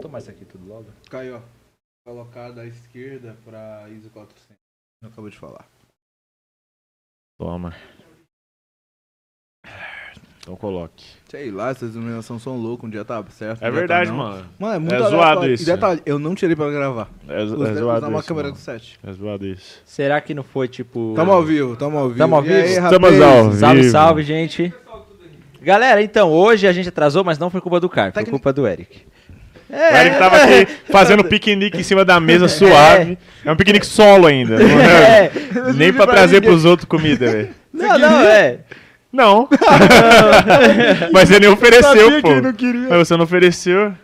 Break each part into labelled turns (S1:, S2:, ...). S1: tomar isso aqui tudo logo.
S2: Caiu, ó. Colocado à esquerda pra ISO 400. Não acabou de falar.
S3: Toma. Então coloque.
S2: Sei lá, essas iluminações são loucas, um dia tá certo. um dia tá
S3: É verdade,
S2: não.
S3: mano.
S2: Mano, é muito
S3: É zoado
S2: aleatório.
S3: isso.
S2: E detalhe, eu não tirei pra gravar.
S3: É,
S2: Os
S3: é
S2: deve
S3: zoado
S2: usar uma
S3: isso,
S2: câmera
S3: mano.
S2: do set.
S3: É zoado isso.
S1: Será que não foi tipo.
S2: Tamo ao vivo, tamo ao vivo.
S1: Tamo ao
S2: E aí,
S1: vivo?
S3: Estamos
S2: rapaz?
S3: ao vivo.
S1: Salve, salve, gente. Galera, então, hoje a gente atrasou, mas não foi culpa do Caio, foi
S2: Tecnic-
S1: culpa do Eric.
S2: É,
S3: O Eric tava aqui fazendo piquenique em cima da mesa suave. É um piquenique solo ainda. não é-
S1: É,
S3: Nem pra trazer pros outros comida, velho.
S1: não, não, é.
S3: Não. Mas ele ofereceu,
S2: Sabia que
S3: pô.
S2: ele não queria.
S3: Mas você não ofereceu.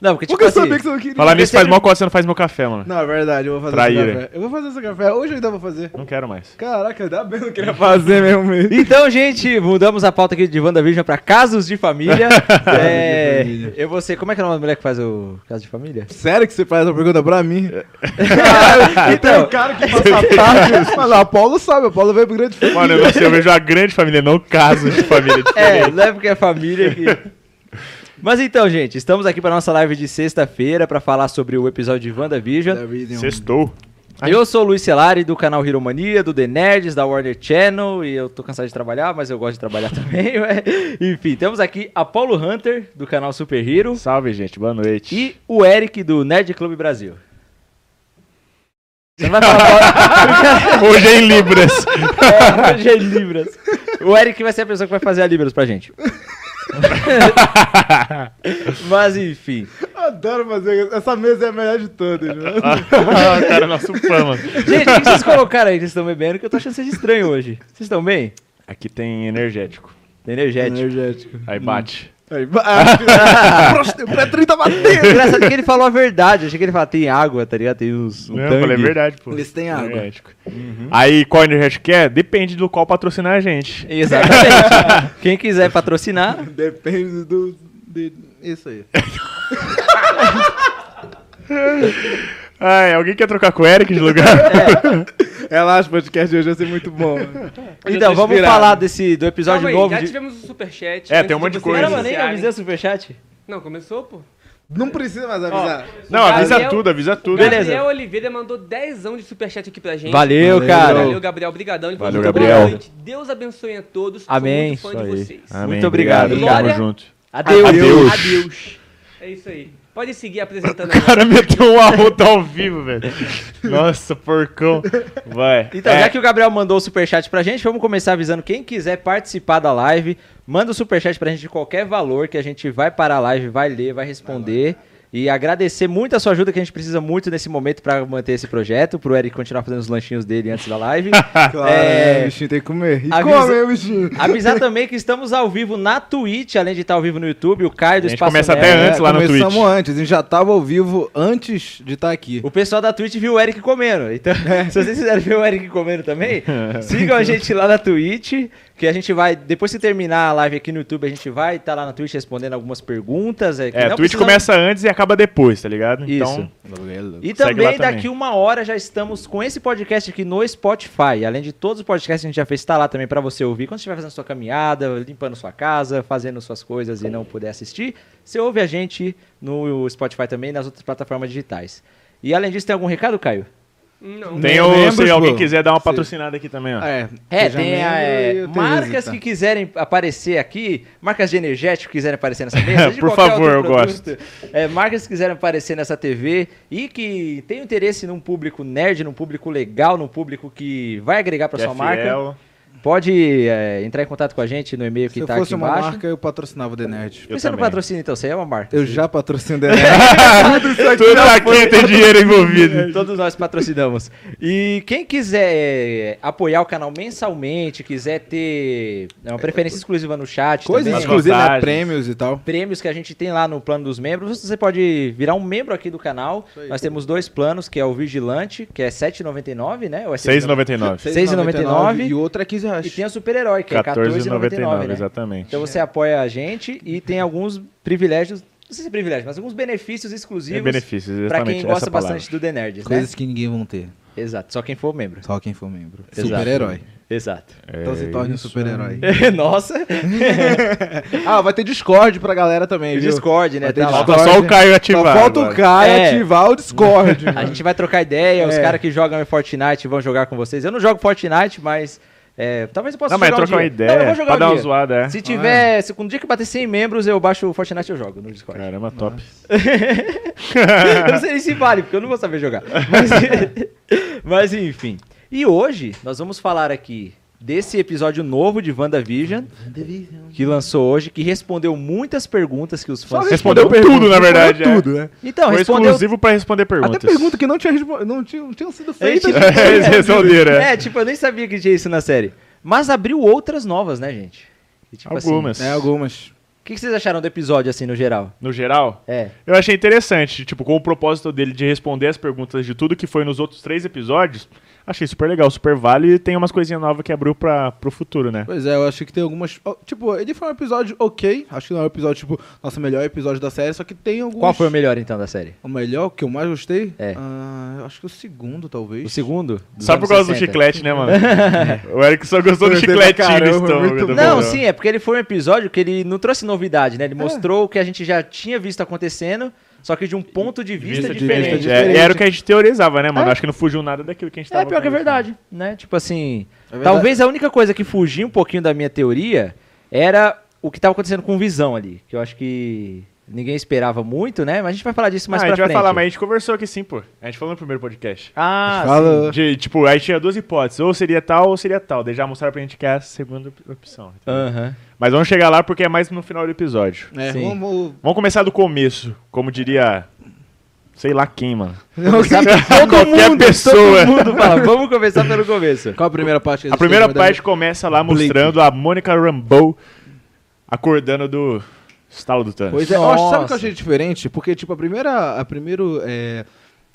S1: Não, porque tipo
S2: Porque eu
S1: assim,
S2: sabia que você não queria.
S3: Falar nisso faz mal quando você não faz meu café, mano.
S2: Não, é verdade, eu vou fazer
S3: Traíra.
S2: esse café. Eu vou fazer esse café, hoje eu ainda vou fazer.
S3: Não quero mais.
S2: Caraca, dá bem, eu não queria fazer mesmo. mesmo.
S1: Então, gente, mudamos a pauta aqui de WandaVision pra Casos de Família. é,
S2: de família.
S1: eu vou ser... Como é que é o nome da mulher que faz o Caso de Família?
S2: Sério que você faz essa pergunta pra mim?
S1: Ah, então,
S2: um cara que passa a tarde. Mas a Paulo sabe, a Paulo veio pro grande filme.
S3: Mano, eu, não sei, eu vejo a grande família, não casos de família
S1: é,
S3: diferente.
S1: não é porque é família que... Mas então, gente, estamos aqui pra nossa live de sexta-feira pra falar sobre o episódio de WandaVision.
S2: um
S3: Sextou.
S1: Eu sou o Luiz Celari, do canal Hiromania, do The Nerds, da Warner Channel, e eu tô cansado de trabalhar, mas eu gosto de trabalhar também, ué. Enfim, temos aqui a Paulo Hunter, do canal Super Hero,
S3: Salve, gente. Boa noite.
S1: e o Eric, do Nerd Clube Brasil. Você não vai falar
S3: Hoje é em Libras.
S1: agora, hoje é Libras. O Eric vai ser a pessoa que vai fazer a Libras pra gente. Mas enfim.
S2: Adoro fazer. Essa mesa é a melhor de todas, mano.
S3: Ah, cara, nosso fã, mano.
S1: Gente, o que vocês colocaram aí que vocês estão bebendo? Que eu tô achando vocês estranho hoje. Vocês estão bem? Tá
S3: Aqui tem energético.
S1: Energético.
S2: Energético.
S1: tipo-
S3: Aí bate.
S2: Aí, ba- ah, o pré-30 batendo.
S1: Engraçado que ele falou a verdade. Achei que ele falou, tem água, tá ligado? Tem uns. Um
S3: Hum. Não, eu
S1: tangue.
S3: falei verdade, pô.
S2: Eles têm água.
S3: Energético. Aí qual energético que é? Depende do qual patrocinar a gente.
S1: Exatamente. Quem quiser patrocinar.
S2: Depende do. de- Isso aí.
S3: Ai, alguém quer trocar com o Eric de lugar?
S2: Relaxa, o podcast de hoje vai ser muito bom.
S4: eu
S1: Então,
S4: tô
S1: vamos
S2: inspirado.
S1: falar desse, do episódio
S4: Calma aí,
S1: novo.
S4: já
S1: de...
S4: tivemos o superchat. né?
S3: É,
S4: antes
S3: tem um monte de
S4: vocês
S3: coisa.
S1: Caramba,
S3: Caramba,
S1: nem
S4: iniciarem.
S1: avisei o superchat.
S4: Não, começou, pô.
S2: Não precisa mais avisar.
S3: Não, avisa
S4: Gabriel-
S3: tudo, avisa tudo.
S1: Beleza.
S4: Gabriel Oliveira mandou 10 de superchat aqui pra gente.
S1: Valeu,
S2: Valeu,
S1: cara.
S4: Valeu, Gabriel. Obrigadão. Ele falou
S3: Valeu,
S4: assim,
S3: Gabriel.
S4: Boa noite. Deus abençoe a todos.
S1: Amém.
S4: Sou muito fã de vocês.
S3: Ah.
S1: Muito obrigado,
S4: cara.
S3: Tamo junto.
S1: Adeus.
S3: Adeus.
S4: Adeus. É isso aí. Pode seguir apresentando
S3: O cara meteu um arroto ao vivo, velho. Nossa, porcão. Vai.
S1: Então,
S3: É,
S1: já que o Gabriel mandou o superchat pra gente, vamos começar avisando quem quiser participar da live. Manda o superchat pra gente de qualquer valor que a gente vai para a live, vai ler, vai responder. E agradecer muito a sua ajuda, que a gente precisa muito nesse momento pra manter esse projeto, pro Eric continuar fazendo os lanchinhos dele antes da live.
S2: Claro,
S1: É,
S2: né, o bichinho tem que comer. E
S1: avisa-
S2: come, o bichinho.
S1: Avisar também que estamos ao vivo na Twitch, além de estar ao vivo no YouTube, o Caio do
S3: A gente
S1: Espaço
S3: começa
S1: Nerd.
S3: até antes lá no
S2: É, começamos
S3: Twitch.
S2: antes, a gente já tava ao vivo antes de estar aqui.
S1: O pessoal da Twitch viu o Eric comendo. Então,
S3: É.
S1: se vocês quiserem ver o Eric comendo também, sigam a gente lá na Twitch, que a gente vai, depois que terminar a live aqui no YouTube, a gente vai estar lá na Twitch respondendo algumas perguntas. que
S3: É,
S1: não
S3: o Twitch
S1: precisam-
S3: começa antes e acaba depois, tá ligado?
S1: Isso.
S3: Então,
S1: E
S3: Segue lá
S1: também
S3: também.
S1: daqui uma hora já estamos com esse podcast aqui no Spotify. Além de todos os podcasts que a gente já fez, tá lá também pra você ouvir. Quando você estiver fazendo sua caminhada, limpando sua casa, fazendo suas coisas e não puder assistir, você ouve a gente no Spotify também e nas outras plataformas digitais. E além disso, tem algum recado, Caio?
S4: Não.
S3: tem
S2: Não
S3: o,
S2: lembro,
S3: se
S2: pô.
S3: alguém quiser dar uma
S2: Sim.
S3: patrocinada aqui também, ó.
S2: É,
S1: É,
S2: seja
S1: tem
S2: membro
S1: é,
S2: e eu tenho tá.
S1: marcas
S2: visita.
S1: que quiserem aparecer aqui, marcas de energético que quiserem aparecer nessa mesa. de
S3: Por
S1: qualquer
S3: favor,
S1: outro
S3: eu
S1: produto, é, marcas que quiserem aparecer nessa TV e que tem interesse num público nerd, num público legal, num público que vai agregar para
S3: Que é
S1: sua marca,
S3: fiel.
S1: pode é, entrar em contato com a gente no e-mail que
S2: Se eu
S1: está
S2: fosse
S1: tá aqui
S2: uma
S1: embaixo.
S2: marca, eu patrocinava o The Nerd.
S1: Por que
S3: Eu
S1: você não
S3: também.
S1: patrocina então, você é uma marca.
S2: Eu já patrocino o The Nerd.
S3: Tudo aqui tem dinheiro envolvido.
S1: Todos nós patrocinamos. E quem quiser é, apoiar o canal mensalmente, quiser ter é uma preferência exclusiva no chat,
S2: Coisas
S1: também,
S3: Umas
S2: exclusivas, né?
S3: vantagens.
S2: prêmios e tal.
S1: prêmios que a gente tem lá no plano dos membros. Você pode virar um membro aqui do canal.
S2: aí.
S1: Nós temos dois planos, que é o Vigilante, que é R$ 7,99, né? Ou é
S3: 6,99.
S1: 6,99.
S2: E outra é 15 reais.
S1: E tem o Super-Herói, que é R$ 14,99,
S3: 14,99,
S1: né?
S3: exatamente.
S1: Então você apoia a gente e tem alguns privilégios não sei se é privilégio, mas alguns benefícios exclusivos
S3: É benefícios,
S1: pra
S3: exatamente.
S1: quem gosta
S3: essa palavra.
S1: bastante do The Nerds, né?
S2: Coisas que ninguém vão ter.
S1: Exato, só quem for membro.
S2: Só quem for membro.
S1: Exato.
S2: Super-herói.
S1: Exato.
S3: É
S2: Então se torne um super-herói.
S1: Nossa,
S2: ah, vai ter Discord pra galera também,
S1: e
S2: viu?
S1: Discord, né?
S2: Vai ter
S1: Tá lá.
S2: Discord.
S3: Falta só o Caio
S2: Só
S3: ativar.
S2: falta o
S3: agora.
S2: Caio
S1: É.
S2: ativar o Discord.
S1: A gente vai trocar ideia,
S3: É.
S1: os caras que jogam Fortnite vão jogar com vocês. Eu não jogo Fortnite, mas é, talvez eu possa
S3: Não, mas
S1: jogar um
S3: troca uma
S1: dia.
S3: ideia.
S1: Não, eu vou jogar
S3: pra
S1: um
S3: dar uma
S1: dia.
S3: zoada, é.
S1: Se tiver, se um dia que bater 100 membros, eu baixo o Fortnite e eu jogo no Discord.
S3: Caramba, top.
S1: eu não sei nem se vale, porque eu não vou saber jogar. Mas, mas, enfim. E hoje nós vamos falar aqui desse episódio novo de WandaVision, que lançou hoje, que respondeu muitas perguntas que os fãs...
S3: respondeu tudo, na verdade,
S2: respondeu tudo, né?
S1: Então,
S3: Foi
S1: respondeu...
S3: exclusivo pra responder perguntas.
S2: Até pergunta que não tinha, respo- não tinha, não tinha sido
S1: É,
S2: feita. né?
S1: tipo,
S3: É, eles responderam, é.
S1: É, tipo, eu nem sabia que tinha isso na série. Mas abriu outras novas, né, gente? E, tipo, assim,
S3: Algumas.
S2: É, algumas.
S1: o que que vocês acharam do episódio, assim, no geral?
S3: No geral,
S1: É.
S3: eu achei interessante, tipo, com o propósito dele de responder as perguntas de tudo que foi nos outros três episódios, achei super legal, super vale e tem umas coisinhas novas que abriu pra, pro futuro, né?
S2: Pois é, eu acho que tem algumas. ó, Tipo, ele foi um episódio ok. Acho que não é um episódio, tipo, nosso melhor episódio da série, só que tem alguns.
S1: Qual foi o melhor, então, da série?
S2: o melhor? que eu mais gostei?
S1: É.
S2: Ah, eu acho que o segundo, talvez.
S1: O segundo? dos
S3: Só por
S1: anos
S3: causa do
S1: 60.
S3: chiclete, né, mano? o Eric só gostou do
S2: Gostei pra
S3: chicletinho no
S2: caramba,
S3: estômago.
S2: muito
S3: do
S2: bom.
S1: Não,
S3: programa.
S1: sim, é porque ele foi um episódio que ele não trouxe novidade, né? Ele mostrou o que a gente já tinha visto acontecendo, só que de um ponto de vista,
S3: Vista
S1: diferente.
S3: diferente.
S2: diferente.
S3: É, e era o que a gente teorizava, né, mano?
S1: É.
S3: Acho que não fugiu nada daquilo que a gente
S1: É
S3: tava
S1: pior que é
S3: conversando.
S1: verdade, né? Tipo assim,
S2: É verdade.
S1: talvez a única coisa que fugia um pouquinho da minha teoria era o que tava acontecendo com o Visão ali, que eu acho que ninguém esperava muito, né? Mas a gente vai falar disso mais
S3: Ah, a
S1: pra
S3: gente vai
S1: frente.
S3: falar, mas a gente conversou aqui sim, pô. A gente falou no primeiro podcast.
S1: Ah,
S2: Fala.
S3: De, tipo, aí tinha duas hipóteses, ou seria tal ou seria tal. Daí já mostraram pra gente que é a segunda op- opção.
S1: sim. Aham.
S3: Mas vamos chegar lá porque é mais no final do episódio.
S2: É,
S1: Sim.
S2: vamos.
S3: Vamos começar do começo, como diria. Sei lá quem, mano.
S1: Todo
S3: Qualquer
S1: mundo,
S3: pessoa.
S1: todo mundo fala. Vamos começar pelo começo.
S2: Qual a primeira parte que
S3: A
S2: vocês
S3: primeira
S2: têm que mandar-
S3: parte começa lá
S2: é Blake.
S3: mostrando a Mônica Rambeau acordando do estalo do Thanos.
S2: Pois é, eu acho- sabe o que
S1: Nossa.
S2: eu achei diferente? Porque, tipo, a primeira. A primeiro. é,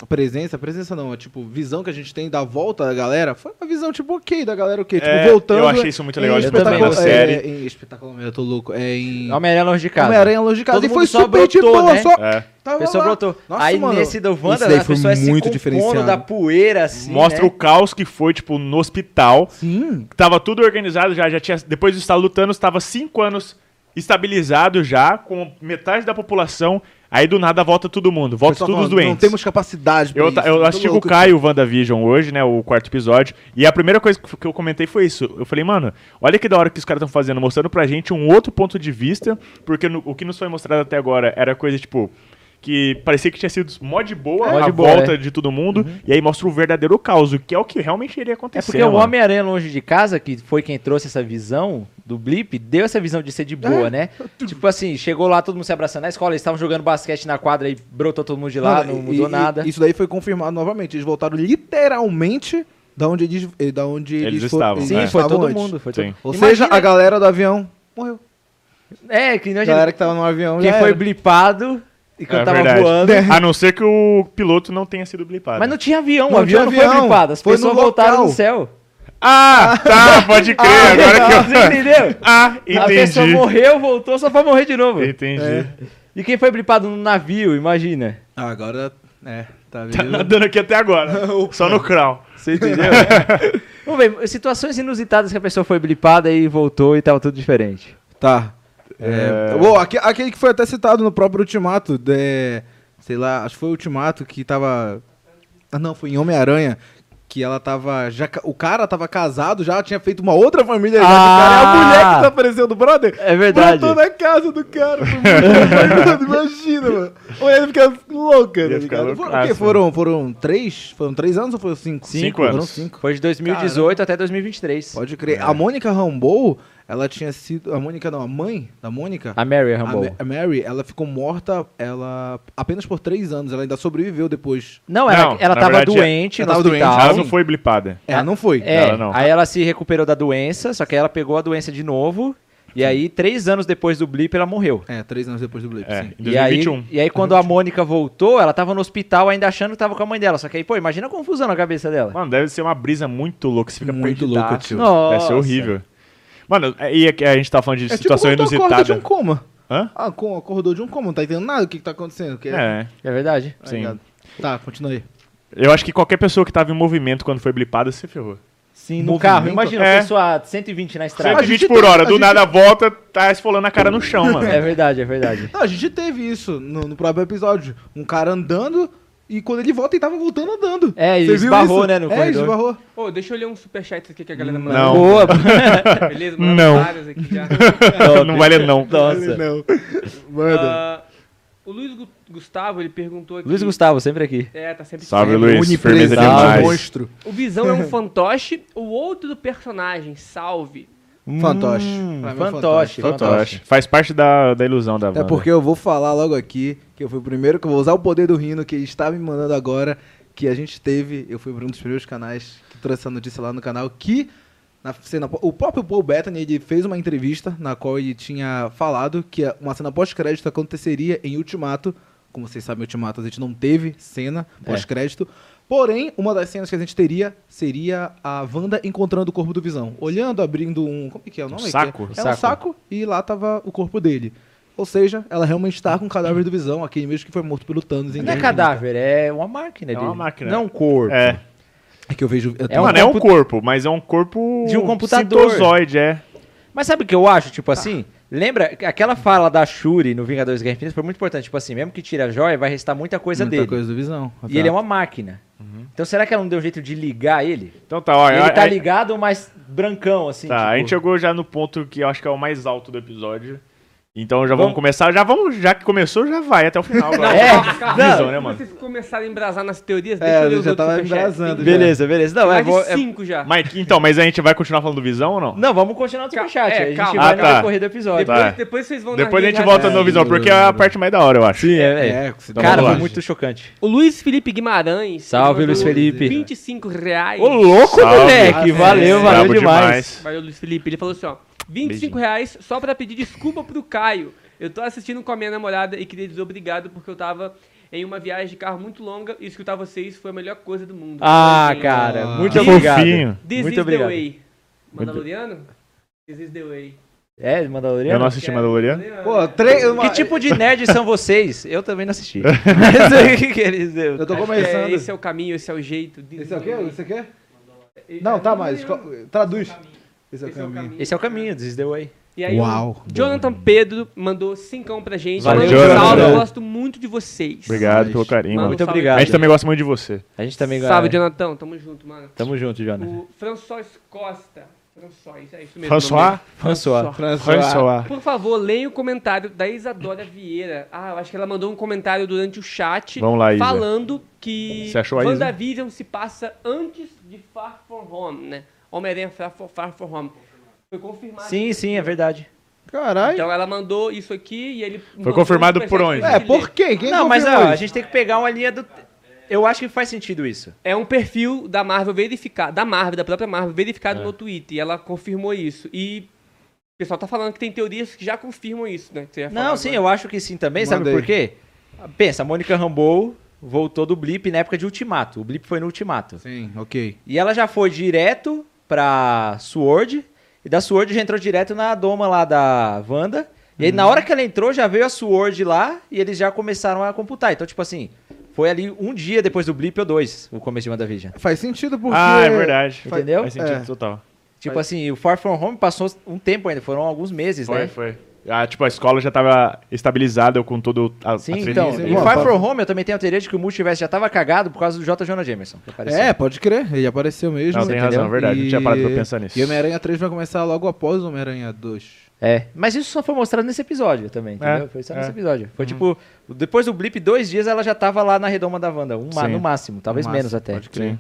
S2: presença, presença não, é tipo, visão que a gente tem da volta da galera, foi uma visão, tipo, ok, da galera, ok,
S3: É,
S2: tipo, voltando.
S3: eu achei isso muito legal,
S2: em
S3: eu
S1: também
S2: espetacular-
S1: gostei.
S2: é,
S3: série.
S2: em espetacular, eu tô louco, é em
S1: Homem-Aranha longe de casa.
S2: Homem-Aranha Longe de Casa,
S1: Todo
S2: e foi
S1: mundo só
S2: super de
S1: brotou,
S2: boa,
S1: né?
S2: só...
S3: É.
S2: Tava
S1: A pessoa
S2: lá.
S1: brotou.
S2: Nossa,
S1: Aí
S2: mano,
S1: nesse do Wanda,
S2: isso daí
S1: as
S2: foi
S1: pessoas se
S2: muito
S1: compondo
S2: diferenciado.
S1: da poeira, assim,
S3: Mostra
S1: né?
S3: o caos que foi, tipo, no hospital.
S2: Sim,
S3: Tava tudo organizado já, já tinha. Depois do estalo do Thanos, tava cinco anos estabilizado já, com metade da população. Aí do nada volta todo mundo, volta
S2: pessoal
S3: todos os
S2: falando,
S3: doentes.
S2: Não temos capacidade pra
S3: Eu,
S2: isso,
S3: ta- eu
S2: muito
S3: assisti com o
S2: louco.
S3: Caio o WandaVision hoje, né? O quarto episódio. E a primeira coisa que f- que eu comentei foi isso. Eu falei, mano, olha que da hora que os caras estão fazendo, mostrando pra gente um outro ponto de vista. Porque no- o que nos foi mostrado até agora era coisa tipo. Que parecia que tinha sido mó de boa
S1: Mó
S3: a
S1: de boa,
S3: volta
S1: é.
S3: de todo mundo.
S2: Uhum.
S3: E aí mostra o verdadeiro caos, o que é o que realmente
S1: É
S3: iria acontecer.
S1: porque o
S3: mano.
S1: Homem-Aranha longe de casa, que foi quem trouxe essa visão do blip, deu essa visão de ser de
S2: É.
S1: boa, né? Tipo assim, chegou lá todo mundo se abraçando na escola, eles estavam jogando basquete na quadra e brotou todo mundo de lá,
S2: Mano,
S1: não
S2: e-
S1: mudou
S2: e-
S1: nada.
S2: Isso daí foi confirmado novamente. Eles voltaram literalmente da onde eles, eh, da onde
S3: Eles
S2: eles,
S3: estavam,
S1: Sim,
S3: é.
S1: foi todo
S2: antes.
S1: mundo, foi
S3: Sim.
S1: todo
S2: tá Ou
S1: Imagina-
S2: seja, a galera do avião morreu.
S1: É, que não
S2: A
S1: imagina
S2: galera que tava no avião
S1: quem
S2: já
S1: foi
S2: era.
S1: blipado e quando
S3: É
S1: tava
S3: verdade.
S1: voando.
S3: A não ser que o piloto não tenha sido blipado.
S1: Mas não tinha avião, o
S2: Não
S1: avião
S2: tinha
S1: não foi
S2: avião,
S1: blipado, as
S2: foi no
S1: pessoas voltaram
S2: local.
S1: do céu.
S3: Ah, tá, pode crer. agora que eu.
S1: Você entendeu?
S3: Ah,
S1: Ah, A pessoa
S3: entendi.
S1: morreu, voltou, só pra morrer de novo.
S3: Entendi.
S1: E quem foi blipado no navio, imagina.
S2: Ah, agora. É, tá
S3: Tá
S2: vendo?
S3: nadando aqui até agora. Só no crown.
S1: Você entendeu? Vamos ver, situações inusitadas que a pessoa foi blipada e voltou e tava tudo diferente.
S2: Tá. É, Bom, aque- aquele que foi até citado no próprio Ultimato, de, sei lá, acho que foi o Ultimato que tava. Ah, não, foi em Homem-Aranha. Que ela tava. Já, ca- o cara tava casado já, tinha feito uma outra família já.
S1: Ah!
S2: do cara, e a mulher que tá aparecendo, brother.
S1: É verdade.
S2: Brotou na casa do cara. foi muito doido, Imagina, mano. A mulher fica louca,
S3: Ia
S2: tá
S3: ficar
S2: ligado? Foram, o
S3: loucaça.
S2: quê? Foram, foram três? Foram três anos ou foram cinco?
S3: Cinco
S2: Foram
S3: anos. É.
S2: cinco.
S1: Foi de 2018 até 2023.
S2: Pode crer. A Mônica Rambeau, ela tinha sido. A Mônica não, a mãe da Mônica.
S1: A Mary
S3: Tá
S2: A
S1: Rambo.
S2: Ma- A Mary, ela ficou morta, ela apenas por três anos, ela ainda sobreviveu depois.
S1: Não, ela,
S3: Não,
S1: ela
S3: na
S1: tava
S3: verdade,
S1: doente
S2: ela
S1: no
S2: tava doente.
S1: hospital.
S3: Ela não foi blipada.
S2: Ela não foi.
S1: É,
S3: Ela não.
S1: aí ela se recuperou da doença, só que aí ela pegou a doença de novo. E aí, três anos depois do blip, ela morreu.
S2: É, três anos depois do Blip,
S3: É,
S2: sim.
S3: em
S1: E aí,
S3: 2021.
S1: e aí, quando a Mônica voltou, ela tava no hospital ainda achando que tava com a mãe dela. Só que aí, pô, imagina a confusão na cabeça dela.
S3: um. Mano, deve ser uma brisa muito louca. Você fica
S2: Muito
S3: perdidaço.
S2: louco, tio.
S1: Nossa.
S3: Deve ser horrível. Mano, e aqui a gente tá falando de
S2: É tipo
S3: situação
S2: quando tu acorda
S3: inusitada.
S2: de um coma.
S3: Hã?
S2: Ah, com, acordou de um como? Não tá entendendo nada do que, que tá acontecendo. Que
S3: É,
S1: É verdade.
S2: Tá
S3: sim.
S2: ligado? Tá, continua aí.
S3: Eu acho que qualquer pessoa que tava em movimento quando foi blipada se ferrou.
S1: Sim, no
S2: Movimento.
S1: carro. Imagina,
S3: É.
S1: a pessoa a 120 na estrada.
S3: 120
S2: gente
S3: por
S2: tá-
S3: hora,
S2: a
S3: do
S2: gente-
S3: nada volta, tá esfolando a cara no chão, mano.
S1: É verdade, é verdade.
S2: Não, a gente teve isso no, no próprio episódio. Um cara andando e quando ele volta, ele tava voltando andando.
S1: É, ele
S2: Você viu
S1: esbarrou,
S2: isso?
S1: né, no
S2: é,
S1: corredor.
S2: esbarrou.
S4: Ô, deixa eu ler um superchat aqui que a galera mandou.
S3: Não.
S1: Boa.
S4: Beleza? Mandaram
S3: Não.
S4: vários aqui já.
S3: não vale não.
S1: Nossa.
S2: Não. Manda.
S4: Ah, o Luiz Gu- Gustavo, ele perguntou aqui.
S1: Luiz Gustavo, sempre aqui.
S4: É, tá sempre
S3: Salve,
S4: escrevendo.
S3: Luiz. firmeza demais.
S2: um monstro.
S4: O Visão é um fantoche, o outro do personagem, salve.
S2: Fantoche.
S1: Hum,
S2: Pra mim, é
S1: fantoche.
S3: Fantoche. Faz parte da, da ilusão da
S1: É
S2: Até
S3: banda.
S2: É porque eu vou falar logo aqui, que eu fui o primeiro que eu vou usar o poder do Rino, que está me mandando agora, que a gente teve, eu fui por um dos primeiros canais que trouxe essa notícia lá no canal, que na cena, o próprio Paul Bettany ele fez uma entrevista na qual ele tinha falado que a- uma cena pós-crédito aconteceria em Ultimato. Como vocês sabem, Ultimato a gente não teve cena pós-crédito. Porém, uma das cenas que a gente teria seria a Wanda encontrando o corpo do Visão. Olhando, abrindo um... Como é que é o nome?
S3: saco?
S2: É um
S1: Saco.
S2: saco e lá tava o corpo dele. Ou seja, ela realmente está com o cadáver do Visão, aquele mesmo que foi morto pelo Thanos. em
S1: Não é
S2: Endgame.
S1: cadáver, é uma máquina.
S3: É
S1: dele.
S3: uma máquina.
S1: Não um corpo.
S3: É.
S2: É que eu vejo... eu
S1: É
S2: tenho-
S1: um
S3: Mano, é um corpo, mas é um corpo.
S1: De um computador.
S3: Sintozoide, é.
S1: Mas sabe o que eu acho? Tipo assim, lembra que aquela fala da Shuri no Vingadores Guerra Infinita foi muito importante. Tipo assim, mesmo que tire a joia, vai restar muita coisa
S2: muita
S1: dele.
S2: coisa do Visão. tá?
S1: E ele é uma máquina.
S3: Uhum.
S1: Então será que ela não deu jeito de ligar ele?
S3: Então tá, ó.
S1: ele
S3: a-
S1: tá
S3: a-
S1: ligado, mas brancão, assim.
S3: Tá,
S1: tipo-
S3: a gente chegou já no ponto que eu acho que é o mais alto do episódio. Então já vamos,
S1: Vamos-
S3: começar. Já vamos, já que começou, já vai até o final. agora.
S1: É,
S3: Visão,
S1: não.
S3: né, mano?
S4: Vocês começaram a embrasar nas teorias, deixa
S2: É,
S4: eu ler
S2: eu
S4: os
S2: já
S4: outros
S2: tava
S4: superchats.
S2: embrasando.
S4: Tem
S1: Beleza, beleza. Não, é,
S4: mais
S1: bom-
S4: de
S1: é-
S4: cinco já.
S3: Mas, então, mas a gente vai continuar falando do Visão ou não?
S1: Não, vamos continuar no superchat.
S4: É,
S1: a gente
S4: calma.
S1: vai
S3: Ah,
S1: na
S3: tá.
S1: corrida do episódio.
S4: Depois,
S3: Tá.
S4: depois vocês vão
S3: Depois a
S4: na
S3: gente
S4: rede
S3: volta
S4: já-
S3: no Visão, porque é a parte mais da hora, eu acho.
S1: Sim, é, é.
S2: É, você tá
S1: Cara,
S3: vamos
S1: foi
S3: lá.
S1: muito chocante.
S4: O Luiz Felipe Guimarães.
S1: Salve,
S4: mandou
S1: Luiz Felipe.
S4: 25 reais.
S1: Ô, louco,
S3: Salve.
S1: moleque. Valeu, valeu
S3: É, brabo
S1: demais.
S4: Valeu, Luiz Felipe. Ele falou assim, ó. 25
S3: Beijinho.
S4: reais só pra pedir desculpa pro Caio. Eu tô assistindo com a minha namorada e queria dizer obrigado porque eu tava em uma viagem de carro muito longa e escutar vocês foi a melhor coisa do mundo.
S1: Ah,
S4: Valeu, gente.
S1: cara,
S2: Ah.
S1: muito
S4: Que
S1: obrigado.
S3: fofinho.
S4: This
S1: Muito
S4: is
S1: obrigado.
S4: the way. Mandaloriano? This is the way.
S1: É,
S3: Eu
S1: Mandaloriano?
S3: não assisti Mandaloriano.
S2: Pô, três...
S1: Que
S2: uma-
S1: tipo de nerd são vocês? Eu também não assisti. Mas o que que eles
S2: Eu tô
S4: É,
S2: começando.
S4: esse é o caminho, esse é o jeito. This
S2: Esse é
S4: is
S2: o
S4: the
S2: quê?
S4: way.
S2: Esse aqui é? Não, tá, mas co- traduz. Esse é o
S4: Esse é o
S2: caminho.
S4: caminho.
S1: Esse é o caminho, this is the way.
S4: E aí,
S2: Uau.
S4: o Jonathan Pedro mandou cincão pra gente.
S1: Valeu,
S4: Manda um
S3: Jonathan.
S4: salve, eu
S2: Valeu.
S4: gosto muito de vocês.
S3: Obrigado pelo carinho, mano.
S4: Mano,
S1: Muito
S4: salve.
S1: obrigado.
S3: A gente também gosta muito de você.
S1: A gente também é
S4: Salve, Jonathan. Tamo junto, mano.
S1: Tamo junto, Jonathan.
S4: O François Costa. François, é isso mesmo.
S3: François?
S1: François.
S3: François.
S4: Por favor, leia o comentário da Isadora Vieira. Ah, eu acho que ela mandou um comentário durante o chat
S3: Vamos lá, Isa.
S4: falando que
S3: Você achou a Isa?
S4: WandaVision se passa antes de Far From Home, né? Homem-Aranha Far, Fro- Far From Home. Foi confirmado.
S1: Sim, sim, é verdade.
S2: Caralho.
S4: Então ela mandou isso aqui e ele... mandou
S3: confirmado
S4: um superchat
S3: por
S4: pra
S3: onde?
S4: gente
S2: É,
S4: ler.
S2: por quê? Quem
S1: não, mas
S2: confirmou
S1: ó, a
S2: isso?
S1: gente tem que pegar uma linha do. Eu acho que faz sentido isso.
S4: É um perfil da Marvel verificado, da Marvel, da própria Marvel, verificado no Twitter. E ela confirmou isso. E o pessoal tá falando que tem teorias que já confirmam isso, né? que você ia falar
S1: Não, sim,
S4: agora.
S1: eu acho que sim também, sabe
S2: Mandei.
S1: por quê? Pensa, a Mônica Rambeau voltou do Blip na época de Ultimato. O Blip foi no Ultimato.
S2: Sim, ok.
S1: E ela já foi direto pra Sword. E da Sword já entrou direto na doma lá da Wanda. E aí, na hora que ela entrou, já veio a Sword lá e eles já começaram a computar. Então, tipo assim, foi ali um dia depois do Blip ou dois, o começo de WandaVision.
S2: Faz sentido porque...
S3: Ah, é verdade.
S1: Faz- Entendeu?
S3: Faz sentido
S2: É.
S3: total.
S1: Tipo assim, o Far From Home passou um tempo ainda, foram alguns meses,
S3: Foi,
S1: né?
S3: foi. Ah, tipo, a escola já tava estabilizada com todo a, a
S1: Sim,
S3: treta
S1: então.
S2: sim.
S1: E
S2: Bom, tá.
S1: Far
S2: pra-
S1: From Home, eu também tenho a teoria de que o multiverso já tava cagado por causa do J. Jonah Jameson. que apareceu.
S2: É, pode crer, ele apareceu mesmo.
S3: Não, tem razão, é verdade, não tinha parado pra pensar nisso.
S2: E Homem-Aranha 3 vai começar logo após o Homem-Aranha 2.
S1: É, mas isso só foi mostrado nesse episódio também, entendeu?
S3: É,
S1: foi só
S3: é.
S1: nesse episódio.
S2: Uhum.
S1: Foi tipo, depois do blip, dois dias ela já tava lá na redoma da Wanda, um ma-
S3: Sim.
S1: no máximo, talvez
S2: No
S1: menos
S2: máximo,
S1: até.
S3: Pode crer.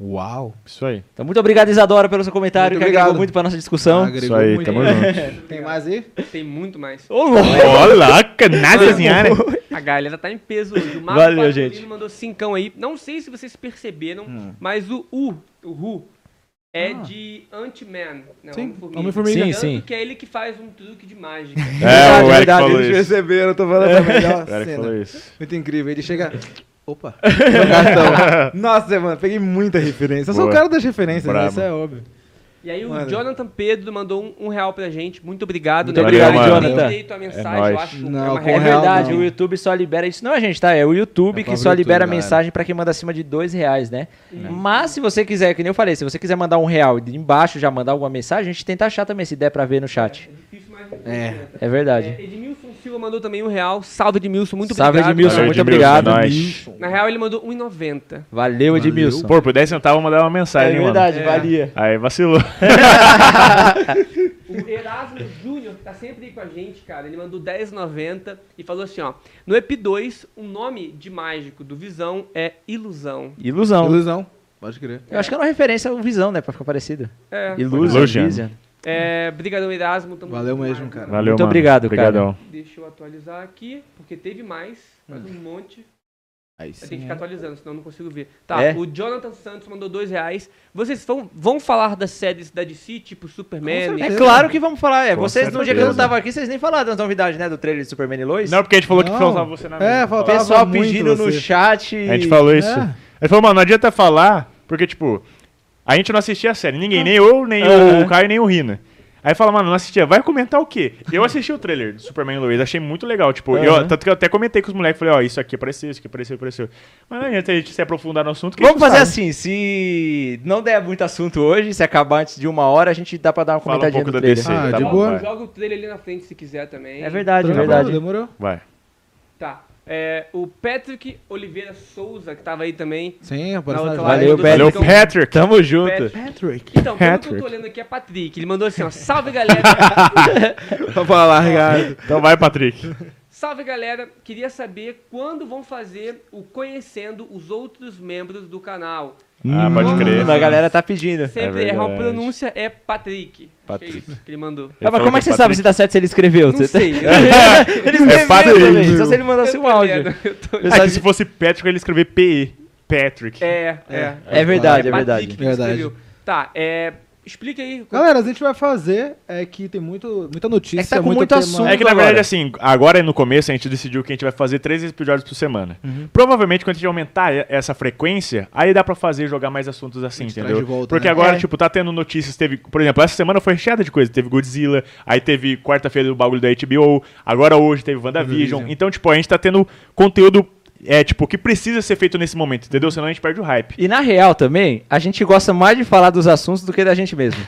S2: Uau!
S3: Isso aí.
S1: Então, muito obrigado, Isadora, pelo seu comentário, que
S2: Muito
S1: agregou
S2: obrigado.
S1: muito pra nossa discussão.
S3: Então, Isso aí, tamo junto.
S2: Tem mais aí?
S4: Tem muito mais.
S1: Ô, louco!
S3: Olá, canalha, senhora.
S4: A galera tá em peso hoje. O Marco
S1: Valeu,
S4: Patolino
S1: gente.
S4: mandou cincão aí. Não sei se vocês perceberam, mas o U, o Ru, é de Ant-Man. né,
S2: Sim,
S4: Homem-Formiga.
S2: Homem-Formiga.
S1: Sim,
S4: Tanto
S1: sim.
S4: que é ele que faz um truque de mágica.
S3: É, o Eric
S2: verdade,
S3: falou
S2: eles
S3: isso.
S2: receberam, eu tô falando da melhor
S3: O Eric falou
S2: cena.
S3: isso.
S2: Muito incrível, ele chega... Opa! meu cartão. Nossa, mano, peguei muita referência. Eu sou o
S3: Boa.
S2: cara das referências, né?
S3: Brabo.
S2: isso é óbvio.
S4: E aí o
S2: Mano.
S4: Jonathan Pedro mandou um, um real pra gente. Muito obrigado.
S1: Muito
S4: né?
S3: obrigado,
S4: Não tem
S1: Jonathan.
S4: direito à
S3: nóis.
S4: mensagem, eu acho.
S2: Não,
S4: é uma
S2: com
S1: É
S4: regra.
S2: real,
S1: verdade,
S2: não.
S1: o YouTube só libera isso. Não é a gente, tá? É o YouTube
S2: É o
S1: que
S2: próprio
S1: só libera
S2: YouTube,
S1: mensagem pra quem manda acima de dois reais, né? Mas se você quiser, que nem eu falei, se você quiser mandar um real e de embaixo já mandar alguma mensagem, a gente tenta achar também, se der pra ver no chat.
S4: É difícil, mas-
S1: É verdade.
S4: É, Edmilson Silva mandou também um real. Salve, Edmilson. Muito
S1: Salve,
S4: obrigado.
S1: Edmilson,
S3: Valeu,
S1: muito
S3: Edmilson,
S1: obrigado.
S3: Nós.
S4: Na real, ele mandou 1,90.
S1: Valeu, Edmilson.
S3: Pô, por 10 centavos eu mandava uma mensagem, hein, mano.
S4: É.
S1: valia.
S3: Aí vacilou.
S4: O Erasmo Júnior, que tá sempre aí com a gente, cara, ele mandou 10,90 e falou assim, ó. No EP 2, o nome de mágico do Visão é Ilusão.
S1: Ilusão.
S2: Ilusão. Pode crer.
S1: Eu acho que era uma referência ao Visão, né? Pra ficar parecido.
S4: É,
S1: Ilusão.
S3: Ilusion.
S1: Vision.
S4: é brigadão Erasmo. Tamo
S2: Valeu
S4: junto
S2: mesmo,
S4: mais.
S2: cara.
S3: Valeu,
S1: Muito
S3: mano.
S1: obrigado, cara.
S3: Obrigadão.
S4: Deixa eu atualizar aqui, porque teve mais, mais
S2: Hum.
S4: um monte.
S2: Aí
S4: Eu
S2: sim.
S4: tenho que ficar atualizando, senão eu não consigo ver. Tá,
S1: É?
S4: o Jonathan Santos mandou dois reais. Vocês vão, vão falar das séries da DC, tipo Superman?
S1: É claro que vamos falar. É,
S3: Com
S1: vocês, no dia que eu não
S3: certeza.
S1: tava aqui, vocês nem falaram das novidades, né? Do trailer de Superman e Lois.
S3: Não, porque a gente falou que
S2: Não.
S3: faltava você na
S2: É,
S3: mesa.
S1: o
S2: faltava.
S1: pessoal
S2: muito
S1: pedindo no
S2: você.
S1: chat.
S3: A gente falou isso.
S2: É.
S3: Ele falou, mano, não adianta falar, porque, tipo, a gente não assistia a série. Ninguém, nem eu, nem
S1: Aham.
S3: o Caio, nem o Rina. Aí fala, mano, não assistia. Vai comentar o quê? Eu assisti o trailer do Superman e Lois, achei muito legal. Tipo, eu,
S1: Aham.
S3: tanto que eu até comentei com os moleques, falei, ó, isso aqui apareceu, isso aqui apareceu, apareceu. Mas não adianta a gente se aprofundar no assunto. que a
S1: Vamos
S3: gente
S1: fazer
S3: sabe.
S1: assim, se não der muito assunto hoje, se acabar antes de uma hora, a gente dá pra dar uma
S3: Fala um
S1: comentadinha
S3: pouco
S1: no
S3: da
S1: trailer.
S3: DC.
S2: Ah,
S3: tá
S2: de
S3: bom,
S2: boa.
S3: vai.
S4: Joga É, o trailer ali na frente se quiser também.
S1: É verdade, é
S2: Tá bom,
S1: verdade.
S2: Demorou?
S3: Vai.
S4: Tá. É, o Patrick Oliveira Souza, que tava aí também.
S2: Sim,
S4: Na
S2: apareceu na
S4: outra
S2: jogada.
S1: Valeu,
S4: live do
S1: Patrick.
S3: Valeu,
S4: Então,
S3: Patrick.
S1: Tamo junto.
S2: Patrick.
S4: Então, pelo que eu
S3: Patrick.
S4: tô olhando aqui é Patrick. Ele mandou assim, ó. Salve, galera.
S3: tá
S2: Tava largado.
S3: Então vai, Patrick.
S4: Salve, galera. Queria saber quando vão fazer o Conhecendo os Outros Membros do Canal.
S3: Ah, pode crer.
S1: Hum, a galera tá pedindo.
S4: Sempre erra a
S3: verdade.
S4: pronúncia, é Patrick. Patrick.
S3: Patrick.
S4: Que, ele mandou.
S1: Ah, mas
S3: falou
S1: como é que você
S3: é
S1: sabe
S3: Patrick.
S1: se dá certo se ele escreveu?
S4: Não
S1: Você- tá
S4: sei.
S1: ele escreveu
S3: Patrick.
S1: também, só se ele mandasse
S4: Eu
S1: um
S4: tô
S1: áudio.
S4: olhando, eu tô-
S1: Eu
S3: É
S1: só-
S3: que se fosse Patrick, ele ia escrever PE. Patrick.
S4: É, é.
S1: É verdade, é
S4: Patrick
S1: verdade.
S4: que
S2: Verdade. Ah,
S4: escreveu. Tá, é... Explica aí.
S2: Galera, a gente vai fazer é que tem muito, muita notícia.
S1: É que tá com
S2: muito
S1: muito
S2: tema.
S1: assunto.
S3: É que na
S1: agora.
S3: verdade, assim, agora no começo a gente decidiu que a gente vai fazer três episódios por semana.
S2: Uhum.
S3: Provavelmente, quando a gente aumentar e- essa frequência, aí dá pra fazer e jogar mais assuntos assim,
S2: gente
S3: entendeu?
S2: traz de volta,
S3: Porque
S2: né?
S3: agora,
S1: É.
S3: tipo, tá tendo notícias, teve. Por exemplo, essa semana foi recheada de coisa. Teve Godzilla, aí teve quarta-feira o bagulho da HBO, agora hoje teve WandaVision. Então, tipo, a gente tá tendo conteúdo. É, tipo, que precisa ser feito nesse momento, entendeu? Senão a gente perde o hype.
S1: E na real também, a gente gosta mais de falar dos assuntos do que da gente mesmo.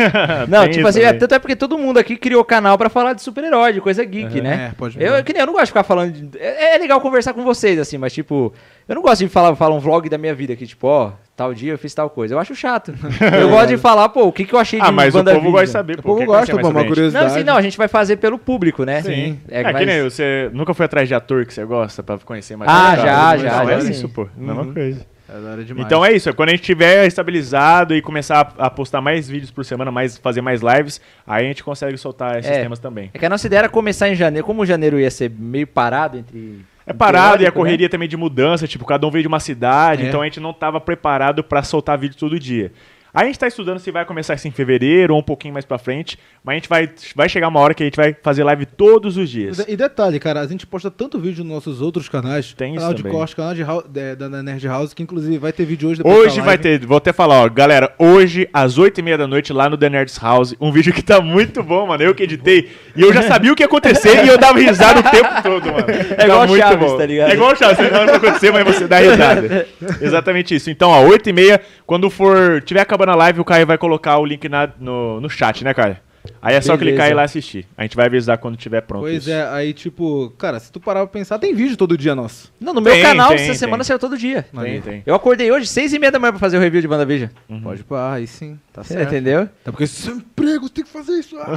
S1: Não,
S3: Tem
S1: tipo
S3: isso
S1: assim, é,
S3: também.
S1: tanto é porque todo mundo aqui criou canal pra falar de super-herói, de coisa geek, né?
S2: É, pode
S1: eu, que nem, eu não gosto de ficar falando. de- é, é legal conversar com vocês, assim, mas tipo, eu não gosto de falar, falar um vlog da minha vida aqui, tipo, ó, tal dia eu fiz tal coisa. Eu acho chato. eu gosto de falar, pô, o que, que eu achei
S3: Ah,
S1: de
S3: mas o povo
S1: WandaVision.
S3: gosta de saber.
S2: O
S3: pô,
S2: povo
S3: quer
S2: gosta,
S3: conhecer
S2: pô,
S3: mais
S2: uma
S3: sobre a gente.
S1: Não,
S2: curiosidade.
S1: assim, não, a gente vai fazer pelo público, né?
S3: Sim.
S1: É,
S3: É,
S1: mas-
S3: que nem você nunca foi atrás de ator que você gosta pra conhecer mais.
S1: Ah,
S3: sobre o
S1: já,
S3: cara?
S1: já,
S3: Então
S1: já,
S3: É
S1: sim.
S3: isso, pô. Mesma coisa.
S2: É da hora demais.
S3: Então é isso. É quando a gente tiver estabilizado e começar a, a postar mais vídeos por semana, mais, fazer mais lives, aí a gente consegue soltar esses
S1: É.
S3: temas também.
S1: É que a nossa ideia era começar em janeiro. Como janeiro ia ser meio parado entre.
S3: É parado e a
S1: teórico, né?
S3: correria também de mudança, tipo, cada um veio de uma cidade,
S2: É.
S3: então a gente não tava preparado pra soltar vídeo todo dia. Aí a gente tá estudando se vai começar isso em fevereiro ou um pouquinho mais pra frente, mas a gente vai, vai chegar uma hora que a gente vai fazer live todos os dias.
S2: E detalhe, cara, a gente posta tanto vídeo nos nossos outros canais.
S3: Tem isso
S2: canal de
S3: também.
S2: corte, canal de hau- de- da, da Nerd House, que inclusive vai ter vídeo hoje depois da
S3: Hoje
S2: live.
S3: vai ter, vou até falar, ó, galera, hoje às 8h30 da noite lá no The Nerds House, um vídeo que tá muito bom, mano, eu que editei, e eu já sabia o que ia acontecer e eu dava risada o tempo todo, mano. É
S1: igual Chaves, tá ligado?
S3: É igual Chaves, você não sabe o que vai acontecer, mas você dá risada. Exatamente isso. Então, ó, 8h30, quando for, tiver acabando a live, o Caio vai colocar o link na- no, no chat, né, Caio? Aí é só
S1: Beleza.
S3: clicar e ir lá assistir. A gente vai avisar quando tiver pronto
S2: Pois
S3: isso.
S2: é, aí tipo, cara, se tu parar pra pensar, tem vídeo todo dia nosso.
S1: Não, no meu
S3: Tem,
S1: canal,
S3: tem,
S1: essa
S3: tem.
S1: semana saiu todo dia.
S3: Tem, tem.
S1: Eu acordei hoje, seis e meia da manhã, pra fazer o review de WandaVision.
S3: Uhum.
S2: Pode parar, aí sim,
S3: É.
S2: tá
S1: Você
S2: certo.
S1: entendeu?
S2: Até porque seu emprego tem que fazer isso. ah.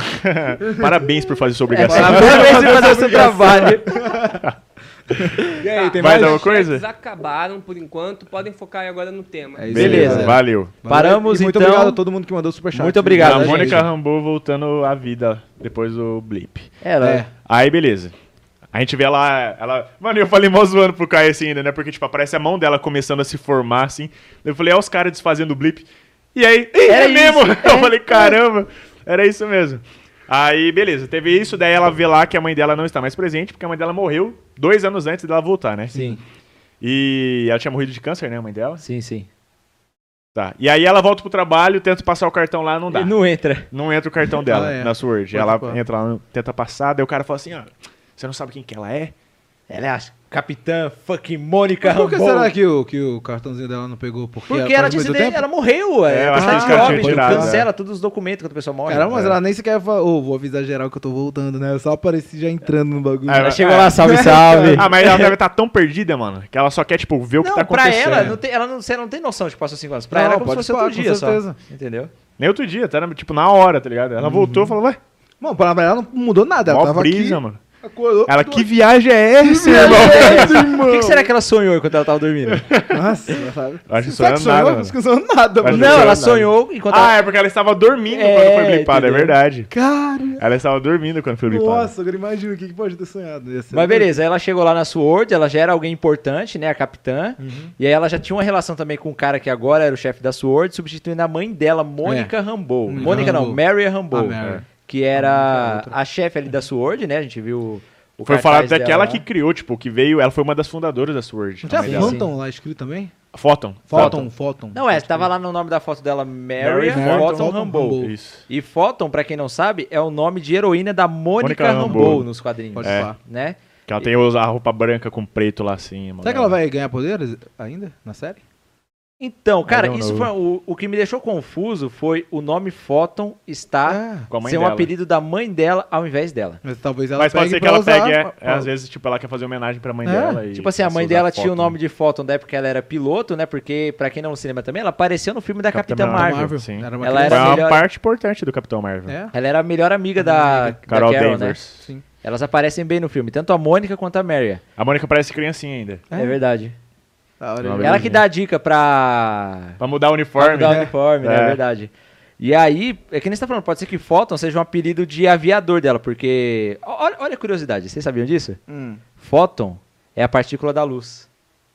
S3: Parabéns por fazer
S1: É,
S3: sua obrigação.
S1: parabéns por fazer o seu trabalho.
S2: E
S4: Tá.
S2: aí, tem
S3: mais
S2: mais?
S3: alguma coisa?
S4: Eles acabaram por enquanto, podem focar aí agora no tema.
S2: É isso aí,
S1: Beleza.
S2: galera.
S3: valeu.
S1: Paramos,
S2: E muito
S1: então.
S2: obrigado a todo mundo que mandou superchat.
S1: Muito obrigado,
S3: a
S1: gente.
S3: Mônica Rambeau voltando à vida depois do blip.
S1: Era.
S2: É.
S3: Aí, beleza. A gente vê ela, ela. Mano, eu falei mó zoando pro Caio assim ainda, né? Porque, tipo, aparece a mão dela começando a se formar, assim. Eu falei, ó, os caras desfazendo o blip. E aí, "Ih,
S1: Era
S3: é mesmo!
S1: isso,
S3: Eu
S1: é.
S3: falei, caramba, era isso mesmo. Aí, beleza, teve isso, daí ela vê lá que a mãe dela não está mais presente, porque a mãe dela morreu dois anos antes dela voltar, né?
S1: Sim,
S3: E ela tinha morrido de câncer, né, a mãe dela?
S1: sim, sim.
S3: Tá. E aí ela volta pro trabalho, tenta passar o cartão lá, não dá.
S1: E
S3: Não...
S1: não entra.
S3: entra o cartão dela
S2: Ah, é.
S3: na Sword.
S2: Pode
S3: Ela
S2: pôr.
S3: entra lá, tenta passar, daí o cara fala assim, ó, você não sabe quem que ela é?
S1: Ela é a capitã fucking Mônica
S2: Mas Por que
S1: Rambeau.
S2: será que o, que o cartãozinho dela não pegou? Porque,
S1: Porque
S2: faz
S1: ela,
S2: muito
S1: disse
S2: tempo?
S1: ela morreu.
S3: É,
S1: É,
S3: eu
S1: ela
S3: acho que
S1: tá
S3: eles é.
S1: de
S3: tinham
S1: óbito,
S3: tirado,
S1: cancela todos os documentos quando a pessoa morre.
S2: Cara, mas
S1: É.
S2: ela nem sequer falou, ô, vou avisar geral que eu tô voltando, né? Eu só apareci já entrando no bagulho.
S3: Ah,
S1: Ela chegou
S3: é.
S1: lá, salve, salve.
S3: Ah, mas ela deve estar tão perdida, mano, que ela só quer, tipo, ver o que
S1: Não,
S3: tá
S1: pra
S3: acontecendo.
S1: ela, não tem, ela não, você não tem noção de que passou cinco anos. Pra
S2: Não,
S1: ela é como se
S2: pode
S1: fosse
S2: falar,
S1: outro
S2: com
S1: dia só.
S2: certeza.
S1: Entendeu?
S3: Nem outro dia, tá? né? Tipo, na hora, tá ligado? Ela voltou e falou, ué,
S2: Mano, pra ela não mudou nada. Ela
S3: mó
S2: tava
S3: brisa,
S2: aqui,
S3: mano.
S2: acordou.
S3: Ela, que viagem é essa, irmão?
S1: O que, que será que ela sonhou enquanto ela tava dormindo?
S2: Nossa, sabe?
S3: Eu acho que
S2: Será que
S3: sonhou nada,
S2: sonhou?
S3: mano.
S2: Acho que sonhou nada,
S3: Acho
S2: mano.
S3: que
S1: Não, ela
S3: sonhou nada.
S1: sonhou enquanto
S3: Ah,
S1: ela...
S3: é porque ela estava dormindo
S1: É,
S3: quando foi blipada, é
S1: entendeu?
S3: verdade.
S2: Cara,
S3: Ela tá estava dormindo quando foi blipada.
S2: nossa, agora imagina o que, que pode ter sonhado. Ia ser-
S1: Mas beleza, ela chegou lá na Sword, ela já era alguém importante, né, a capitã. E aí ela já tinha uma relação também com o cara que agora era o chefe da Sword, substituindo a mãe dela, Mônica Rambeau.
S2: Hum,
S1: Mônica não,
S2: Rambeau.
S1: Mary Rambeau.
S2: Ah, Mary.
S1: é. Que era a chefe ali da Sword, né, a gente viu o
S3: Foi
S1: cartaz
S3: falado até que
S1: dela
S3: ela
S1: lá.
S3: que criou, tipo, que veio, ela foi uma das fundadoras da Sword.
S2: Não é assim. tinha
S3: a mãe dela.
S1: sim.
S2: Phantom lá escrito também?
S3: Fóton.
S2: Photon, Photon.
S1: Não, é, tava lá no nome da foto dela, Mary,
S3: Mary
S1: Photon
S2: Photon
S1: Rambeau.
S2: Rambeau.
S3: Isso.
S1: E Photon, pra quem não sabe, é o nome de heroína da Mônica
S3: Mônica
S1: Rambeau
S3: Rambeau.
S1: nos quadrinhos,
S2: Pode
S3: É.
S2: falar.
S1: né?
S3: Que ela tem os- a roupa branca com preto lá assim, mano.
S2: Será que ela vai ganhar poderes ainda na série?
S1: Então, cara,
S3: don't
S1: isso
S3: know.
S1: foi o, o que me deixou confuso foi o nome Photon estar
S2: Ah,
S3: É. Com a mãe
S1: ser um
S3: dela.
S1: apelido da mãe dela ao invés dela.
S2: mas talvez ela
S3: Mas pode
S2: pegue
S3: ser que
S2: pra
S3: ela
S2: usar
S3: pegue, é,
S2: pra-
S3: é, às vezes, tipo, ela quer fazer homenagem pra mãe
S2: É,
S3: dela. e
S1: tipo assim, a
S3: passa
S1: mãe
S3: usar né?
S1: dela tinha o
S3: Photon.
S1: nome de Photon da época que ela era piloto, né? Porque, pra quem não se lembra também, ela apareceu no filme da
S3: Capitã
S1: Capitã Marvel.
S3: Marvel. sim.
S2: Sim. Era uma
S1: Ela é era-
S3: Foi
S2: criança.
S3: É uma
S1: melhor-
S3: parte importante do Capitão Marvel.
S2: É.
S1: Ela era a melhor amiga da, da
S3: Carol
S1: Carol,
S3: Danvers.
S1: né?
S2: Sim.
S1: Elas aparecem bem no filme, tanto a Mônica quanto a Mary.
S3: A Mônica parece criancinha ainda.
S1: É, verdade.
S2: Da hora,
S3: Não,
S2: né?
S1: Ela que dá a dica pra
S3: Pra mudar o uniforme.
S1: Pra mudar o
S3: né?
S1: uniforme, né? É.
S3: É.
S1: verdade. E aí, é que nem você tá falando, pode ser que Photon seja um apelido de aviador dela, porque. o- Olha, olha a curiosidade, vocês sabiam disso?
S2: Hum.
S1: Fóton é a partícula da luz.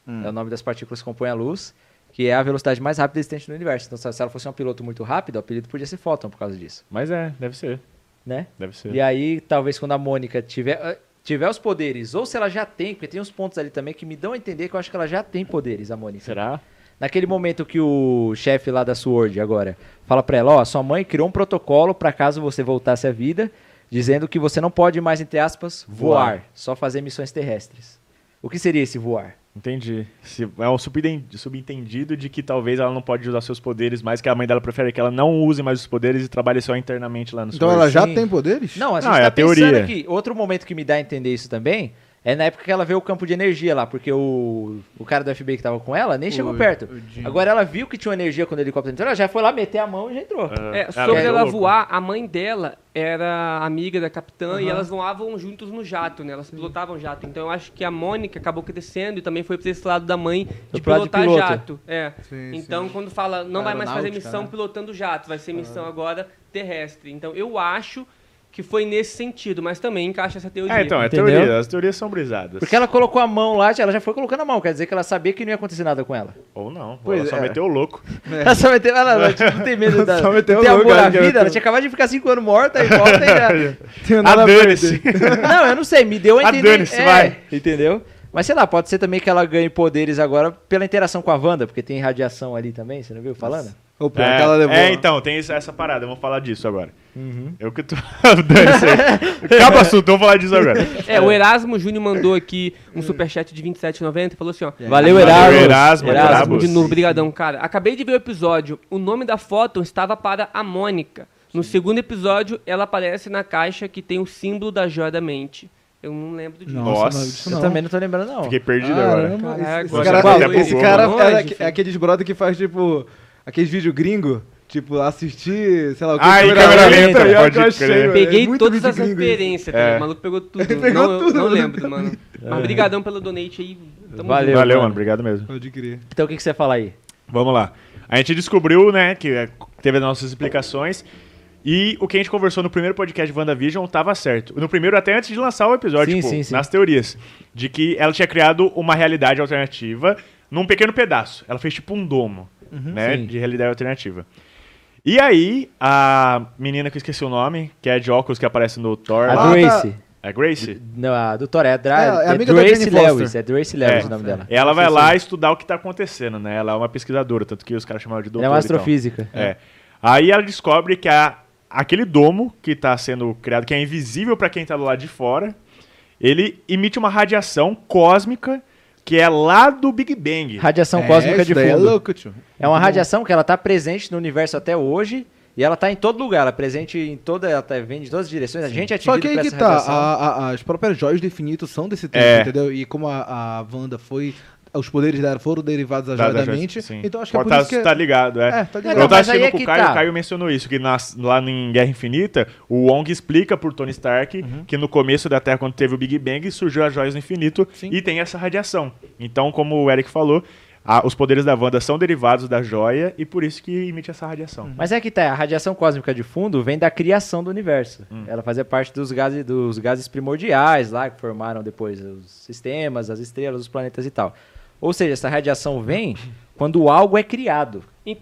S2: Hum.
S1: É o nome das partículas que compõem a luz, que é a velocidade mais rápida existente no universo. Então, se se ela fosse um piloto muito rápido, o apelido podia ser Fóton por causa disso,
S3: Mas é, deve ser.
S1: né?
S3: Deve ser.
S1: E aí, talvez quando a Mônica tiver, eh, tiver os poderes, ou se ela já tem, porque tem uns pontos ali também que me dão a entender que eu acho que ela já tem poderes, a Mônica.
S3: Será?
S1: Naquele momento que o chefe lá da Sword agora fala pra ela, ó, sua mãe criou um protocolo pra caso você voltasse à vida, dizendo que você não pode mais, entre aspas, voar, só fazer missões terrestres. O que seria esse voar?
S3: Entendi. Se- é um subiden- subentendido de que talvez ela não pode usar seus poderes, mas que a mãe dela prefere que ela não use mais os poderes e trabalhe só internamente lá no
S2: Então
S3: Sword.
S2: ela já
S1: Sim.
S2: tem poderes?
S1: Não, a gente
S3: Não,
S1: tá
S3: é a
S1: pensando
S3: teoria.
S1: aqui. Outro momento que me dá a entender isso também é na época que ela vê o campo de energia lá, porque o, o cara do FBI que tava com ela nem chegou
S2: O-
S1: perto.
S2: o Jim.
S1: Agora ela viu que tinha uma energia quando o helicóptero entrou, ela já foi lá meter a mão e já entrou.
S4: É,
S3: Cara,
S4: sobre
S3: é
S4: ela
S3: louco.
S4: voar, a mãe dela era amiga da capitã e elas voavam juntos no jato, né? Elas pilotavam jato. Então eu acho que a Mônica acabou crescendo e também foi pra esse lado da mãe de
S1: pro lado de
S4: pilotar
S1: piloto.
S4: jato. É.
S2: Sim,
S4: então quando fala, não vai mais fazer
S2: Aeronáutica,
S4: missão
S2: né?
S4: pilotando jato, vai ser missão agora terrestre. Então eu acho que foi nesse sentido, mas também encaixa essa teoria.
S3: É, então, é
S1: Entendeu?
S3: teoria. As teorias são brisadas.
S1: Porque ela colocou a mão lá, ela já foi colocando a mão, quer dizer que ela sabia que não ia acontecer nada com ela.
S3: Ou não. ou
S2: Pois
S3: ela só
S2: é.
S3: meteu o louco.
S1: Ela só meteu. Ela, ela, tipo, não tem medo da.
S2: Só meteu
S1: não
S3: um
S1: tem
S2: o louco,
S1: amor à
S2: ela já
S1: vida. Ela
S2: meteu.
S1: tinha acabado de ficar cinco anos morta e volta e
S2: Tenho nada a
S3: A
S2: perder.
S3: Ah, dane-se.
S1: já. Não, eu não sei. Me deu a
S3: Ah,
S1: entender. É,
S3: dane-se, vai.
S1: Entendeu? Mas sei lá, pode ser também que ela ganhe poderes agora pela interação com a Wanda, porque tem radiação ali também, você não viu falando?
S2: Ou pior, que ela levou. Uhum.
S3: É, é, então, tem essa- essa parada. Vamos falar disso agora. Eu que tô. dane-se. Acaba o assunto, vamos falar disso agora.
S4: É, o Erasmo Júnior mandou aqui um superchat de 27,90 e falou assim, ó.
S1: Valeu, Erasmo.
S3: Erasmus. É. Erasmo,
S4: Erasmo
S3: Erasmus.
S4: de novo, brigadão, cara. Acabei de ver o episódio. O nome da foto estava para a Mônica. No segundo episódio, ela aparece na caixa que tem o símbolo da joia da mente. Eu não lembro disso.
S2: Nossa,
S3: Nossa.
S2: não, é isso
S1: Eu
S2: não.
S1: também não tô lembrando, não.
S3: Fiquei perdido agora.
S2: Caramba,
S4: Caraca,
S2: esse-
S4: agora
S2: esse
S1: você
S2: cara,
S1: até
S2: esse
S3: bugou.
S2: cara
S4: Longe,
S2: era
S4: enfim.
S2: aque- é aqueles brother que faz, tipo, aqueles vídeo gringo, tipo, assistir, sei lá, o que
S3: Ah, em câmera lenta,
S2: pior
S3: pode
S2: que eu achei,
S3: crer.
S2: mano, é
S4: Peguei
S2: muito
S4: todas
S2: vídeo
S4: as
S2: gringo isso.
S4: referências, também. o maluco pegou tudo.
S2: pegou
S4: não, eu
S2: tudo, né? É.
S4: não
S2: mano.
S4: lembro, mano. Mas brigadão pelo donate aí. Tamo
S1: Valeu.
S4: junto.
S3: Valeu,
S1: mano.
S3: mano. Obrigado mesmo.
S2: Pode crer.
S1: Então o que, que você fala aí?
S3: Vamos lá. A gente descobriu, né, que é, teve as nossas explicações. E o que a gente conversou no primeiro podcast de WandaVision tava certo. No primeiro, até antes de lançar o episódio,
S1: Sim,
S3: tipo,
S1: sim, sim.
S3: nas teorias. De que ela tinha criado uma realidade alternativa num pequeno pedaço. Ela fez tipo um domo, né,
S1: Uhum. Sim.
S3: de realidade alternativa. E aí, a menina que eu esqueci o nome, que é de óculos que aparece no Thor.
S1: A
S2: Ah,
S3: lá,
S2: tá.
S1: Grace.
S3: É Grace?
S1: Não, a doutora é a Dra
S2: É, é
S1: é
S2: amiga da
S1: Grace
S2: Jane Foster.
S1: Lewis. É Grace Lewis o nome dela. é
S3: Ela vai lá estudar o que tá acontecendo, né? Ela é uma pesquisadora, tanto que os caras chamavam de doutora.
S1: Ela é uma
S3: e tal.
S1: astrofísica.
S3: É. Aí ela descobre que a, aquele domo que está sendo criado, que é invisível para quem está do lado de fora, ele emite uma radiação cósmica que é lá do Big Bang.
S1: Radiação
S2: É,
S1: cósmica de
S2: isso daí É
S1: fundo.
S2: louco, tio.
S1: É, uma radiação que ela tá presente no universo até hoje e ela tá em todo lugar. Ela é presente em toda, ela tá, vem de todas as direções. A gente é atingido
S2: Só que aí
S1: por
S2: que
S1: essa
S2: tá,
S1: radiação.
S2: a- a- as próprias joias do infinito são desse tempo,
S3: É.
S2: entendeu? E como a, a Wanda foi. Os poderes dela foram derivados da joia da, mente.
S3: Sim.
S2: Então acho que é por
S3: Tá-
S2: isso que.
S3: tá ligado, é.
S2: É, tá
S1: Não,
S2: ligado.
S3: Eu tava
S1: mas aí
S3: assistindo
S1: é
S3: com
S1: que
S3: o Caio,
S1: tá.
S3: o Caio mencionou isso, que nas- lá em Guerra Infinita, o Wong explica por Tony Stark
S2: Uhum.
S3: que no começo da Terra, quando teve o Big Bang, surgiu as joias do infinito e tem essa radiação. Então, como o Eric falou, a- os poderes da Wanda são derivados da joia e por isso que emite essa radiação.
S2: Uhum.
S1: Mas é que tá, a radiação cósmica de fundo vem da criação do universo. Ela fazia parte dos gases, dos gases primordiais lá, que formaram depois os sistemas, as estrelas, os planetas e tal. Ou seja, essa radiação vem quando algo é criado.
S4: E-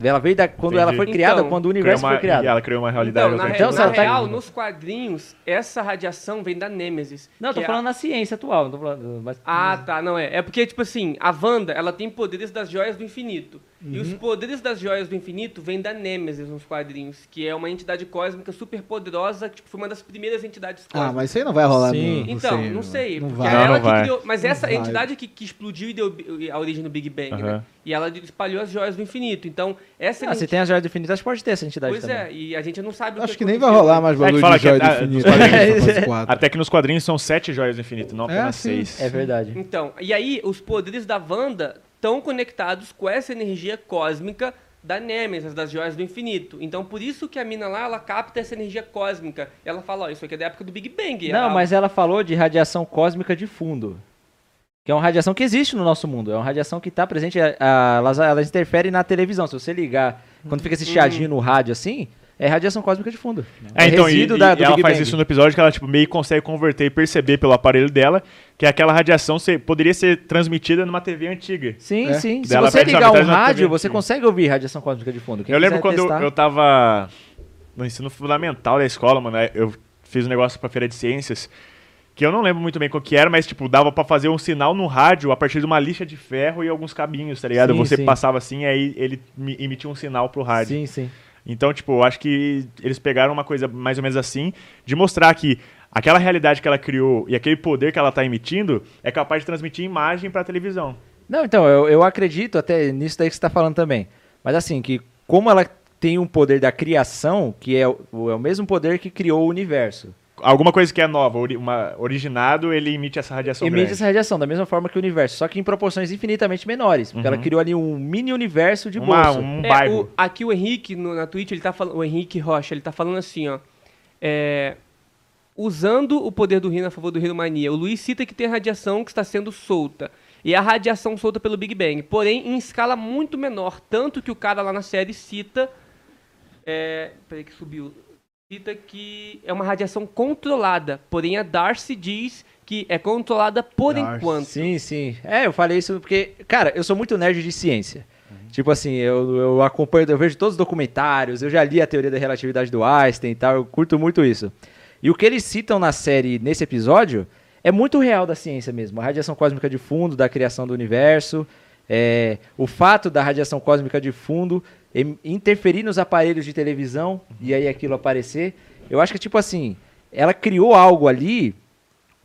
S1: Ela veio da, quando ela
S3: Entendi.
S1: foi criada,
S4: Então,
S1: quando o universo
S3: Criou uma-
S1: foi criado.
S3: E ela criou uma realidade.
S4: Então, na,
S1: Então,
S4: re-
S1: se
S4: na
S1: ela tá-
S4: real, nos quadrinhos, essa radiação vem da Nêmesis.
S1: Não, eu
S4: que
S1: tô
S4: é a-
S1: falando na ciência atual, não tô falando. Mas... Hum.
S4: Ah,
S2: Né?
S4: tá, não é. É porque, tipo assim, a Wanda, ela tem poderes das joias do infinito. E
S2: Uhum.
S4: os poderes das joias do infinito vêm da Nêmesis nos quadrinhos, que é uma entidade cósmica super poderosa, que tipo, foi uma das primeiras entidades cósmicas.
S2: Ah, mas isso aí não vai rolar
S1: Sim.
S2: no-
S4: Então,
S2: sei,
S4: não sei.
S2: Não
S4: porque
S2: vai.
S4: ela
S3: Não, não
S4: que
S3: vai.
S4: criou. Mas essa
S2: vai.
S4: entidade que, que explodiu e deu a origem do Big Bang, né?
S3: Aham.
S4: E ela espalhou as joias do infinito. Então, essa
S1: Ah, se
S4: entidade.
S1: tem as joias do infinito, acho que pode ter essa entidade
S4: Pois
S1: também.
S4: é, e a gente não sabe o
S2: Acho que nem vai
S4: aconteceu.
S2: rolar mais
S3: que
S2: bagulho
S3: fala
S2: de
S3: que
S2: joia né,
S3: é da-
S2: do infinito.
S3: dos
S1: quadrinhos.
S2: Fase quatro.
S3: Até que nos quadrinhos são sete joias do infinito, não
S2: É,
S3: apenas
S2: sim.
S3: seis.
S1: É verdade.
S4: Então, e aí os poderes da Wanda estão conectados com essa energia cósmica da Nemesis, das joias do infinito. Então, por isso que a mina lá, ela capta essa energia cósmica. Ela fala, ó, isso aqui é da época do Big Bang.
S1: Não,
S4: Ela-
S1: mas ela falou de radiação cósmica de fundo. Que é uma radiação que existe no nosso mundo. É uma radiação que está presente. a- a- Elas elas interferem na televisão. Se você ligar, quando fica esse chiadinho no rádio assim, é radiação cósmica de fundo.
S3: É, então, e,
S1: resíduo
S3: e
S1: da- do
S3: ela
S1: Big
S3: faz
S1: Bang.
S3: isso no episódio que ela tipo, meio que consegue converter e perceber pelo aparelho dela que aquela radiação se- poderia ser transmitida numa TV antiga.
S1: Sim,
S2: É.
S1: sim. Se
S3: Dela
S1: você
S3: perde a
S1: ligar um
S3: metade da
S1: rádio,
S3: TV
S1: você
S3: antiga.
S1: consegue ouvir radiação cósmica de fundo. Quem
S3: eu lembro
S1: quiser
S3: quando eu,
S1: testar-
S3: eu tava no ensino fundamental da escola, mano, aí eu fiz um negócio pra feira de ciências que eu não lembro muito bem qual que era, mas tipo, dava pra fazer um sinal no rádio a partir de uma lixa de ferro e alguns cabinhos, tá ligado?
S1: Sim,
S3: Você
S1: sim.
S3: passava assim, aí ele me- emitia um sinal pro rádio.
S1: Sim, sim.
S3: Então, tipo, eu acho que eles pegaram uma coisa mais ou menos assim, de mostrar que aquela realidade que ela criou e aquele poder que ela tá emitindo é capaz de transmitir imagem pra televisão.
S1: Não, então, eu, eu acredito até nisso daí que você está falando também. Mas assim, que como ela tem um poder da criação, que é o, é o mesmo poder que criou o universo.
S3: Alguma coisa que é nova, ori- uma, originado, ele emite essa radiação
S1: emite
S3: grande.
S1: essa radiação da mesma forma que o universo, só que em proporções infinitamente menores, porque ela criou ali um mini universo de
S3: Uhum. Uma-
S1: bolso.
S3: um
S4: É,
S3: bairro.
S4: o- aqui o Henrique, no- na Twitch, ele tá falando. O Henrique Rocha, ele tá falando assim, ó. É, usando o poder do Rino a favor do Rino Mania, o Luiz cita que tem radiação que está sendo solta. E a radiação solta pelo Big Bang, porém em escala muito menor. Tanto que o cara lá na série cita. É, peraí que subiu. Cita que é uma radiação controlada. Porém a Darcy diz que é controlada por
S2: Darcy.
S4: enquanto.
S1: Sim, sim. É, eu falei isso porque, cara, eu sou muito nerd de ciência. Tipo assim, eu, eu acompanho, eu vejo todos os documentários, eu já li a teoria da relatividade do Einstein e tal, eu curto muito isso. E o que eles citam na série, nesse episódio, é muito real da ciência mesmo. A radiação cósmica de fundo, da criação do universo, é, o fato da radiação cósmica de fundo em- interferir nos aparelhos de televisão e aí aquilo aparecer. Eu acho que, tipo assim, ela criou algo ali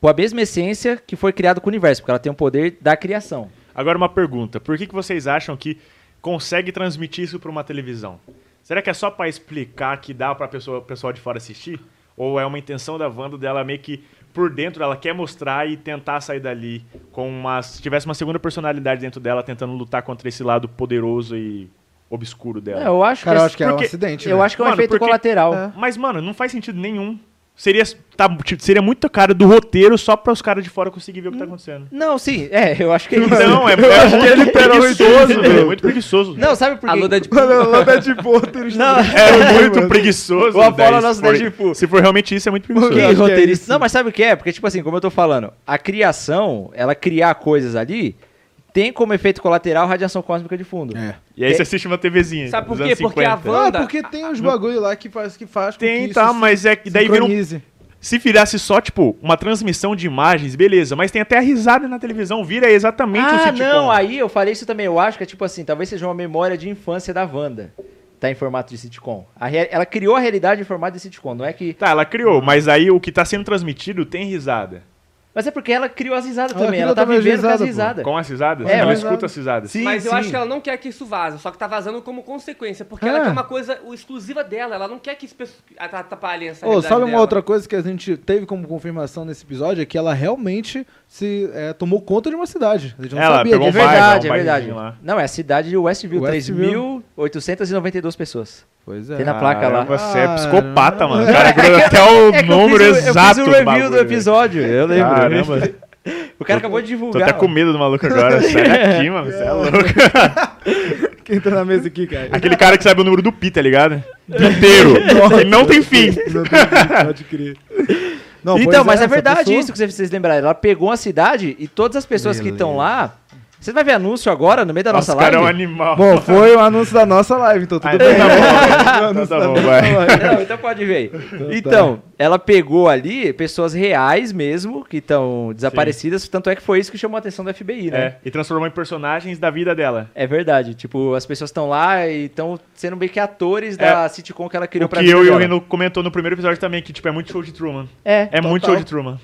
S1: com a mesma essência que foi criado com o universo, porque ela tem o poder da criação.
S3: Agora uma pergunta, por que, que vocês acham que consegue transmitir isso pra uma televisão? Será que é só pra explicar que dá pra pessoa, pessoal de fora assistir? Ou é uma intenção da Wanda dela meio que por dentro ela quer mostrar e tentar sair dali com uma se tivesse uma segunda personalidade dentro dela tentando lutar contra esse lado poderoso e obscuro dela?
S1: eu acho
S2: Cara,
S1: que,
S2: eu acho que é um
S3: porque-
S2: acidente.
S1: eu
S2: né?
S1: acho que é um
S3: Mano,
S1: efeito
S3: porque-
S1: colateral.
S3: Mas mano, não faz sentido nenhum. Seria tá, tipo, seria muito cara do roteiro só pra os caras de fora conseguir ver o que tá acontecendo.
S1: Não, sim, é, eu acho que é isso.
S3: Não, é, é muito preguiçoso, velho. Muito preguiçoso.
S1: Não, sabe por quê?
S4: Alô, Deadpool.
S1: Não,
S3: É muito preguiçoso.
S1: O Apollo
S3: velho,
S1: nosso
S3: se for-
S1: Deadpool.
S3: Se for realmente isso, é muito preguiçoso.
S1: Que roteirista. Não, mas sabe o que é? Porque, tipo assim, como eu tô falando, a criação, ela criar coisas ali, tem como efeito colateral radiação cósmica de fundo.
S2: É.
S3: E aí você assiste uma TVzinha.
S4: Sabe por
S3: dos
S4: quê?
S3: anos
S4: Porque a
S3: 50.
S4: Wanda-
S2: Ah, porque tem uns bagulho lá que faz que faz com
S3: Tem,
S2: que
S3: tá,
S2: isso
S3: mas é que daí vira um...
S2: sincronize.
S3: Se virasse só, tipo, uma transmissão de imagens, beleza, mas tem até a risada na televisão, vira exatamente um
S1: Ah,
S3: sitcom.
S1: não, aí eu falei isso também. Eu acho que é tipo assim, talvez seja uma memória de infância da Wanda. Tá em formato de sitcom. A rea- Ela criou a realidade em formato de sitcom, não é que.
S3: Tá, ela criou, mas aí o que tá sendo transmitido tem risada.
S1: Mas é porque ela criou as risadas
S2: Ela
S1: também.
S2: criou
S1: Ela tá
S2: também as
S1: vivendo com as
S2: risadas,
S1: risadas.
S3: Com as risadas?
S1: É,
S3: ela
S1: mas-
S3: escuta as risadas.
S2: Sim,
S4: Mas eu acho
S2: sim.
S4: que ela não quer que isso vaza, só que tá vazando como consequência, porque
S2: É.
S4: ela quer uma coisa o- exclusiva dela, ela não quer que isso pesso- atrapalhe essa
S2: Ô,
S4: é realidade
S2: sabe uma
S4: dela.
S2: outra coisa que a gente teve como confirmação nesse episódio? É que ela realmente se é, tomou conta de uma cidade. A gente não
S3: Ela
S2: sabia
S3: pegou
S1: É
S3: um
S2: disso.
S3: bairro,
S1: verdade,
S3: um
S1: é verdade.
S3: bairrozinho lá.
S1: Não, é a cidade de Westview,
S2: Westview.
S1: 3.892 pessoas.
S2: Pois é.
S1: Tem na placa lá.
S3: Caramba, Você é
S2: Ah,
S3: psicopata, mano. O cara grudou até o
S1: É que eu
S3: número
S1: fiz o-
S3: exato
S1: Eu
S3: do
S1: fiz o review
S3: bagulho,
S1: do episódio, eu
S3: velho.
S1: lembro.
S3: Caramba,
S1: O cara acabou de
S3: tô
S1: divulgar.
S3: até com medo do maluco agora. Sai daqui, mano. Você é louco.
S2: Quem tá na mesa aqui, cara?
S3: Aquele cara que sabe o número do pi, tá ligado? Inteiro. E não tem fim.
S1: é
S2: Não tem- Pode crer. Não,
S1: então,
S2: pois
S1: mas é,
S2: essa
S1: verdade
S2: pessoa-
S1: isso que vocês- vocês lembraram. Ela pegou a cidade e todas as pessoas que estão lá. Você vai ver anúncio agora no meio da
S3: Nossa,
S1: nossa,
S3: o cara é um
S1: live?
S3: animal.
S2: Bom, foi o anúncio da nossa live, então tudo
S3: Ah,
S2: bem.
S3: então
S2: Foi o
S3: tá bom.
S2: anúncio da
S3: Então tá bom,
S2: nossa
S3: vai.
S2: live.
S1: Não, então pode ver
S3: tá.
S1: aí. Então, ela pegou ali pessoas reais mesmo, que estão desaparecidas, tanto é que foi isso que chamou a atenção do FBI, né?
S3: É, e transformou em personagens da vida dela.
S1: É verdade. Tipo, as pessoas estão lá e estão sendo meio que atores da sitcom que ela criou
S3: É. O
S1: pra
S3: que
S1: vida
S3: eu e o
S1: dela.
S3: Reno comentou no primeiro episódio também, que tipo, é muito show de Truman.
S1: É,
S3: É muito
S1: total.
S3: show de Truman.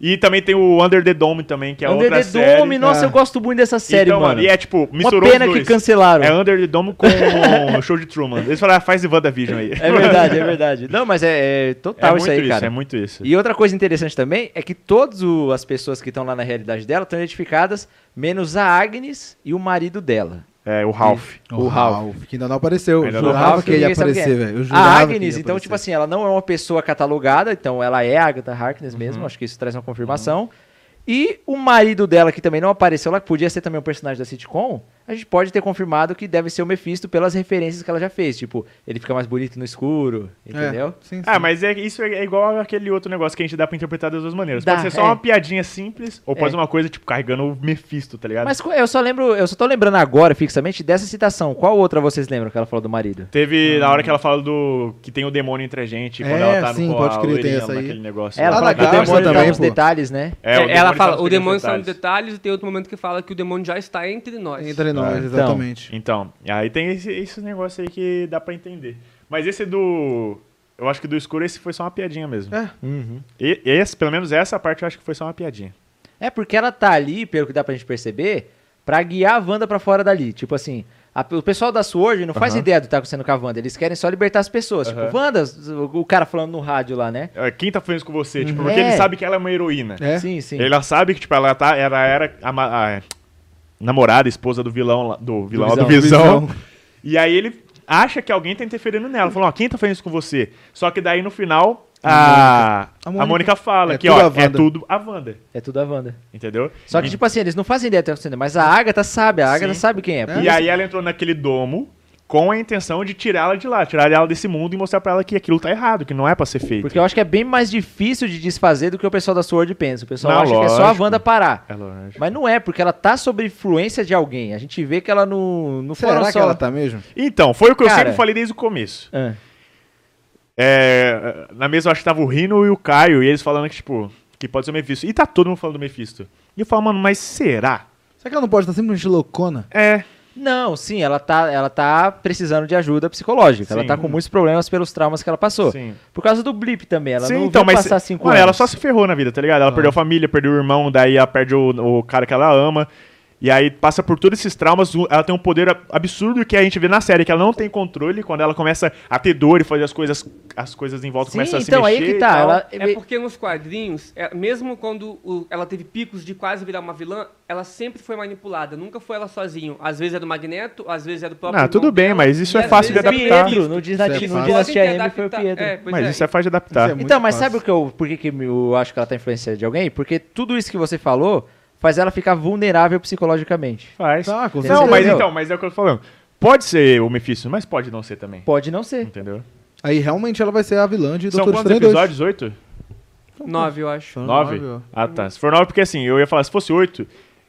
S3: E também tem o Under the Dome também, que é
S1: Under
S3: outra
S1: the
S3: série.
S1: Dome, um nossa,
S2: Ah.
S1: eu gosto muito dessa série,
S3: então,
S1: mano.
S3: E é tipo,
S1: Uma
S3: misturou
S1: pena
S3: os
S1: que
S3: dois.
S1: cancelaram.
S3: É Under the Dome com o show de Truman. Eles falaram, ah, faz The WandaVision aí.
S1: É verdade, é verdade. Não, mas é, é
S3: É
S1: total
S3: muito
S1: isso aí, cara.
S3: é muito isso.
S1: E outra coisa interessante também é que todas o- as pessoas que estão lá na realidade dela estão identificadas, menos a Agnes e o marido dela.
S3: É, o Ralph.
S1: O Ralph.
S2: Que ainda não apareceu. Eu
S3: Ainda não
S2: jurava
S3: apareceu.
S2: que ele ia
S1: Ninguém sabe
S2: aparecer,
S1: quem é.
S2: velho. Eu
S1: A
S2: jurava que ele
S1: Agnes,
S2: ia
S1: então,
S2: aparecer.
S1: tipo assim, ela não é uma pessoa catalogada, então ela é a Agatha
S2: Uhum.
S1: Harkness mesmo, acho que isso traz uma confirmação. E o marido dela, que também não apareceu lá, que podia ser também um personagem da sitcom, a gente pode ter confirmado que deve ser o Mephisto pelas referências que ela já fez. Tipo, ele fica mais bonito no escuro,
S2: É,
S1: assim, entendeu?
S2: sim, sim.
S3: Ah, mas é, isso é igual aquele outro negócio que a gente dá pra interpretar das duas maneiras.
S1: Dá,
S3: pode ser só
S1: é.
S3: uma piadinha simples, ou pode
S1: É.
S3: ser uma coisa, tipo, carregando o Mephisto, tá ligado?
S1: Mas co- eu só lembro, eu só tô lembrando agora, fixamente, dessa citação. Qual outra vocês lembram que ela falou do marido?
S3: Teve na hora que ela fala do. que tem o demônio entre a gente, quando
S2: É,
S3: ela tá
S2: sim,
S3: com
S2: pode
S3: a
S2: crer, tem
S3: loirinha
S2: essa
S3: lá,
S2: aí.
S3: aquele negócio.
S1: Ela
S2: Ah,
S1: fala
S2: da
S1: que o
S2: Garça
S1: demônio tá
S2: também,
S1: nos
S2: pô.
S1: detalhes, né?
S3: É, o
S4: ela
S3: demônio sabe
S4: fala, o
S3: pequenos
S4: demônio está nos
S3: detalhes.
S4: detalhes, e tem outro momento que fala que o demônio já está entre nós.
S2: Entre nós,
S1: Então.
S2: exatamente.
S3: Então, aí tem esse, esse negócio aí que dá pra entender. Mas esse do. Eu acho que do escuro esse foi só uma piadinha mesmo.
S2: É.
S3: E, esse, pelo menos essa parte eu acho que foi só uma piadinha.
S1: É porque ela tá ali, pelo que dá pra gente perceber, pra guiar a Wanda pra fora dali. Tipo assim, a- o pessoal da Sword não faz
S3: Aham.
S1: ideia do que tá acontecendo com a Wanda. Eles querem só libertar as pessoas. Tipo, Wanda, o, o cara falando no rádio lá, né?
S3: É, Quem tá fazendo com você? Tipo,
S1: Uhum.
S3: porque
S1: É.
S3: ele sabe que ela é uma heroína.
S2: É.
S1: Sim, sim.
S3: Ela sabe que, tipo, ela tá. Ela era a, ma- a namorada, esposa do vilão lá- Do vilão do,
S1: Visão.
S3: visão.
S2: Visão.
S3: E aí ele acha que alguém tá interferindo nela. Falou, ó, quem tá fazendo isso com você? Só que daí no final. A,
S2: A
S3: a,
S2: Mônica-
S3: Mônica, fala
S2: É
S3: que,
S2: tudo a
S3: ó, é
S2: Wanda.
S3: tudo a Wanda.
S1: É tudo a Wanda.
S3: Entendeu?
S1: Só que,
S3: E-
S1: tipo assim, eles não fazem ideia do que tá acontecendo, mas a Agatha sabe, a Agatha
S3: Sim.
S1: sabe quem é.
S3: E aí ela entrou naquele domo com a intenção de tirá-la de lá, tirar ela desse mundo e mostrar pra ela que aquilo tá errado, que não é pra ser feito.
S1: Porque eu acho que é bem mais difícil de desfazer do que o pessoal da Sword pensa. O pessoal
S3: Não,
S1: acha que é só a
S3: lógico.
S1: Wanda parar.
S3: É lógico.
S1: Mas não é, porque ela tá sob influência de alguém. A gente vê que ela não, não foram
S2: Será que
S1: só...
S2: ela tá mesmo?
S3: Então, foi o que eu
S1: Cara.
S3: sempre falei desde o começo.
S1: Ah.
S3: É, na mesa eu acho que tava o Rino e o Caio, e eles falando que, tipo, que pode ser o Mephisto. E tá todo mundo falando do Mephisto. E eu falo, mano, mas será?
S2: Será que ela não pode estar simplesmente loucona?
S3: É.
S1: Não, sim, ela tá, ela tá precisando de ajuda psicológica. Ela
S3: Sim.
S1: tá com muitos problemas pelos traumas que ela passou.
S3: Sim.
S1: Por causa do blip também, ela
S3: Sim,
S1: não
S3: então,
S1: vai
S3: mas.
S1: passar cinco
S3: mano,
S1: anos. Ah.
S3: ela só se ferrou na vida, tá ligado? Ela perdeu a família, perdeu o irmão, daí ela perde o, o cara que ela ama. E aí passa por todos esses traumas, o- ela tem um poder ab- absurdo que a gente vê na série, que ela não tem controle quando ela começa a ter dor e fazer as coisas, as coisas em volta
S1: Sim,
S3: começam a se
S1: então aí
S3: mexer.
S1: que
S3: e
S1: tá.
S3: tal.
S1: Ela,
S4: É porque nos quadrinhos, é- mesmo quando o- ela teve picos de quase virar uma vilã, ela sempre foi manipulada, nunca foi ela sozinha. Às vezes é do Magneto, às vezes é do próprio.
S3: Não, tudo
S4: irmão
S3: bem,
S4: dela,
S3: mas isso
S4: e
S3: é
S4: às
S3: fácil de
S4: vezes é
S3: adaptar.
S1: Pietro, no
S2: Isso é
S1: Disney, no
S2: fácil.
S1: Dinastia
S4: Podem
S1: M foi o
S4: adaptar,
S1: Pietro.
S4: é, pois
S3: Mas
S4: é.
S3: isso é fácil de adaptar.
S2: Isso é muito
S1: Então, mas
S2: fácil.
S1: sabe o que eu, por que, que eu acho que ela tá influenciada de alguém? Porque tudo isso que você falou faz ela ficar vulnerável psicologicamente.
S3: Faz.
S2: Tá, com
S3: não,
S1: certeza.
S3: mas
S1: Entendeu?
S3: então, mas é o que eu tô falando. Pode ser o Mephisto, mas pode não ser também.
S1: Pode não ser.
S3: Entendeu?
S2: Aí realmente ela vai ser a vilã de
S3: São
S2: Doutor
S3: quantos
S2: Estranho 2.
S3: episódios? Oito?
S4: Nove, eu acho.
S2: São
S3: Nove?
S2: nove, ó.
S3: Ah, tá. Se for nove, porque assim, eu ia falar, se fosse oito,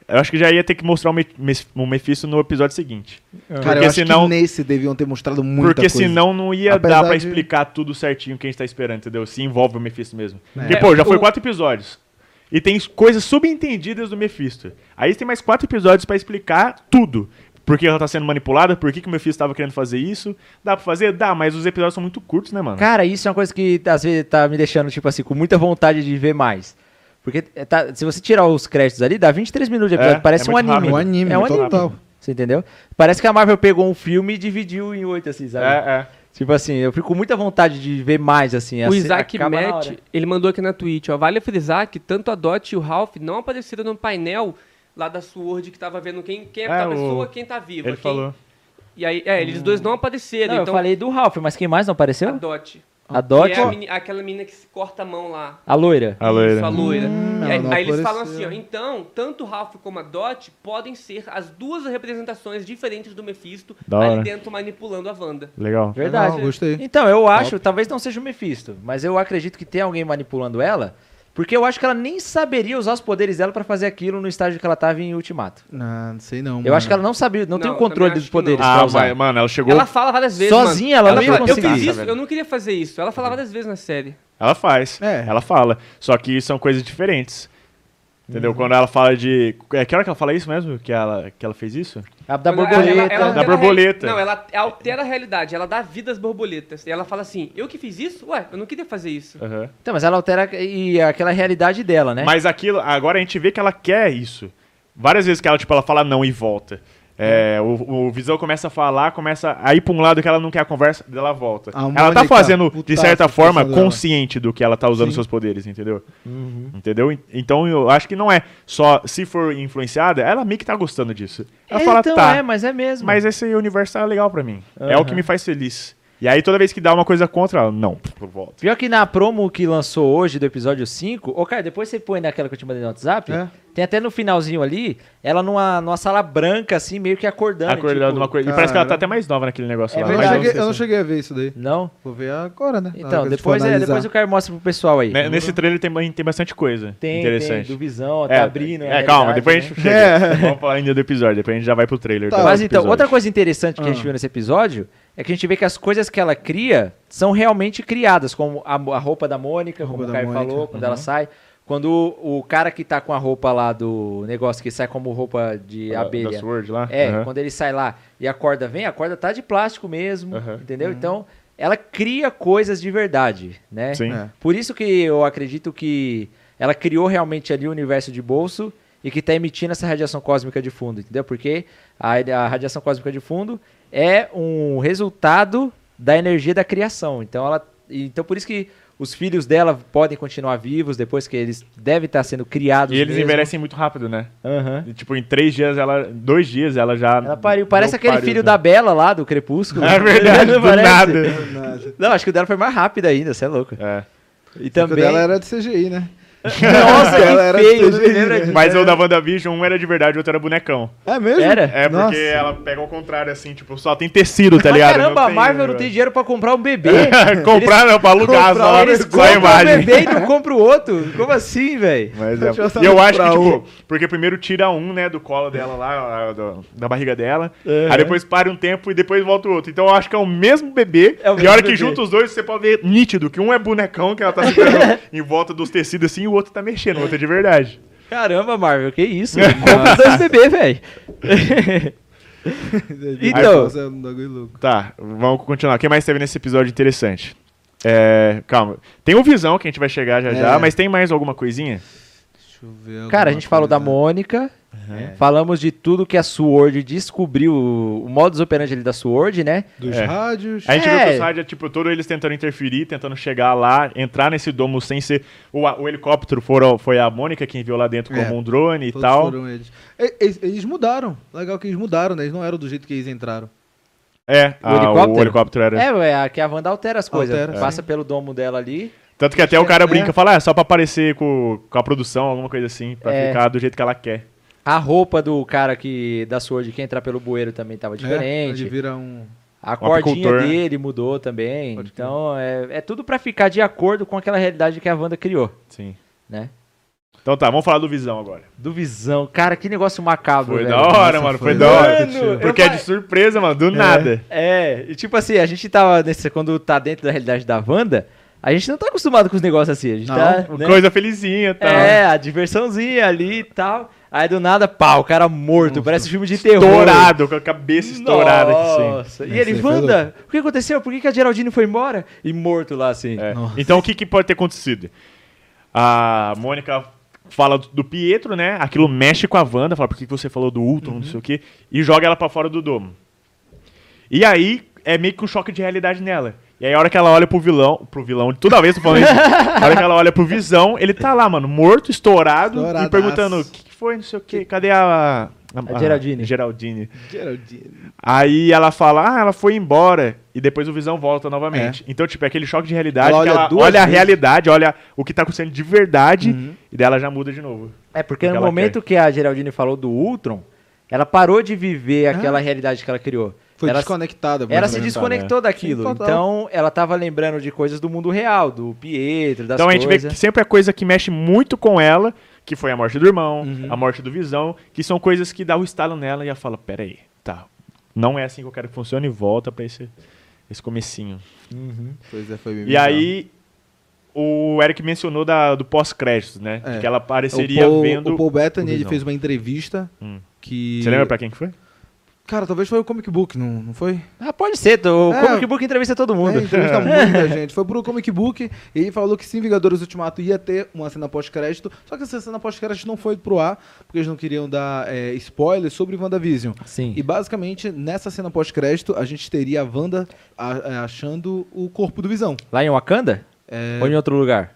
S3: Eu acho que já ia ter que mostrar o, Me Mes- o Mephisto no episódio seguinte.
S2: Cara,
S3: Porque
S2: eu acho
S3: senão-
S2: que nesse deviam ter mostrado muita
S3: Porque
S2: coisa.
S3: senão não ia
S2: Apesar
S3: dar pra
S2: de-
S3: explicar tudo certinho que a gente tá esperando, entendeu? Se envolve o Mephisto mesmo.
S2: É.
S3: Porque, pô, já foi
S4: O-
S3: quatro episódios. E tem coisas subentendidas do Mephisto. Aí tem mais quatro episódios pra explicar tudo. Por que ela tá sendo manipulada, por que, que o Mephisto tava querendo fazer isso. Dá pra fazer? Dá, mas os episódios são muito curtos, né, mano?
S1: Cara, isso é uma coisa que às vezes tá me deixando, tipo assim, com muita vontade de ver mais. Porque eh, tá- se você tirar os créditos ali, dá 23 minutos de episódio,
S3: É,
S1: parece
S3: é
S1: um
S3: muito
S1: anime.
S3: rápido.
S2: Um anime,
S1: é um anime.
S2: total.
S1: Você entendeu? Parece que a Marvel pegou um filme e dividiu em oito, assim, sabe?
S3: É, é.
S1: Tipo assim, eu fico com muita vontade de ver mais, assim.
S4: O
S1: assim,
S4: Isaac
S1: acaba na
S4: Matt,
S1: hora.
S4: ele mandou aqui na Twitch, ó. Vale frisar que tanto a Dot e o Ralph não apareceram no painel lá da Sword que tava vendo quem, quem é,
S3: É,
S4: a
S3: o-
S4: pessoa, quem tá viva.
S3: Ele
S4: quem-
S3: falou.
S4: E aí, é, eles dois não apareceram,
S1: Não,
S4: então
S1: eu falei do Ralph, mas quem mais não
S4: a
S1: apareceu?
S4: Dot.
S1: A Dot,
S4: Que é a meni- aquela menina que se corta a mão lá.
S1: a loira.
S3: A loira.
S4: Isso, a loira.
S1: Hum,
S4: E aí
S2: ela não
S4: aí eles
S2: apareceu.
S4: falam assim, ó. Então, tanto o Ralph como a Dot podem ser as duas representações diferentes do Mephisto
S3: Da
S4: ali
S3: hora.
S4: dentro manipulando a Wanda.
S3: Legal.
S1: Verdade.
S2: Legal, gostei.
S1: Então, eu acho, talvez não seja o Mephisto, mas eu acredito que tem alguém manipulando ela, porque eu acho que ela nem saberia usar os poderes dela pra fazer aquilo no estágio que ela tava em Ultimato.
S2: Ah, Não, não sei não.
S1: Eu acho que ela não sabia, não,
S4: Não,
S1: tem o
S4: eu
S1: controle
S4: também
S1: dos
S4: acho que não.
S1: poderes pra
S3: Hum. Ah,
S1: usar.
S3: vai, mano, ela chegou.
S4: Ela
S3: Ela,
S4: fala várias vezes,
S1: Sozinha
S4: mano.
S1: ela não ia
S4: fala, Eu fiz
S1: conseguir.
S4: isso, eu não queria fazer isso. Ela fala várias vezes na série.
S3: faz.
S2: É.
S3: Ela fala. Só que são coisas diferentes. Entendeu? Quando ela fala de. É que hora que ela fala isso mesmo? Que ela, que ela fez isso?
S1: A da
S4: Ela-
S1: borboleta.
S3: Da
S4: altera a
S3: borboleta.
S4: reali- Não, ela altera a realidade, ela dá vida às borboletas. E ela fala assim: eu que fiz isso? Ué, eu não queria fazer isso.
S3: Aham.
S1: Então, mas ela altera e aquela realidade dela, né?
S3: Mas aquilo, agora a gente vê que ela quer isso. Várias vezes que ela, tipo, ela fala não e volta. É, o, o Visão começa a falar, começa a ir pra um lado que ela não quer a conversa, daí ela volta.
S2: A
S3: ela tá
S2: Mônica,
S3: fazendo, de
S2: putaça,
S3: certa forma,
S2: pensando dela.
S3: consciente do que ela tá usando seus poderes, entendeu?
S2: Uhum.
S3: Entendeu? En- Então eu acho que não é só, se for influenciada, ela meio que tá gostando disso. Ela
S1: É,
S3: fala,
S1: então,
S3: tá,
S1: é, mas é mesmo.
S3: mas esse universo tá legal pra mim. É o que me faz feliz. E aí toda vez que dá uma coisa contra, ela, não, volta.
S1: Pior que na promo que lançou hoje do episódio 5, ô cara, depois você põe naquela que eu te mandei no WhatsApp,
S2: É.
S1: tem até no finalzinho ali, ela numa, numa sala branca, assim, meio que acordando.
S3: Acordando
S1: tipo-
S3: uma coisa. E
S2: cara,
S3: parece que ela tá
S2: né?
S3: até mais nova naquele negócio
S1: É
S3: lá.
S2: Eu não,
S1: verdade.
S2: cheguei, eu não cheguei a ver isso daí.
S1: Não?
S2: Vou ver agora, né? Na hora
S1: Então,
S2: que a gente for
S1: depois, é,
S2: analisar.
S1: depois o cara mostra pro pessoal aí.
S3: Né, Nesse trailer tem, tem bastante coisa
S1: Tem,
S3: interessante.
S1: tem, do Visão, tá abrindo. a
S3: É, calma,
S1: realidade,
S3: depois a
S1: né?
S3: gente chega. Vamos falar ainda do episódio, depois a gente já vai pro trailer.
S2: Tá,
S3: do
S1: Mas então,
S3: episódio.
S1: outra coisa interessante
S2: Ah.
S1: que a gente viu nesse episódio é que a gente vê que as coisas que ela cria são realmente criadas, como a, mo- a roupa da Mônica, como
S2: roupa
S1: o
S2: da
S1: Caio
S2: Mônica,
S1: falou, quando ela sai. Quando o, o cara que tá com a roupa lá do negócio que sai como roupa de
S3: Da- Da
S1: abelha.
S3: Sword lá?
S1: É,
S3: Aham.
S1: quando ele sai lá e a corda vem, a corda tá de plástico mesmo,
S3: Aham.
S2: Uhum.
S1: entendeu? Então, ela cria coisas de verdade, né?
S3: Sim.
S2: É.
S1: Por isso que eu acredito que ela criou realmente ali o universo de bolso e que está emitindo essa radiação cósmica de fundo, entendeu? Porque a, a radiação cósmica de fundo é um resultado da energia da criação. Então ela, então por isso que os filhos dela podem continuar vivos depois que eles devem estar sendo criados.
S3: E eles
S1: mesmo.
S3: envelhecem muito rápido, né?
S1: Aham.
S3: E, tipo, em três dias, ela. Dois dias ela já.
S1: Ela pariu. Parece
S3: não
S1: aquele
S3: pariu,
S1: filho
S3: né?
S1: da Bela lá do Crepúsculo.
S3: É verdade,
S1: Não
S3: do
S1: parece?
S3: nada.
S1: Não, acho que o dela foi mais rápido ainda, você é louco.
S3: É.
S1: E
S2: Também...
S1: também.
S2: dela era de CGI, né?
S1: Nossa,
S2: Ela
S1: que
S2: era
S1: feio, não me
S2: CGI,
S1: lembra
S2: né?
S1: disso.
S3: Mas o da WandaVision, um era de verdade, o outro era bonecão.
S2: É mesmo?
S1: Era?
S3: É porque
S2: Nossa.
S3: ela pega ao contrário, assim, tipo, só tem tecido, tá
S1: Mas
S3: ligado?
S1: caramba, a Marvel não tem dinheiro pra comprar um bebê.
S3: Comprar, não, pra alugar só,
S1: Eles
S3: só a
S1: compram um
S3: imagem.
S1: bebê e não compram o outro. Como assim, velho?
S3: Mas
S2: Eu já
S3: é. E
S2: sabia
S3: eu acho que,
S2: pra
S3: tipo,
S2: um.
S3: porque primeiro tira um, né, do colo dela lá, ó, do- da barriga dela. Aí depois para um tempo e depois volta o outro. Então eu acho que é o mesmo bebê.
S1: É o
S3: e
S1: mesmo
S3: a hora
S1: bebê.
S3: que junta os dois, você pode ver nítido que um é bonecão, que ela tá segurando em volta dos tecidos assim, e o outro tá mexendo, o outro é de verdade.
S1: Caramba, Marvel, que isso? Compra dois bebês, velho. Então.
S2: Nossa, é um bagulho louco.
S3: Tá, vamos continuar. O que mais teve nesse episódio interessante? É, calma. Tem o Visão que a gente vai chegar já já,
S2: É.
S3: mas tem mais alguma coisinha?
S2: Deixa eu ver é. alguma
S1: Cara, a gente falou da
S2: coisa.
S1: Mônica. Falamos de tudo que a Sword descobriu, o modus operandi ali da Sword, né?
S2: Dos
S3: É.
S2: rádios.
S3: A gente
S1: É.
S3: viu que o Sardia, tipo, todos eles tentando interferir, tentando chegar lá, entrar nesse domo sem ser. O, o helicóptero foram, foi a Mônica quem viu lá dentro como
S2: É.
S3: um drone e
S2: Todos
S3: tal.
S2: foram eles. E- Eles, eles mudaram. Legal que eles mudaram, né? Eles não eram do jeito que eles entraram.
S3: É, a- o, helicóptero?
S1: helicóptero?
S3: era.
S1: É, ué, a- que a Wanda altera as coisas.
S2: Altera,
S1: passa pelo domo dela ali.
S3: Tanto que até o cara
S2: É.
S3: brinca e fala, ah, só pra aparecer com, com a produção, alguma coisa assim, pra
S1: É.
S3: ficar do jeito que ela quer.
S1: A roupa do cara que da Sword que ia entrar pelo bueiro também tava
S2: É,
S1: diferente.
S2: ele vira um...
S1: A cordinha
S3: apicultor, né?
S1: dele mudou também.
S2: Pode crer.
S1: então, é, é tudo pra ficar de acordo com aquela realidade que a Wanda criou,
S3: Sim.
S1: né?
S3: Então tá, vamos falar do Visão agora.
S1: Do Visão. Cara, que negócio macabro,
S3: Foi
S1: velho.
S3: da hora, mano. Foi,
S2: foi
S3: da hora.
S1: muito tio.
S3: Porque
S1: Eu
S3: é de surpresa, mano. Do nada.
S1: É, e tipo assim, a gente tava nesse, quando tá dentro da realidade da Wanda, a gente não tá acostumado com os negócios assim. A gente
S2: Não,
S1: tá. né?
S3: Coisa felizinha e tal.
S1: É, a diversãozinha ali e tal. Aí do nada, pá, o cara morto. Parece um filme de terror.
S3: Estourado, com a cabeça estourada aqui, sim.
S1: Nossa. E
S2: Esse aí
S1: ele,
S2: foi
S1: Wanda, o que aconteceu? Por que, que a Geraldine foi embora? E morto lá, assim.
S3: É.
S2: Nossa.
S3: Então o que, que pode ter acontecido? A Mônica fala do- do Pietro, né? Aquilo mexe com a Wanda, fala por que que você falou do Ultron, não sei o quê, e joga ela pra fora do domo. E aí é meio que um choque de realidade nela. E aí a hora que ela olha pro vilão, pro vilão, toda vez eu tô falando isso, a hora que ela olha pro Visão, ele tá lá, mano, morto, estourado, e
S2: Estouradaço.
S3: perguntando o que, que foi, não sei o quê, cadê a...
S1: A Geraldine.
S3: Geraldine.
S2: Geraldine.
S3: Aí ela fala, ah, ela foi embora. E depois o Visão volta novamente. Então, tipo, é aquele choque de realidade
S2: Ela
S3: que
S2: olha
S3: ela
S2: duas
S3: olha
S2: vezes.
S3: a
S2: Uhum.
S3: realidade, olha o que tá acontecendo de verdade, e daí ela já muda de novo.
S1: É, porque
S3: O que
S1: no
S3: ela
S1: momento que a Geraldine falou do Ultron, ela parou de viver aquela realidade que ela criou.
S2: Foi
S1: ela,
S2: desconectada.
S1: ela se
S3: né?
S2: mano.
S1: desconectou daquilo.
S2: Sim, total.
S1: então, ela tava lembrando de coisas do mundo real, do Pietro, das
S3: então a gente vê
S1: coisas.
S3: que sempre a coisa que mexe muito com ela, que foi a morte do irmão,
S2: Uhum.
S3: a morte do Visão, que são coisas que dá o estalo nela e ela fala, peraí, tá, não é assim que eu quero que funcione, e volta pra esse, esse comecinho.
S2: Pois é, foi bem
S3: E aí... O Eric mencionou da- do pós-créditos, né?
S2: É.
S3: De Que
S2: o
S3: ela apareceria
S2: Paul,
S3: vendo.
S2: o Paul Bettany,
S3: o
S2: ele
S3: Visão.
S2: fez uma entrevista
S3: Hum.
S2: que...
S3: Você lembra pra quem que foi?
S2: Cara, talvez foi o Comic Book, não, não foi?
S1: Ah, pode ser. tô- O
S2: É.
S1: Comic Book entrevista todo mundo.
S2: É, entrevista muita gente. Foi pro Comic Book e ele falou que sim, Vingadores Ultimato ia ter uma cena pós-crédito, só que essa cena pós-crédito não foi pro ar, porque eles não queriam dar é, spoilers sobre WandaVision.
S1: Sim.
S2: E basicamente, nessa cena pós-crédito, a gente teria a Wanda a- a- achando o corpo do Visão.
S1: Lá em Wakanda?
S2: É,
S1: Ou em outro lugar?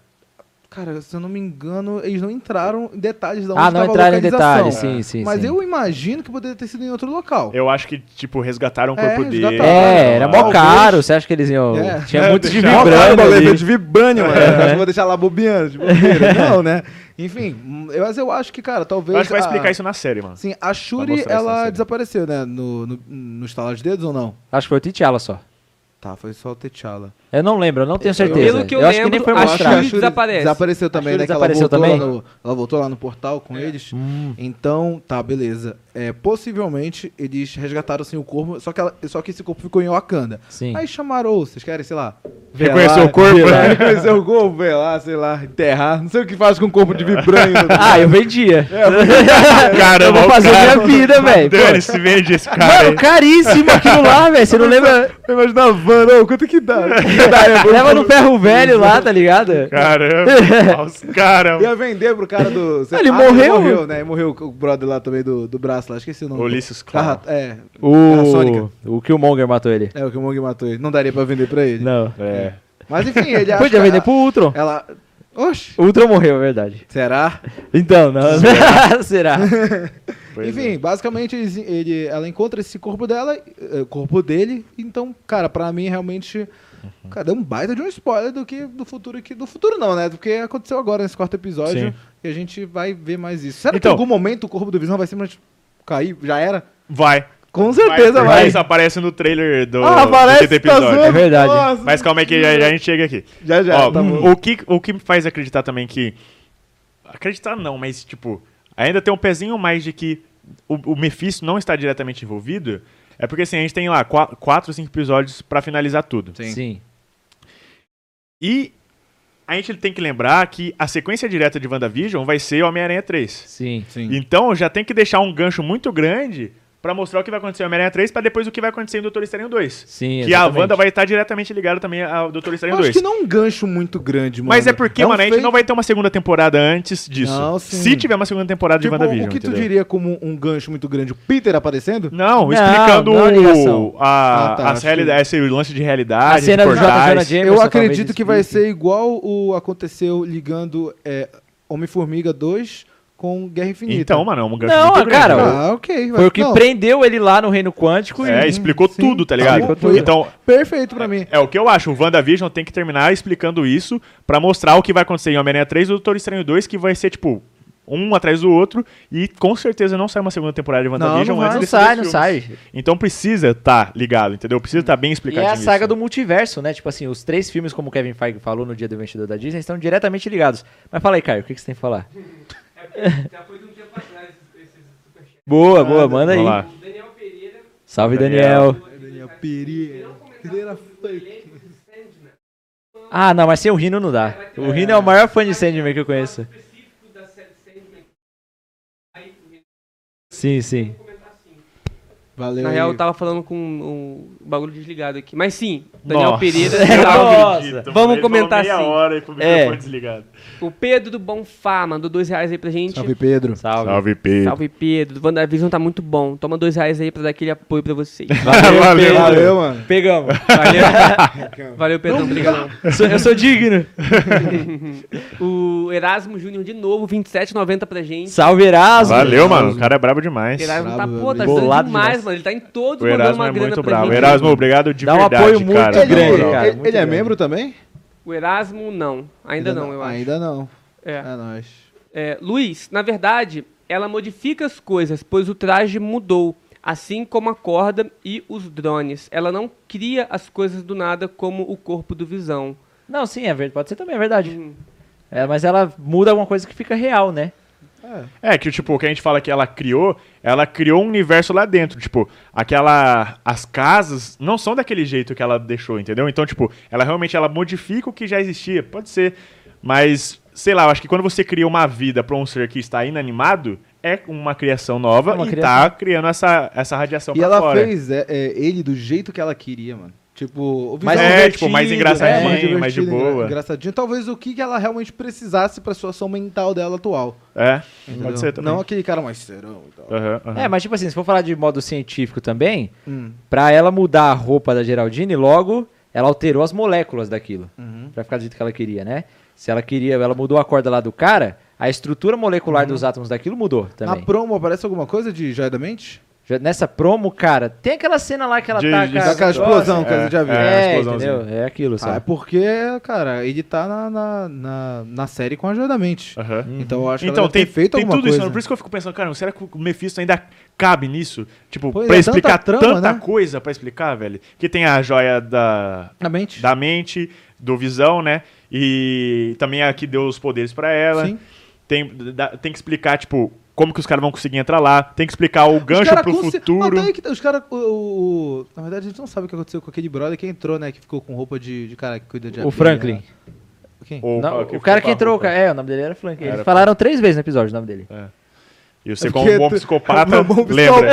S2: Cara, se eu não me engano, eles não entraram em detalhes da onde
S1: ah, não
S2: tava
S1: entraram
S2: a
S1: em
S2: localização.
S1: detalhes. Sim, sim,
S2: Mas
S1: sim.
S2: eu imagino que poderia ter sido em outro local.
S3: Eu acho que, tipo, resgataram o corpo
S2: É,
S3: dele.
S2: resgataram.
S1: É, era mó
S2: Talvez.
S1: caro. Você acha que eles iam...
S2: É.
S1: Tinha muito de
S3: deixaram-
S1: vibrando ali.
S2: de vibrânio, mano.
S1: né?
S2: Eu acho que vou deixar lá bobeando, de bobeira. Não, né? Enfim, hum, eu, mas eu acho que, cara, talvez...
S3: Eu acho que vai
S2: a-
S3: explicar isso na série, mano.
S2: Sim, a Shuri,
S3: mostrar isso na
S2: ela
S3: série.
S2: desapareceu, né? No, no, no estalar de dedos ou não?
S1: Acho que foi o T'Challa só.
S2: Tá, foi só o T'Challa.
S1: Eu não lembro, eu não tenho certeza.
S4: Pelo que eu
S1: acho que nem foi
S4: lembro, acho
S1: mostrado.
S4: que- Shuri desaparece.
S2: Desapareceu também,
S1: Shuri
S2: né? Que
S1: desapareceu
S2: ela voltou,
S1: também? É. Hum.
S2: Lá no, ela voltou lá no portal com eles. Então, tá, beleza. É, possivelmente, eles resgataram, sim, o corpo, só que, ela- só que esse corpo ficou em Wakanda.
S1: Sim.
S2: Aí chamaram, "Ô, vocês querem, sei lá...
S3: Reconheceu
S2: velar-
S3: o corpo? né?
S2: velar,
S1: né?
S2: Reconheceu o corpo, velar, sei lá, enterrar. Não sei o que faz com o corpo de vibrânio.
S1: Ah, eu vendia. eu
S3: Caramba,
S1: vou
S3: o
S1: fazer
S3: cara-
S1: minha vida,
S2: É,
S1: velho. Pô,
S3: Dane-se, vende esse cara aí.
S1: Mano, caríssimo aquilo lá, velho. Você não lembra?
S2: Imagina a van, não, quanto que dá?
S1: Leva no ferro velho lá, tá ligado?
S3: Caramba, os caras.
S2: Ia vender pro cara do.
S1: Ele morreu?
S2: morreu, né? E morreu o brother lá também do, do braço lá, esqueci o nome.
S3: Ulisses
S2: Ah,
S3: Claro.
S2: é. Era a
S1: O,
S2: Sônica.
S1: o Killmonger matou ele.
S2: É o que o Mong matou ele. Não daria pra vender pra ele.
S1: Não.
S3: É.
S2: Mas enfim, ele acha.
S1: Podia
S2: que é
S1: vender
S2: ela-
S1: pro Ultron.
S2: Ela. Oxi.
S1: O É. Ultron morreu, é verdade.
S2: Será?
S1: Então, não. Será?
S3: Pois é.
S2: enfim, basicamente eles- ele, ela encontra esse corpo dela, eh, corpo dele. Então, cara, pra mim realmente.
S3: Uhum.
S2: Cara, é um baita de um spoiler do que do futuro que. Do futuro não, né? Do que aconteceu agora nesse quarto episódio.
S3: Sim.
S2: E a gente vai ver mais isso. Será
S3: Então-
S2: que em algum momento o corpo do Visão vai simplesmente cair? Já era?
S3: Vai.
S2: Com
S3: vai,
S2: certeza vai.
S3: Isso aparece no trailer do,
S2: Ah,
S3: do
S2: parece
S3: quinto
S2: que tá
S3: episódio.
S2: zoando.
S1: É verdade.
S2: Nossa.
S3: Mas calma aí que já, já a gente chega aqui.
S2: Já, já,
S3: Ó,
S2: tá bom.
S3: o, que, o que me faz acreditar também que... Acreditar não, mas tipo... Ainda tem um pezinho mais de que o, o Mephisto não está diretamente envolvido. É porque assim, a gente tem lá qua- quatro, cinco episódios pra finalizar tudo.
S2: Sim.
S1: Sim.
S3: E a gente tem que lembrar que a sequência direta de WandaVision vai ser Homem-Aranha 3.
S1: Sim.
S3: Então já tem que deixar um gancho muito grande pra mostrar o que vai acontecer em Homem-Aranha 3 pra depois o que vai acontecer em Doutor Estranho 2.
S1: Sim,
S3: Que a
S1: exatamente.
S3: Wanda vai estar diretamente ligada também ao Doutor
S2: Eu
S3: Estranho
S2: acho
S3: 2.
S2: que não é um gancho muito grande, mano.
S3: Mas é porque,
S2: um
S3: mano, a gente
S2: feito-
S3: não vai ter uma segunda temporada antes disso.
S2: Não, sim.
S3: Se tiver uma segunda temporada
S2: Tipo,
S3: de WandaVision.
S2: o que tu
S3: entendeu?
S2: diria como um gancho muito grande? O Peter aparecendo?
S3: Não,
S1: Não,
S3: explicando
S1: não a ligação.
S3: o, a,
S2: Ah, tá,
S3: as
S2: acho
S3: realidades, esse lance de realidade,
S1: A cena do Jonah é
S3: portais.
S1: Jonah Jameson.
S2: Eu
S1: talvez
S2: acredito que vai
S1: explique.
S2: ser igual o aconteceu ligando é, Homem-Formiga 2 com Guerra Infinita.
S3: Então, mano, é um gancho
S1: Não,
S3: muito grande.
S1: cara,
S3: entendeu?
S2: ah, ok.
S1: Foi o que
S2: não,
S1: prendeu ele lá no Reino Quântico. e-
S3: É, explicou
S2: sim.
S3: tudo, tá ligado?
S2: Explicou tudo.
S3: Então,
S2: Perfeito pra mim.
S3: é o que eu acho. O WandaVision tem que terminar explicando isso pra mostrar o que vai acontecer em Homem-Aranha 3 e Doutor Estranho 2, que vai ser, tipo, um atrás do outro. E com certeza não sai uma segunda temporada de WandaVision
S2: Não, não
S3: antes
S1: Não
S2: vai.
S3: desses
S1: sai, não
S3: dois
S1: sai.
S3: filmes. Então precisa tá ligado, entendeu? Precisa tá bem
S1: E
S3: explicado.
S1: é a saga do multiverso, né? Tipo assim, os três filmes, como o Kevin Feige falou no dia do vencedor da Disney, estão diretamente ligados. Mas fala aí, Caio, o que, que você tem que falar?
S4: Já foi de um tempo atrás esses superchats.
S1: Boa, boa, manda aí.
S3: Vamos lá.
S4: O Daniel Pereira.
S1: Salve,
S3: Daniel.
S1: Daniel.
S2: Daniel Pereira. Pereira funk.
S1: Ah, não, mas sem o Rino não dá. O Rino é o maior fã de Sandman
S4: um
S1: que eu conheço.
S4: né?
S1: Sim, sim.
S2: Valeu.
S4: Na
S2: aí.
S4: real, tá eu tava falando com um bagulho desligado aqui. Mas sim, Daniel
S3: Nossa.
S4: Pereira.
S1: Nossa.
S4: salve.
S3: Acredito,
S4: Vamos
S3: ele falou
S4: comentar
S3: meia
S4: assim.
S3: hora e pro
S1: É.
S3: microfone desligado.
S4: o Pedro do Bonfá mandou dois reais aí pra gente.
S2: Salve, Pedro.
S1: Salve.
S3: Salve, Pedro.
S4: Salve, Pedro. WandaVision tá muito bom. Toma dois reais aí pra dar aquele apoio pra vocês.
S1: Valeu,
S3: Valeu,
S1: Pedro.
S2: Valeu, mano.
S1: Pegamos.
S4: Valeu, Pedro. Obrigado.
S1: Sou- eu sou digno.
S4: O Erasmo Júnior de novo, 27,90 pra gente.
S1: Salve, Erasmo.
S3: Valeu, mano. O cara é brabo demais.
S4: Erasmo tá,
S2: Bravo,
S4: pô, tá
S2: velho.
S4: ajudando
S1: Bolado
S4: demais,
S1: demais.
S4: mano. Ele tá em todos
S3: O
S4: mandando
S3: Erasmo
S4: uma
S3: é
S4: grana
S3: muito
S4: pra
S3: bravo.
S4: gente.
S3: Erasmo, obrigado de
S1: Dá um
S3: verdade,
S1: apoio muito
S3: cara.
S1: grande,
S3: Na moral.
S1: cara.
S2: ele,
S1: muito
S2: ele é
S1: grande.
S2: membro também?
S4: O Erasmo, não. Ainda não, eu acho.
S2: Ainda não.
S4: É.
S2: É nóis.
S4: É, Luiz, na verdade, ela modifica as coisas, pois o traje mudou, assim como a corda e os drones. Ela não cria as coisas do nada como o corpo do Visão.
S1: Não, sim, é verdade. Pode ser também, é verdade. É, mas ela muda alguma coisa que fica real, né?
S3: É, que tipo, o que a gente fala que ela criou, ela criou um universo lá dentro. Tipo, aquela. As casas não são daquele jeito que ela deixou, entendeu? Então, tipo, ela realmente ela modifica o que já existia. Pode ser. Mas, sei lá, eu acho que quando você cria uma vida pra um ser que está inanimado, é uma criação nova
S1: É uma
S3: e
S1: criação.
S3: tá criando essa, essa
S1: Então
S3: radiação
S2: E
S3: pra
S2: ela
S3: fora.
S2: fez é, é, ele do jeito que ela queria, mano. Tipo, o
S3: Mas
S2: visual
S3: é, tipo, mais
S2: divertido,
S3: engraçadinho,
S2: é,
S3: mais de
S2: divertido, engra-
S3: boa.
S2: Engraçadinho. Talvez o que que ela realmente precisasse pra situação mental dela atual.
S3: É,
S2: entendeu?
S3: pode ser também.
S2: Não aquele cara mais serão e tal.
S3: Aham, aham.
S1: É, mas tipo assim, se for falar de modo científico também,
S2: Hum.
S1: pra ela mudar a roupa da Geraldine, logo ela alterou as moléculas daquilo.
S2: Uhum.
S1: Pra ficar do jeito que ela queria, né? Se ela queria, ela mudou a corda lá do cara, a estrutura
S2: Uhum.
S1: molecular dos átomos daquilo mudou
S2: Na
S1: também.
S2: promo aparece alguma coisa de Joia da Mente?
S1: Já Nessa promo, cara, tem aquela cena lá que ela
S3: De-
S1: tá
S3: de-
S1: com a-
S2: Daquela explosão que
S3: é,
S2: a gente já viu.
S3: é,
S1: É,
S3: explosãozinha.
S1: entendeu? É aquilo,
S2: Ah, é
S1: sabe?
S2: porque, cara, ele tá na, na, na, na série com a Joia da Mente.
S3: Aham.
S1: Uhum.
S2: Então eu acho que
S3: Então,
S2: ela deve
S3: tem,
S2: ter feito
S3: tem
S2: alguma
S3: tudo isso,
S2: coisa.
S3: mano. por isso que eu fico pensando, cara, será que o Mephisto ainda cabe nisso? Tipo,
S2: Pois
S3: pra
S2: é, tanta
S3: explicar
S2: trama,
S3: tanta,
S2: né?
S3: coisa pra explicar, velho. Que tem a joia da,
S2: Na mente.
S3: da mente, do visão, né? E também a que deu os poderes pra ela.
S2: Sim.
S3: Tem, da- tem que explicar, tipo, como que os caras vão conseguir entrar lá. Tem que explicar o
S2: Os
S3: gancho
S2: cara tá
S3: pro
S2: consi-
S3: futuro.
S2: Mas daí que- os caras. Na verdade, a gente não sabe o que aconteceu com aquele brother que entrou, né? Que ficou com roupa de, de cara que cuida de né?
S1: O Franklin.
S2: Quem?
S3: Ou
S1: Não,
S3: qual
S1: o cara
S3: ficou com
S1: que
S3: a
S1: entrou,
S3: roupa.
S1: cara- é, o nome dele era Franklin. Eles
S3: Era
S1: falaram três vezes no episódio o nome dele.
S3: E você,
S2: É
S3: como
S2: porque
S3: um bom
S2: tu-
S3: psicopata,
S2: um bom
S3: lembra.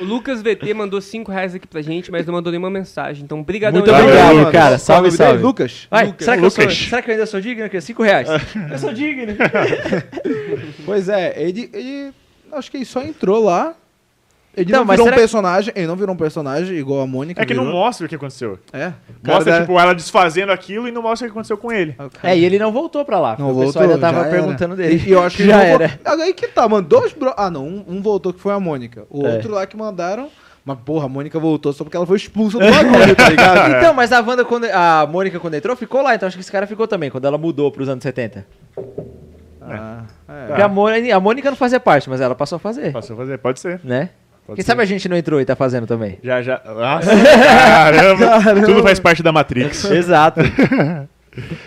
S4: O Lucas VT mandou 5 reais aqui pra gente, mas não mandou nenhuma mensagem. Então, brigadão.
S1: Muito
S4: aí,
S3: Valeu,
S1: obrigado,
S3: Lucas.
S1: cara.
S2: Qual o
S1: Salve,
S2: nome dele?
S1: salve.
S2: Lucas.
S1: Vai, será, que eu sou,
S3: Lucas.
S1: será que eu ainda sou digno? aqui? Cinco reais. eu sou digno.
S2: Pois é, ele, ele. Acho que ele só entrou lá. Ele
S1: Então,
S2: não
S1: mas
S2: virou um
S1: será que-
S2: personagem. Ele não virou um personagem igual a Mônica.
S3: É que não
S2: virou.
S3: mostra o que aconteceu.
S2: É.
S3: Mostra,
S2: Cara,
S3: tipo, ela desfazendo aquilo e não mostra o que aconteceu com ele.
S2: o cara-
S1: É, e ele não voltou pra lá.
S2: Não
S1: porque o
S2: voltou,
S1: pessoal ainda tava
S2: já era.
S1: perguntando dele.
S2: E eu acho que
S1: já
S2: ele não vo-
S1: era.
S2: Aí que tá, mano. Dois bro... Ah, não. Um, um voltou que foi a Mônica. O
S1: É.
S2: outro lá que mandaram. Mas, porra, a Mônica voltou só porque ela foi expulsa do bagulho, tá ligado?
S1: Então, mas a Wanda, quando, a Mônica, quando entrou, ficou lá. Então acho que esse cara ficou também, quando ela mudou pros anos 70.
S2: Ah, é.
S1: Porque a, Mônica, a Mônica não fazia parte, mas ela passou a fazer,
S3: Passou a fazer, pode ser.
S1: né?
S3: Pode
S1: Quem
S3: ser.
S1: sabe a gente não entrou e tá fazendo também.
S3: Já, já. Nossa, caramba. Tudo faz parte da Matrix.
S1: Exato.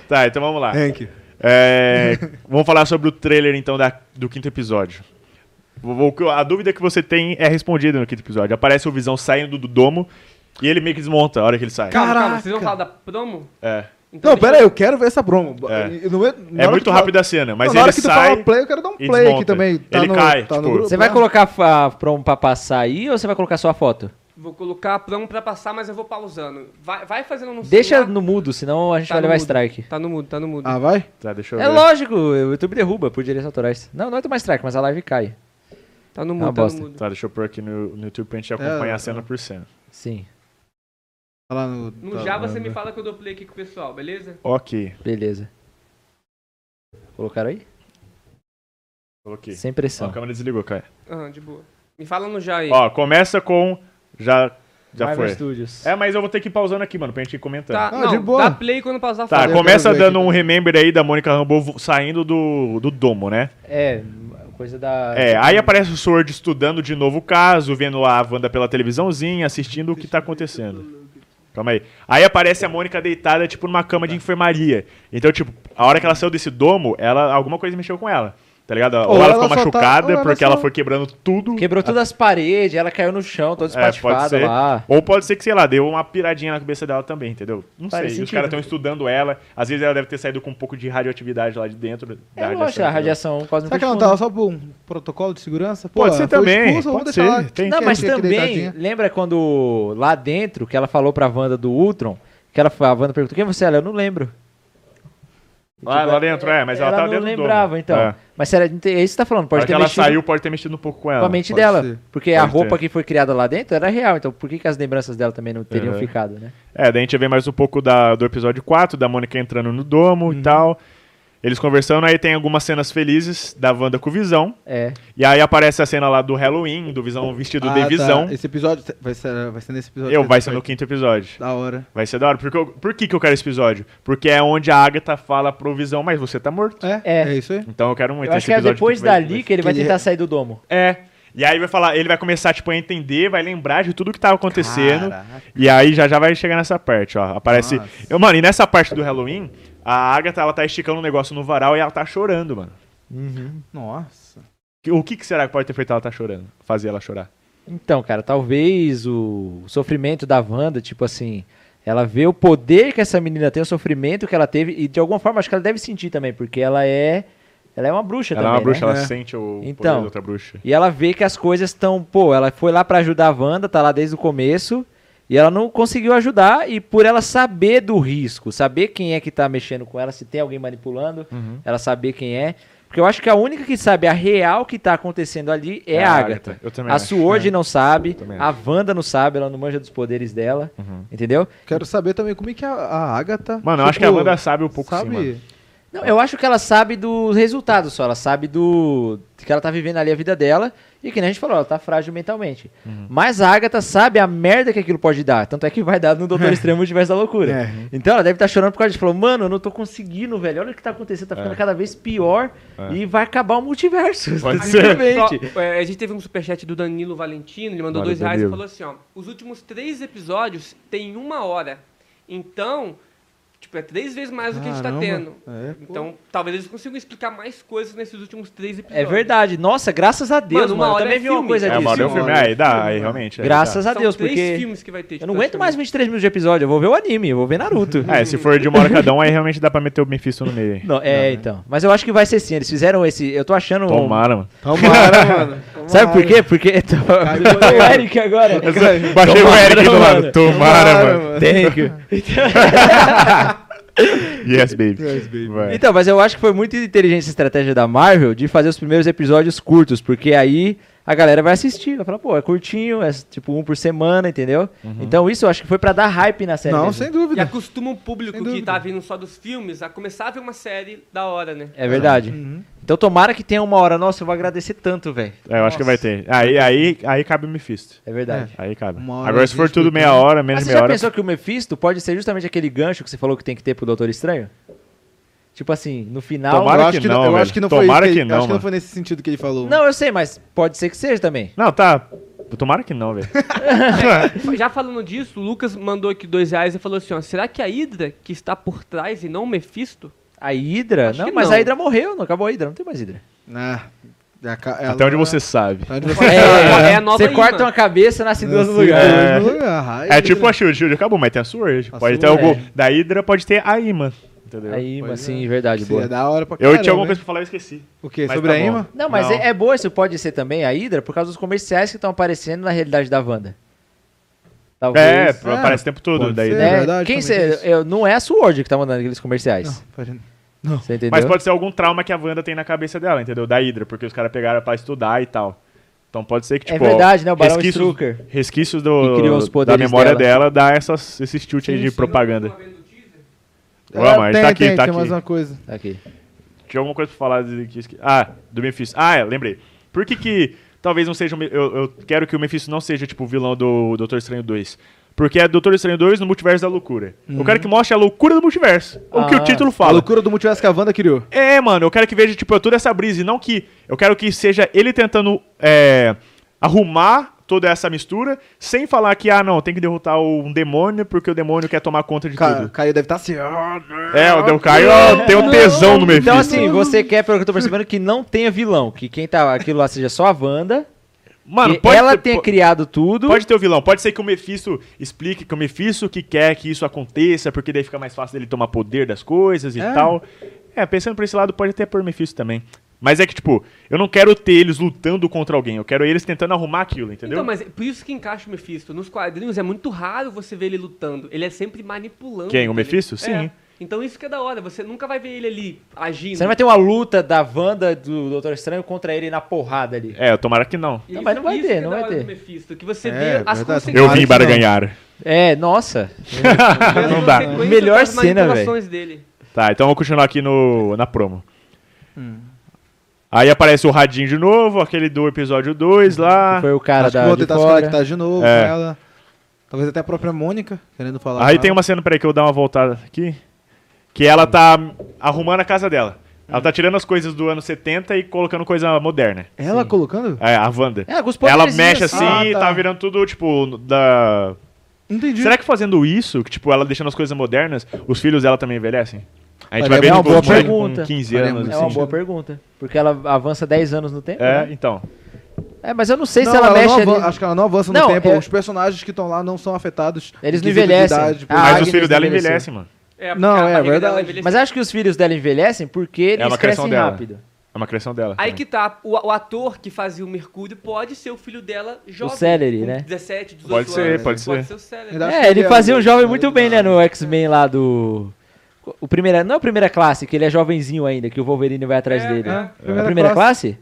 S3: Tá, então vamos lá.
S2: Hank.
S3: É, vamos falar sobre o trailer, então, da, do quinto episódio. Vou- vou- A dúvida que você tem é respondida no quinto episódio. Aparece o Visão saindo do domo e ele meio que desmonta a hora que ele sai.
S4: Calma, calma, vocês vão
S2: Caraca.
S4: falar da promo?
S3: É,
S4: Então,
S2: Não,
S4: deixa-
S2: pera aí, eu quero ver essa promo.
S3: É.
S2: E no meu- na
S3: é
S2: hora que
S3: muito
S2: tu fala-
S3: rápida a cena, mas
S2: Não, na hora
S3: ele
S2: que tu fala
S3: sai.
S2: play, eu quero dar um
S3: e
S2: play aqui
S3: desmonta.
S2: também. Tá
S3: Ele
S2: no,
S3: cai,
S2: tá no
S3: tipo,
S2: grupo,
S1: Você vai
S2: né?
S1: colocar a a promo pra passar aí ou você vai colocar só a foto?
S4: Vou colocar a promo pra passar, mas eu vou pausando. Vai, vai fazendo no
S1: Deixa
S4: celular.
S1: no mudo, senão a gente
S4: Tá
S1: vai
S4: no
S1: levar
S4: mudo.
S1: strike.
S4: Tá no mudo, tá no mudo.
S2: Ah, vai?
S3: Tá, deixa eu
S1: É
S3: ver.
S1: lógico, o YouTube derruba por direitos autorais. Não, não é tomar strike, mas a live cai.
S4: tá no
S1: é uma
S4: mudo, tá no
S1: bosta.
S4: mudo.
S3: Tá, deixa eu pôr aqui no, no YouTube pra gente acompanhar a cena por cena.
S1: Sim,
S2: Tá lá no.
S4: No
S2: tá
S4: Java
S2: lá
S4: você me
S2: no-
S4: fala que eu dou play aqui com o pessoal, beleza?
S3: Ok,
S1: beleza. Colocaram aí?
S3: coloquei.
S1: Sem
S3: Ó, a
S1: pressão.
S3: câmera desligou, cara.
S4: Aham, de boa. Me fala no já aí.
S3: Ó, começa com. Já, já
S1: Marvel
S3: foi.
S1: Studios.
S3: É, mas eu vou ter que ir pausando aqui, mano, pra gente ir comentando.
S4: Tá,
S2: Ah,
S4: não,
S2: de boa.
S4: dá play quando pausar
S3: Tá,
S2: Eu
S4: fora.
S3: começa
S2: quero ver
S3: dando
S2: aqui
S3: um remember aí da Mônica Rambeau vo- saindo do, do domo, né?
S1: É, coisa da.
S3: É, aí aparece o Sword estudando de novo o caso, vendo a Wanda pela televisãozinha, assistindo o que tá acontecendo. Calma aí. Aí aparece a Mônica deitada, tipo, numa cama de
S2: Tá.
S3: enfermaria. Então, tipo, a hora que ela saiu desse domo, ela, alguma coisa mexeu com ela. Tá ligado? Ou, ela, ficou
S2: só tá-
S3: machucada
S2: ou ela
S3: porque
S2: só-
S3: ela foi quebrando tudo.
S1: Quebrou todas as paredes, ela caiu no chão, toda
S3: É, pode
S1: espatifada
S3: ser.
S1: lá.
S3: Ou pode ser que, sei lá, deu uma piradinha na cabeça dela também, entendeu? Não
S1: Faz
S3: sei. E Os
S1: sentido.
S3: caras estão estudando ela. Às vezes ela deve ter saído com um pouco de radioatividade lá de dentro. Da
S1: É lógico, a
S3: entendeu?
S1: radiação cósmica.
S2: Será que ela não
S1: de fundo.
S2: tava só por um protocolo de segurança? Pô,
S3: Pode ser
S2: ela foi
S3: também,
S2: expulsa, vamos
S3: pode
S2: deixar
S3: ser,
S2: ela
S3: tem
S2: quietinha,
S1: Não, mas
S2: fica
S1: também,
S2: deitadinha.
S3: né?
S1: lembra quando lá dentro que ela falou pra Wanda do Ultron, que ela, a Wanda perguntou, quem você é? Ela, Eu não lembro.
S3: Lá, lá dentro, é, mas ela, tava
S1: não
S3: dentro do
S1: lembrava,
S3: domo.
S1: então.
S3: É.
S1: Mas será, é isso que você tá falando,
S3: Pode
S1: pode ter
S3: ela
S1: mexido
S3: saiu, pode ter mexido um pouco com ela.
S1: com a mente
S2: pode
S1: dela.
S2: ser.
S1: Porque a
S3: Pode
S1: roupa
S3: ter.
S1: que foi criada lá dentro era real, então por que, que as lembranças dela também não teriam
S3: Uhum.
S1: ficado, né?
S3: É, daí a gente vê mais um pouco da- do episódio 4, da Mônica entrando no domo
S1: Uhum.
S3: e tal. Eles conversando, aí tem algumas cenas felizes da Wanda com o Visão.
S1: É.
S3: E aí aparece a cena lá do Halloween, do Visão vestido
S2: Ah,
S3: de
S2: tá.
S3: Visão.
S2: Esse episódio tá- vai ser, vai ser nesse episódio.
S3: Eu,
S2: que
S3: vai ser no quinto episódio.
S2: Da hora.
S3: Vai ser da hora. Porque eu- por que, que eu quero esse episódio? Porque é onde a Agatha fala pro Visão, mas você tá morto.
S2: É?
S1: É.
S2: É, isso aí?
S3: Então eu quero muito
S1: Eu acho
S3: esse
S1: que é
S3: episódio.
S1: depois
S3: que vai-
S1: dali que ele vai
S2: que ele-
S1: tentar sair do domo.
S3: É. E aí vai falar, ele vai começar, tipo, a entender, vai lembrar de tudo que tava acontecendo.
S2: Caraca.
S3: E aí já já vai chegar nessa parte, ó. Aparece.
S2: Nossa.
S3: Eu, mano, e nessa parte do Halloween, a Agatha ela tá esticando um negócio no varal e ela tá chorando, mano. Uhum.
S2: Nossa.
S3: Que- O que, que será que pode ter feito ela tá chorando? Fazer ela chorar.
S1: Então, cara, talvez o sofrimento da Wanda, tipo assim, ela vê o poder que essa menina tem, o sofrimento que ela teve, e de alguma forma acho que ela deve sentir também, porque ela é. Ela é uma bruxa
S3: ela
S1: também.
S3: é uma bruxa,
S1: né?
S3: ela
S2: É.
S3: sente o poder
S1: Então.
S3: da outra bruxa.
S1: E ela vê que as coisas estão. Pô, ela foi lá pra ajudar a Wanda, tá lá desde o começo. E ela não conseguiu ajudar, e por ela saber do risco, saber quem é que tá mexendo com ela, se tem alguém manipulando, ela saber quem é. Porque eu acho que a única que sabe a real que tá acontecendo ali é, a Agatha.
S3: Eu também
S1: A
S3: acho.
S1: Suoji não sabe,
S3: Também
S1: a Wanda não sabe, ela não manja dos poderes dela, entendeu?
S2: Quero saber também como é que a, a Agatha.
S3: Mano, eu acho que a
S2: tipo,
S3: Wanda sabe um pouco sim, mano.
S2: Sabe?
S1: Não, eu acho que ela sabe dos resultados só, ela sabe do que ela tá vivendo ali a vida dela e que nem a gente falou, ela tá frágil mentalmente.
S3: Uhum.
S1: Mas a Agatha sabe a merda que aquilo pode dar, tanto é que vai dar no Doutor Extremo Diverso da Loucura.
S2: É.
S1: Então ela deve estar chorando por causa disso, falou, mano, eu não tô conseguindo, velho, olha o que tá acontecendo, tá ficando
S3: É.
S1: cada vez pior e vai acabar o multiverso,
S3: Pode ser.
S1: simplesmente.
S4: Só, é, a gente teve um superchat do Danilo Valentino, ele mandou
S3: Valeu,
S4: dois reais e
S3: Danilo.
S4: falou assim, ó. Os últimos três episódios tem uma hora. Então, tipo, é três vezes mais do que a gente tá
S2: Caramba.
S4: tendo.
S2: É, pô.
S4: então, talvez eles consigam explicar mais coisas nesses últimos três
S1: É
S4: episódios.
S1: verdade, nossa, graças a Deus,
S4: Mano,
S1: mano,
S4: uma
S1: eu
S4: hora
S1: também
S4: é
S1: vi uma
S4: filme.
S1: coisa
S3: É,
S1: disso.
S3: uma hora é um filme. Aí dá, aí realmente. aí
S1: né? Graças a
S4: São
S1: Deus,
S4: três
S1: porque...
S4: filmes que vai ter, tipo,
S1: Eu não aguento mais 23 minutos de episódio, eu vou ver o anime, eu vou ver Naruto.
S3: dá. É, se for de uma hora cada um, aí realmente dá pra meter o Mephisto no meio.
S1: Não, é, então. Mas eu acho que vai ser sim. Eles fizeram esse. Eu tô achando.
S3: né?
S1: um-
S3: Tomara, mano.
S2: Tomara, mano.
S1: Sabe por quê? Porque. Então, o Eric agora.
S3: Baixei o
S1: Tomara,
S3: Eric do lado.
S1: mano.
S3: Tomara, mano.
S1: Thank you.
S3: Yes, baby.
S2: Yes, baby.
S3: Vai.
S1: Então, mas eu acho que foi muito inteligente essa estratégia da Marvel de fazer os primeiros episódios curtos, porque aí a galera vai assistir. Vai falar, pô, é curtinho, é tipo um por semana, entendeu?
S3: Uhum.
S1: Então isso eu acho que foi pra dar hype na série.
S2: Não,
S1: mesmo.
S2: sem
S4: E
S2: dúvida.
S4: acostuma o público
S2: Sem
S4: que
S2: dúvida.
S4: tá vindo só dos filmes a começar a ver uma série da hora, né?
S1: É verdade.
S2: Uhum.
S1: Então tomara que tenha uma hora. Nossa, eu vou agradecer tanto, velho.
S3: É, eu acho que vai ter. Aí, aí, aí cabe o Mephisto.
S1: É verdade.
S3: Aí cabe.
S2: Uma hora
S3: Agora,
S2: e
S3: se for
S2: vinte
S3: tudo
S2: minutos.
S3: meia hora, menos
S1: Mas
S3: de
S1: você
S3: meia
S1: já
S3: hora.
S1: pensou que o Mephisto pode ser justamente aquele gancho que você falou que tem que ter pro Doutor Estranho? Tipo assim, no final.
S3: Tomara
S2: eu acho
S3: que
S2: não,
S3: não,
S2: eu
S3: velho.
S2: acho que não foi
S3: Tomara
S2: isso
S3: que
S2: ele-
S3: não,
S2: eu acho que
S3: mano.
S2: não foi nesse sentido que ele falou.
S1: Não, eu sei, mas pode ser que seja também.
S3: Não, tá. Tomara que não, velho.
S2: É,
S4: Já falando disso, o Lucas mandou aqui dois reais e falou assim, ó. Será que a Hydra que está por trás e não o Mephisto?
S1: A Hydra?
S4: Acho
S1: Não,
S4: que
S1: mas
S4: não.
S1: a Hydra morreu, não acabou a Hydra, não tem mais Hydra.
S2: Ah, a ca- ela-
S3: Até onde você sabe.
S2: Até onde você
S1: É,
S4: É, é a nova
S1: você
S4: Hydra.
S1: corta uma cabeça, nasce
S2: Não,
S1: duas no
S2: sim,
S1: lugar.
S2: dois no lugar. Ai,
S3: É tipo a Shield. Shield acabou, mas tem a Sword.
S2: A
S3: Pode
S2: Sword,
S3: ter algum.
S1: é.
S3: Da Hydra pode ter a Ima. Entendeu?
S1: Aí, mas
S2: Pois
S1: sim, verdade,
S2: Seria
S1: boa.
S2: da hora pra
S3: eu
S2: caramba,
S3: tinha alguma
S2: hein?
S3: coisa pra falar e eu esqueci.
S2: O quê?
S3: mas
S2: Sobre
S3: tá
S2: a
S3: bom.
S2: Ima?
S1: Não, mas
S3: Não.
S1: É, é boa isso pode ser também a Hydra por causa dos comerciais que estão aparecendo na realidade da Wanda. Talvez.
S3: É,
S1: É,
S2: É,
S3: aparece o tempo todo.
S2: pode
S3: Da
S2: ser.
S3: Hydra.
S2: é verdade,
S1: quem cê-
S2: também tem isso.
S1: eu- não é a Sword que tá mandando aqueles comerciais.
S2: Não, pode-
S1: Você entendeu?
S3: Mas pode ser algum trauma que a Wanda tem na cabeça dela, entendeu? Da Hydra, porque os caras pegaram pra estudar e tal. Então pode ser que,
S1: É
S3: tipo.
S1: verdade, né? O Barão
S3: resquícios,
S1: Strucker.
S3: resquícios
S1: Que criou
S3: do,
S1: os poderes
S3: da memória
S1: dela.
S3: dela, dá essas, esse tilt aí de propaganda.
S2: Ah,
S3: Vamos, mas
S2: tem,
S3: tá aqui,
S2: tem,
S3: tá
S2: tem
S3: aqui.
S2: mais uma coisa.
S1: Aqui.
S3: Tinha alguma coisa pra falar de, que esque- Ah, do Mephisto. Ah, é, lembrei. Por que que talvez não seja... o Me- Eu, eu quero que o Mephisto não seja, tipo, o vilão do Doutor Estranho 2. Porque é Doutor Estranho 2 no Multiverso da Loucura. Eu quero que mostre a loucura do multiverso. O que
S1: Uhum. Ah,
S3: o título
S2: A
S3: fala.
S2: loucura do multiverso que a Wanda criou.
S3: É, mano, eu quero que veja, tipo, toda essa brisa. E não que. Eu quero que seja ele tentando é, arrumar toda essa mistura, sem falar que, ah, não, tem que derrotar o- um demônio porque o demônio quer tomar conta de
S2: Ca
S3: tudo.
S2: Caio deve estar assim. "Ah, não."
S3: É, o Del Caio ó, tem um tesão no Mephisto.
S1: Então, assim, você quer, pelo que eu tô percebendo, que não tenha vilão. Que quem tá aquilo lá seja só a Wanda.
S3: Mano,
S1: que ela
S3: ter-
S1: tenha
S3: po-
S1: criado tudo.
S3: Pode ter o vilão, pode ser que o Mephisto explique que o Mephisto que quer que isso aconteça, porque daí fica mais fácil dele tomar poder das coisas e tal. É, pensando por esse lado, pode até pôr o Mephisto também. Mas é que, tipo, eu não quero ter eles lutando contra alguém, eu quero eles tentando arrumar aquilo, entendeu?
S4: Então, mas é por isso que encaixa o Mephisto. Nos quadrinhos é muito raro você ver ele lutando. Ele é sempre manipulando.
S3: Quem, o
S4: aquele-
S3: Mephisto?
S4: É.
S3: Sim.
S4: Então isso que é da hora. Você nunca vai ver ele ali agindo.
S1: Você não vai ter uma luta da Wanda do Doutor Estranho contra ele na porrada ali.
S3: É, tomara que não.
S4: E
S1: Não, mas não vai
S4: isso
S1: ter,
S4: que é
S1: não
S4: da
S1: vai
S4: hora
S1: ter.
S4: do Mephisto, que você
S2: É,
S4: vê as
S2: verdade.
S4: consequências.
S3: Eu
S2: Tomara
S3: vim
S2: que
S3: para
S2: não.
S3: ganhar.
S1: É, nossa.
S3: não dá.
S4: consequências
S1: Melhor
S4: das
S1: cena, velho.
S4: manipulações dele.
S3: Tá, então eu vou continuar aqui no, na promo.
S2: Hum.
S3: Aí aparece o Radinho de novo, aquele do episódio 2 lá.
S1: Foi o cara
S2: Ah. Acho tá assim,
S1: da
S2: que vou
S1: de
S2: tentar se
S1: fora.
S2: conectar de novo
S3: É.
S2: com ela. Talvez até a própria Mônica querendo falar.
S3: Aí
S2: com
S3: tem
S2: ela.
S3: uma cena, peraí, que eu vou dar uma voltada aqui. Que ela tá arrumando a casa dela. Ela tá tirando as coisas do ano 70 e colocando coisa moderna.
S2: Ela colocando?
S3: É, a Wanda.
S1: É, alguns
S3: ela
S1: poderzinhos,
S3: mexe assim
S2: Ah,
S3: e
S2: tá.
S3: tá virando tudo, tipo, da.
S2: Entendi.
S3: Será que fazendo isso, que, tipo, ela deixando as coisas modernas, os filhos dela também envelhecem? A gente
S2: Olha,
S3: vai ver
S2: é uma
S3: tipo,
S2: boa
S3: moleque
S1: pergunta.
S3: com 15
S2: Olha,
S3: anos.
S2: muito
S1: É uma
S3: assim.
S1: boa pergunta. Porque ela avança 10 anos no tempo.
S3: É,
S1: né?
S3: então.
S1: É, mas eu não sei
S2: Não,
S1: se ela,
S2: não
S1: mexe
S2: avan-
S1: ali.
S2: Acho que ela não avança
S1: Não,
S2: no tempo.
S1: é-
S2: Os personagens que estão lá não são afetados.
S1: Eles não
S2: em quesito de
S1: envelhecem.
S2: idade, por-
S1: Ah,
S3: Mas
S1: Agnes
S3: os filhos dela
S1: envelheceu.
S3: envelhecem, mano.
S4: É, porque
S2: Não,
S4: a
S2: é
S4: barriga
S2: verdade.
S4: dela envelheceu.
S1: Mas acho que os filhos dela envelhecem porque
S2: É
S1: eles
S3: uma criação
S1: crescem
S3: dela.
S1: rápido.
S3: É uma criação dela.
S4: Aí
S3: também.
S4: que tá, o, o ator que fazia o Mercúrio pode ser o filho dela jovem.
S1: Celery,
S4: com
S1: né?
S4: 17, 18
S3: Pode ser,
S4: anos.
S3: pode ser.
S4: Pode ser o Celery.
S2: Verdade. Acho
S1: É,
S2: que
S1: ele
S2: é
S1: fazia
S2: o-
S1: um jovem muito bem, né? No X-Men lá do. O primeira, não é o primeira classe, que ele é jovenzinho ainda, que o Wolverine vai atrás
S4: É,
S1: dele.
S4: é.
S1: É, a primeira classe?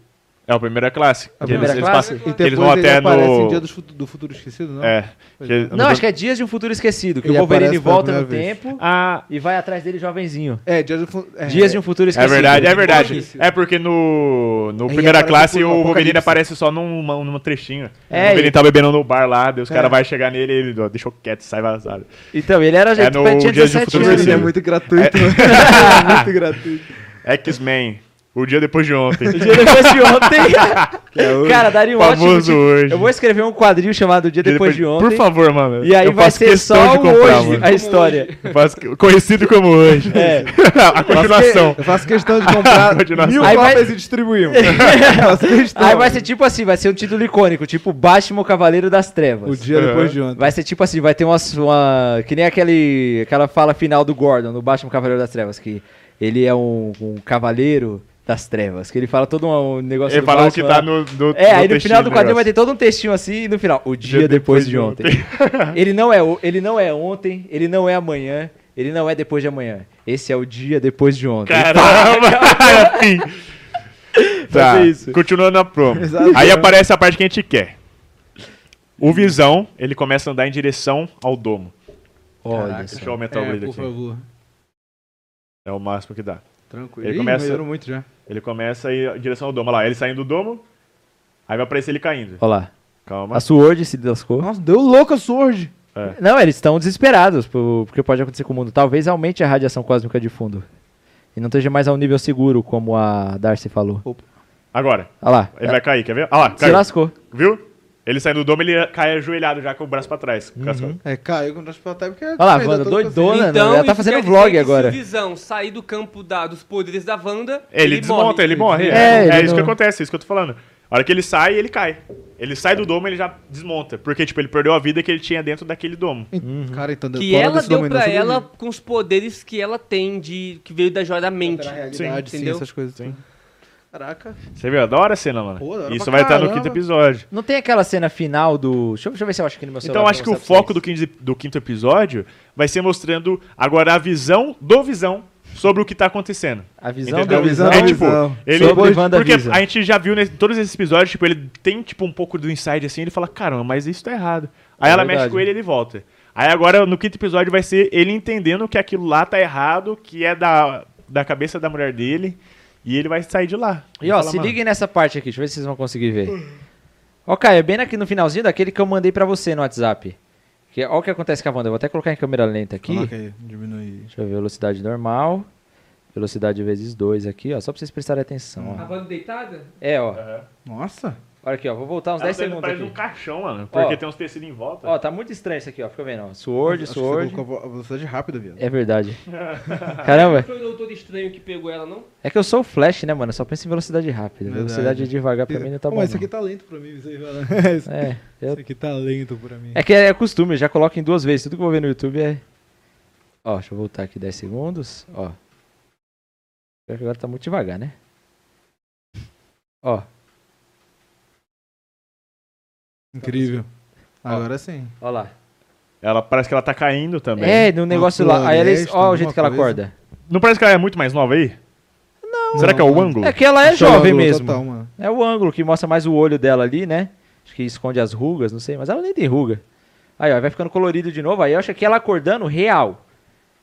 S3: É a primeira classe. que
S1: primeira
S3: eles, eles
S1: classe?
S3: passam-
S2: E
S3: que eles
S2: depois
S3: vão
S2: ele
S3: até
S2: aparece em
S3: no.
S2: Dia dos Futu- do Futuro Esquecido, não?
S3: É. que-
S1: Não, acho que é Dias de um Futuro Esquecido, que
S2: Ele
S1: o Wolverine
S2: aparece pela
S1: volta no
S2: primeira vez.
S1: tempo
S3: Ah,
S1: e vai atrás dele jovenzinho.
S2: É, Dia do Fu- é,
S1: Dias de um Futuro
S3: É
S1: Esquecido.
S3: verdade, é verdade.
S2: Esquecido.
S3: É porque no, no
S2: Aí
S3: primeira
S2: aparece
S3: classe
S1: um
S2: o
S3: o Wolverine
S2: Apocalipse.
S3: aparece só num, num trechinho.
S1: É,
S3: o Wolverine
S1: e-
S3: tá bebendo no bar lá, daí os
S2: É.
S3: caras vão chegar nele e ele ó, deixou quieto, sai vazado.
S1: Então, ele era
S3: É
S1: gente,
S3: no
S1: tinha
S3: Dias de um
S1: 17
S3: Futuro
S1: anos.
S2: Ele é
S3: Esquecido.
S2: muito gratuito. É muito gratuito.
S3: X-Men, o dia depois de ontem.
S1: O dia depois de um ontem. Cara, daria um ótimo.
S3: é Famoso
S1: título.
S3: hoje.
S1: Eu vou escrever um quadrinho chamado Dia
S3: Dia
S1: Depois de Ontem.
S3: Por favor, mano.
S1: E aí
S3: eu
S1: vai
S3: faço
S1: ser
S3: questão
S1: só
S3: de
S1: o
S3: comprar,
S1: hoje
S3: mano.
S1: a história.
S3: Eu faço que- Conhecido como hoje.
S1: É.
S3: A continuação.
S2: Eu faço questão de comprar
S3: Continuação.
S2: mil
S1: Aí vai-
S2: cópias e distribuímos. Faço questão.
S1: Aí vai ser tipo assim, vai ser um título icônico, tipo Batman o Cavaleiro das Trevas.
S2: O dia depois de ontem.
S1: Vai ser tipo assim, vai ter umas, uma. Que nem aquele, aquela fala final do Gordon, no Batman Cavaleiro das Trevas, que ele é um, um cavaleiro das trevas, que ele fala todo um, um negócio
S3: Ele
S1: do
S3: falou
S1: Batman
S3: que
S1: lá.
S3: tá no. no
S1: É, aí no
S3: textinho
S1: final do quadrinho vai
S3: negócio.
S1: ter todo um textinho assim, e no final, o dia,
S3: Dia
S1: depois,
S3: depois
S1: de
S3: de
S1: ontem. ele, não é, o- ele não é ontem, ele não é amanhã, ele não é depois de amanhã. Esse é o dia depois de ontem.
S5: Assim.
S3: Caramba! Enfim. assim. tá,
S1: Fazer isso.
S3: continuando a promo.
S2: Exato.
S3: Aí aparece a parte que a gente quer. O Visão, ele começa a andar em direção ao domo.
S1: Olha
S2: Caraca.
S1: só.
S3: Deixa eu aumentar o
S5: É,
S3: brilho
S5: por
S3: aqui.
S5: favor.
S3: É o máximo que dá.
S2: Tranquilo. Ele
S3: Ele começa-
S2: começa... muito já.
S3: Ele começa a ir em direção ao domo. Olha lá, ele saindo do domo. Aí vai aparecer ele caindo.
S1: Olha lá.
S3: Calma.
S1: A Sword se lascou.
S2: Nossa, deu louco a Sword.
S1: Não, eles estão desesperados por- porque pode acontecer com o mundo. Talvez aumente a radiação cósmica de fundo. E não esteja mais a um nível seguro, como a Darcy falou.
S3: Agora.
S1: Olha lá.
S3: Ele vai cair, quer ver? Olha lá,
S1: Se
S3: caiu.
S1: lascou.
S3: Viu? Ele saindo do domo, ele cai ajoelhado já com o braço pra trás. com
S1: Uhum.
S3: as costas.
S2: É, caiu com o transporte porque...
S1: Olha lá, Wanda, doidona. né? ela
S4: isso
S1: tá fazendo
S4: Então, quer dizer
S1: vlog
S4: que
S1: agora.
S4: Se o Visão sair do campo da- dos poderes da Wanda,
S3: É, Ele,
S2: né?
S3: desmonta, ele morre.
S1: É,
S3: É,
S1: ele
S3: isso
S1: não-
S3: que acontece, é isso que eu tô falando. A hora que ele sai, ele cai. Ele sai do domo, ele já desmonta. Porque, tipo, ele perdeu a vida que ele tinha dentro daquele domo.
S2: Cara, então...
S4: Que
S2: fora
S4: ela
S2: desse
S4: deu
S2: domínio,
S4: pra
S2: eu sou
S4: ela
S2: doido.
S4: com os poderes que ela tem, de que veio da joia da mente.
S2: Alterar a realidade, sim,
S4: entendeu?
S2: essas coisas. Sim. Caraca.
S3: Você viu? Adora a cena, mano.
S2: Pô, da hora
S3: isso
S2: pra
S3: vai estar no
S2: caramba.
S3: quinto episódio.
S1: Não tem aquela cena final do. Deixa eu, deixa eu ver se eu acho que no meu celular.
S3: Então,
S1: pra
S3: acho que o
S1: mostrar pra
S3: foco do
S1: vocês.
S3: quinto, do quinto episódio vai ser mostrando agora a visão do Visão sobre o que tá acontecendo.
S1: A visão
S3: Entendeu?
S1: da visão.
S2: Visão
S3: é,
S2: da
S3: tipo,
S2: visão.
S3: ele,
S1: Sobre
S3: porque
S1: WandaVision.
S3: a gente já viu em todos esses episódios, tipo, ele tem tipo um pouco do inside assim, ele fala, caramba, mas isso tá errado. Aí
S1: É
S3: ela
S1: verdade.
S3: mexe com ele e ele volta. Aí agora, no quinto episódio, vai ser ele entendendo que aquilo lá tá errado, que é da, da cabeça da mulher dele, e ele vai sair de lá.
S1: E ó,
S3: Fala,
S1: se
S3: "Mano,
S1: liguem nessa parte aqui, deixa eu ver se vocês vão conseguir ver. Ó, Caio, é bem aqui no finalzinho daquele que eu mandei pra você no WhatsApp. Que, ó o que acontece com a Wanda. Eu vou até colocar em câmera lenta aqui.
S2: Coloca aí, diminui.
S1: Deixa eu ver, velocidade normal. Velocidade vezes 2 aqui, ó. Só pra vocês prestarem atenção.
S4: A
S1: ó.
S4: Wanda deitada?
S1: É, ó.
S2: Nossa.
S1: Olha aqui, ó. Vou voltar uns
S3: Ela
S1: 10
S3: tá indo-
S1: segundos
S3: parece
S1: aqui.
S3: um caixão, mano. Porque
S1: Ó.
S3: tem uns tecidos em volta.
S1: Ó, tá muito estranho isso aqui, ó. Fica vendo, ó. Sword,
S2: Acho que
S1: Sword.
S2: Você colocou a velocidade rápida, viado.
S1: É verdade. Caramba.
S4: Foi o doutor estranho que pegou ela, não?
S1: É que eu sou o Flash, né, mano? Eu só penso em velocidade rápida.
S2: Verdade.
S1: Velocidade devagar pra mim não tá
S2: Pô,
S1: bom.
S2: mas isso
S1: não.
S2: aqui tá lento pra mim, isso aí, mano. Isso
S1: É, eu-
S2: aqui tá lento pra mim.
S1: é que é costume, eu já coloco em duas vezes. Tudo que eu vou ver no YouTube é. Ó, deixa eu voltar aqui 10 segundos. Ó. Pior que Agora tá muito devagar, né? Ó,
S2: Incrível. Agora sim.
S1: ó lá.
S3: Ela parece que ela tá caindo também.
S1: É, no negócio lá. Aí ela.
S2: floresta,
S1: Ó, o jeito que ela
S2: alguma coisa.
S1: acorda.
S3: Não parece que ela é muito mais nova aí? Não. Será que é
S2: Não,
S3: o
S2: não.
S3: ângulo?
S1: É que ela é
S2: Acho que ela
S1: jovem
S2: andou
S1: mesmo.
S2: Total, mano.
S1: É o ângulo que mostra mais o olho dela ali, né? Acho que esconde as rugas, não sei, mas ela nem tem ruga. Aí, ó, vai ficando colorido de novo. Aí eu acho que ela acordando real.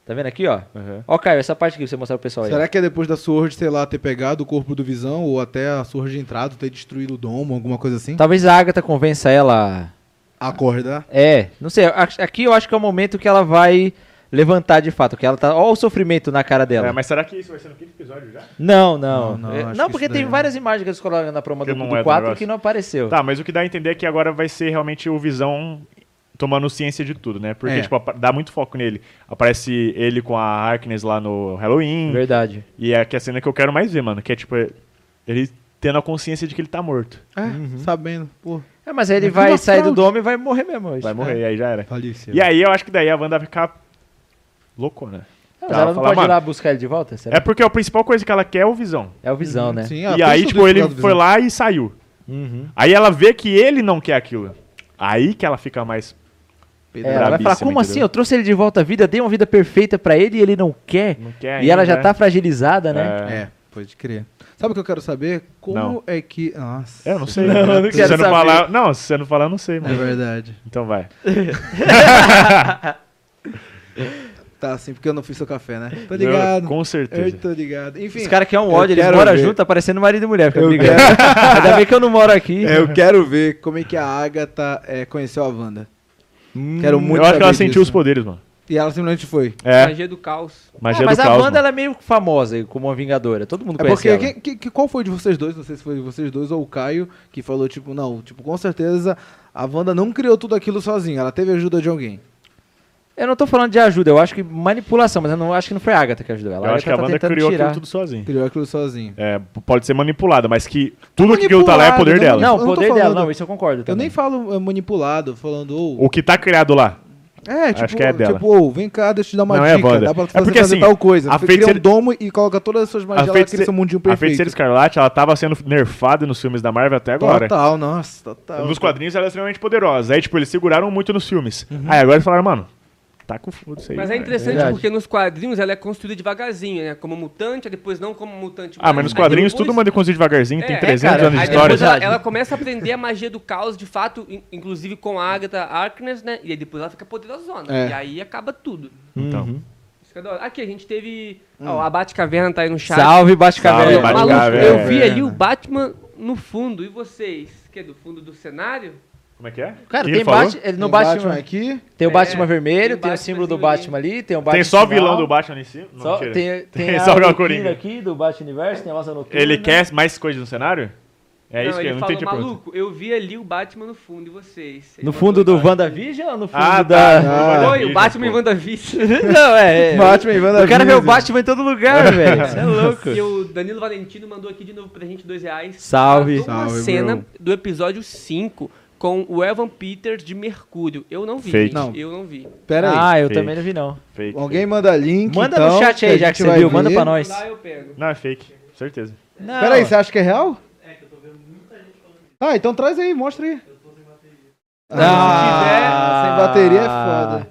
S1: Tá vendo aqui, ó?
S3: Uhum.
S1: Ó, Caio, essa parte aqui pra você mostrar pro pessoal aí.
S2: Será que é depois da Sword, sei lá, ter pegado o corpo do Visão ou até a Sword entrado, ter destruído o domo, alguma coisa assim?
S1: Talvez a Agatha convença ela.
S2: Acordar.
S1: É, não sei. a- Aqui eu acho que é o momento que ela vai levantar de fato. Que ela tá. Ó, o sofrimento na cara dela.
S3: É, mas será que isso vai ser no quinto episódio já?
S1: Não, não. É, Não,
S2: Não, não, acho que
S1: porque
S2: isso
S1: tem
S2: daí-
S1: várias imagens que eles colocaram na promo
S3: Que
S1: do,
S3: não
S1: do
S3: é do
S1: 4
S3: negócio.
S1: que não apareceu.
S3: Tá, mas o que dá a entender é que agora vai ser realmente o Visão tomando ciência de tudo, né? Porque,
S2: É.
S3: tipo, apa- dá muito foco nele. Aparece ele com a Harkness lá no Halloween.
S1: Verdade.
S3: E é que a cena que eu quero mais ver, mano. Que é, tipo, ele tendo a consciência de que ele tá morto.
S2: É, sabendo. Pô,
S1: É, mas aí ele
S2: Mas uma
S1: vai sair do
S2: fraude.
S1: domo e vai morrer mesmo. É, eu acho.
S3: Vai morrer, aí já era.
S2: faleceu.
S3: E aí eu acho que daí a Wanda vai ficar loucona.
S1: Ah, Mas
S3: Tá,
S1: ela não
S3: fala,
S1: pode ir
S3: mano,
S1: lá buscar ele de volta? Será?
S3: É porque a principal coisa que ela quer é o Visão.
S1: É o Visão, né? Uhum.
S2: Sim,
S3: e aí, tipo, ele
S2: é
S3: foi lá e saiu. Aí ela vê que ele não quer aquilo. Aí que ela fica mais.
S1: É, ela vai falar,
S3: Brabíssima,
S1: como assim?
S3: entendeu?
S1: Eu trouxe ele de volta à vida, dei uma vida perfeita pra ele e ele não quer.
S3: Não quer
S1: e ela já
S3: ainda.
S1: tá fragilizada, né?
S3: É.
S2: É, pode crer. Sabe o que eu quero saber? Como
S3: Não.
S2: é que. Nossa.
S3: Eu não sei. né?
S1: Não, eu não
S3: se
S1: quero
S3: você não
S1: saber.
S3: falar. Não, se você não falar, eu não sei,
S2: É
S3: mano.
S2: verdade.
S3: Então vai.
S2: Tá, assim, porque eu não fiz seu café, né? Tô
S3: Eu-
S2: ligado.
S3: com certeza.
S2: Eu tô ligado. Enfim.
S1: Os caras que é um
S2: eu
S1: ódio, eles
S2: quero
S1: moram
S2: ver.
S1: junto, tá parecendo marido e mulher, fica
S2: Eu
S1: brigando. Ainda bem que eu não moro aqui.
S2: É, eu quero ver como é que a Agatha é, conheceu a Wanda. quero muito
S3: Hum, eu acho que
S2: saber
S3: ela sentiu
S2: disso.
S3: os poderes, mano.
S2: E ela simplesmente foi.
S3: É,
S4: Magia do caos.
S3: magia
S1: Ah, mas
S3: do
S1: a
S3: caos.
S1: Wanda
S3: mano.
S1: ela é meio famosa como uma vingadora. Todo mundo
S2: É
S1: conhece
S2: porque
S1: ela.
S2: quem- que- que- qual foi de vocês dois? Não sei se foi de vocês dois ou o Caio que falou, tipo, não, tipo, com certeza a Wanda não criou tudo aquilo sozinha. Ela teve ajuda de alguém.
S1: Eu não tô falando de ajuda, eu acho que manipulação, mas eu não acho que não foi a Agatha que ajudou ela.
S3: Eu acho que a
S1: tá
S3: Wanda
S1: tentando
S3: criou
S1: tirar.
S3: aquilo tudo sozinha.
S2: Criou aquilo sozinha.
S3: É, p- pode ser manipulada, mas que tudo que aquilo tá lá é poder
S2: Manipulado,
S3: dela.
S1: Não,
S2: Eu
S1: o
S2: não tô
S1: poder dela,
S2: falando-
S1: não, isso eu concordo.
S2: Eu
S1: também.
S2: nem falo é, manipulado, falando, ou.
S3: O que tá criado lá.
S2: é, tipo,
S3: que é dela.
S2: tipo, ou, vem cá, deixa eu te dar uma
S3: Não, é a
S2: dica.
S3: Wanda.
S2: dá pra
S3: É
S2: fazer,
S3: porque,
S2: fazer
S3: assim,
S2: tal coisa.
S3: a
S2: Você cria
S3: feiticeira-
S2: um domo e coloca todas as suas magias lá, cria
S3: feiticeira-
S2: seu mundinho
S3: A
S2: perfeito.
S3: Feiticeira Escarlate, ela tava sendo nerfada nos filmes da Marvel até agora.
S2: Total, nossa, total.
S3: Nos quadrinhos ela é extremamente poderosa. Aí, tipo, eles seguraram muito nos filmes. Aí agora eles falaram, mano, tá com foda isso aí.
S4: Mas é
S3: cara.
S4: interessante
S1: Verdade.
S4: porque nos quadrinhos ela é construída devagarzinho, né? Como mutante, aí depois não como mutante.
S3: Ah, mas nos quadrinhos tudo manda conduzir devagarzinho,
S4: É,
S3: tem 300
S1: cara,
S3: anos de
S1: aí
S3: história.
S1: depois
S4: Ela,
S1: Verdade.
S4: ela começa a aprender a magia do caos, de fato, in- inclusive com a Agatha Harkness, né? E aí depois ela fica poderosona.
S2: É.
S4: E aí acaba tudo.
S3: Então.
S4: Isso que eu adoro. Aqui, a gente teve... Ó, a Batcaverna tá aí no chat.
S1: Salve, Batcaverna.
S3: Hum. Salve,
S4: Maluco,
S3: Batcaverna.
S4: eu vi ali o Batman no fundo. E vocês? Que é do fundo do cenário?
S3: Como é que é?
S1: Cara,
S3: Que
S1: tem
S3: ele falou?
S1: Bat, ele- no
S2: Tem
S1: Batman,
S2: aqui.
S1: tem o
S4: É,
S1: Batman vermelho,
S4: tem
S1: tem,
S4: o
S1: o símbolo do
S4: Batmanzinho
S1: Batman ali, tem o Batman
S3: Tem só o
S1: final,
S3: vilão do Batman em cima? Não,
S1: só-
S3: mentira.
S1: tem, tem,
S3: Tem
S1: a
S3: só o
S1: Arlequina
S3: Coringa.
S1: aqui do Batman Universo, tem a Lança Noturna.
S3: Ele quer mais coisas no cenário? É isso que eu
S4: ele
S3: não
S4: falou,
S3: entendi a pergunta.
S4: maluco, eu vi ali o Batman no fundo. E vocês? Ele
S1: No
S4: mandou
S1: fundo do
S4: embaixo.
S1: WandaVision ou no fundo
S3: Ah,
S1: da...
S3: tá.
S2: Ah,
S4: Oi, o Batman e
S3: pô.
S4: WandaVision.
S1: Não, é... é.
S2: Batman e
S1: eu quero ver o
S2: WandaVision.
S1: Batman em todo lugar, velho. Você é louco.
S4: E o Danilo Valentino mandou aqui de novo pra gente dois reais.
S1: Salve.
S4: Mandou uma
S2: Salve,
S4: cena
S2: bro.
S4: do episódio 5 com o Evan Peters de Mercúrio. Eu não vi,
S3: Fake.
S4: gente.
S2: Não.
S4: Eu não vi.
S2: Pera aí.
S1: ah, eu
S3: Fake.
S1: também não vi, não.
S3: Fake.
S2: Alguém manda link.
S1: Manda
S2: então,
S1: no chat aí,
S2: a
S1: já que
S2: gente
S1: você
S2: vai
S1: viu, manda
S2: ver.
S1: pra nós.
S4: Lá eu pego.
S3: Não, é fake. Certeza.
S1: Não.
S2: Pera aí, você acha que é real? Ah, então traz aí, mostra aí.
S1: Ah,
S2: sem bateria é foda.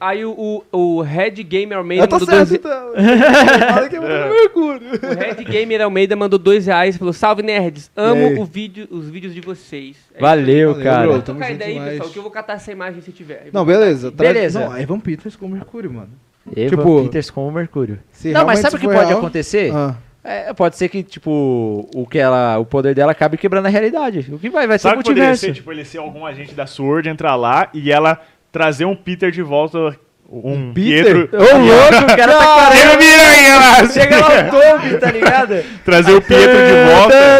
S4: Aí o, o, o Red Gamer Almeida
S2: Eu tô
S4: mandou
S2: certo,
S4: dois,
S2: então. Fala que eu
S1: É.
S2: mando no mercúrio.
S4: o Red Gamer Almeida mandou dois reais e falou: Salve nerds,
S2: Ei.
S4: amo o vídeo, os vídeos de vocês. É
S1: Valeu,
S2: Valeu,
S1: cara.
S2: bro.
S4: isso. Vou tocar
S2: Tamo
S4: a ideia
S2: junto
S4: aí, pessoal,
S2: demais.
S4: que eu vou catar essa imagem se tiver.
S2: Não, beleza. Traz...
S1: Beleza.
S2: Não, é Evan Peters com mercúrio, mano.
S1: Evan
S2: Tipo-
S1: Peters com o Mercúrio.
S2: Se
S1: não, mas
S2: realmente
S1: sabe o que
S2: for
S1: pode
S2: real-
S1: acontecer?
S2: Ah.
S1: É, pode ser que, tipo, o, que ela, o poder dela acabe quebrando a realidade. O que vai? Vai ser é
S3: Sabe
S1: o
S3: o que Tipo, poderia
S1: multiverso.
S3: ser? Tipo, ele ser algum agente da SWORD, entrar lá e ela trazer um Peter de volta, Um
S2: Peter?
S3: Pietro.
S1: Ô, louco, o cara tá
S3: Tem uma
S1: clarando.
S3: miranha lá,
S1: Chega
S3: assim.
S1: lá o Toby, tá ligado?
S3: Trazer o Pietro de volta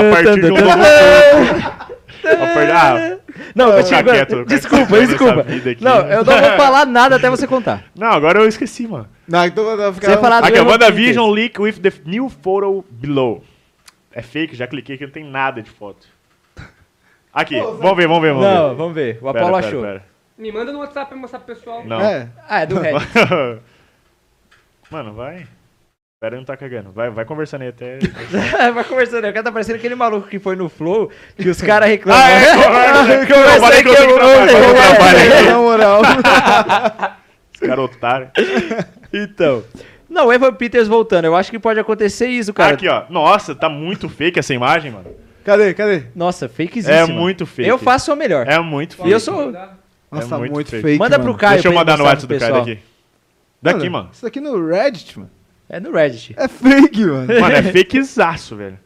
S3: a partir de um novo corpo. A par- Ah,
S1: Não,
S3: Vou
S1: eu
S3: ficar
S1: tinha... agora-
S3: quieto, eu quero
S1: Desculpa,
S3: saber dessa
S1: desculpa.
S3: vida aqui.
S1: Não, eu não vou falar nada até você contar.
S3: não, agora eu esqueci, mano.
S2: Não, então vai
S1: Você ia
S2: ficar...
S1: falar do
S3: Aqui, ó,
S1: Evan
S3: WandaVision leak with the new photo below. É fake, já cliquei aqui, não tem nada de foto. Aqui, vamos ver, vamos ver,
S1: Peters.
S3: vamos
S1: Não,
S3: ver.
S1: vamos ver. O
S3: Pera,
S1: Apollo
S3: pera,
S1: achou.
S3: pera.
S4: Me manda no WhatsApp pra mostrar pro pessoal.
S3: Não.
S2: É.
S1: Ah, é do Red.
S3: Mano, vai. Pera, não tá cagando. Vai, vai conversando aí até.
S1: Vai conversando, aí, o cara tá parecendo aquele maluco que foi no Flow, que os caras reclamam.
S3: Ah, é, correto. Eu falei que eu tenho que
S1: né?
S3: trabalhar, eu
S2: É,
S3: vou trabalhar.
S2: Na moral.
S3: Esse cara é otário.
S1: Então. Não, o Evan Peters voltando. Eu acho que pode acontecer isso, cara.
S3: Aqui, ó. Nossa, tá muito fake essa imagem, mano.
S2: Cadê, cadê?
S1: Nossa, fakezíssima.
S3: É muito fake.
S1: Eu faço o melhor.
S3: É muito
S1: E
S3: fake.
S1: eu sou...
S2: Nossa,
S3: muito
S2: É muito,
S3: fake.
S2: fake,
S1: Manda
S2: mano.
S1: pro Caio
S3: Deixa eu
S1: pra ele
S3: mandar no
S1: mostrar
S3: WhatsApp
S1: pro
S3: do cara
S1: pessoal.
S3: daqui. Daqui, mano.
S2: Isso daqui no Reddit, mano.
S1: É no Reddit.
S2: É fake, mano.
S3: Mano, é fakezaço, velho.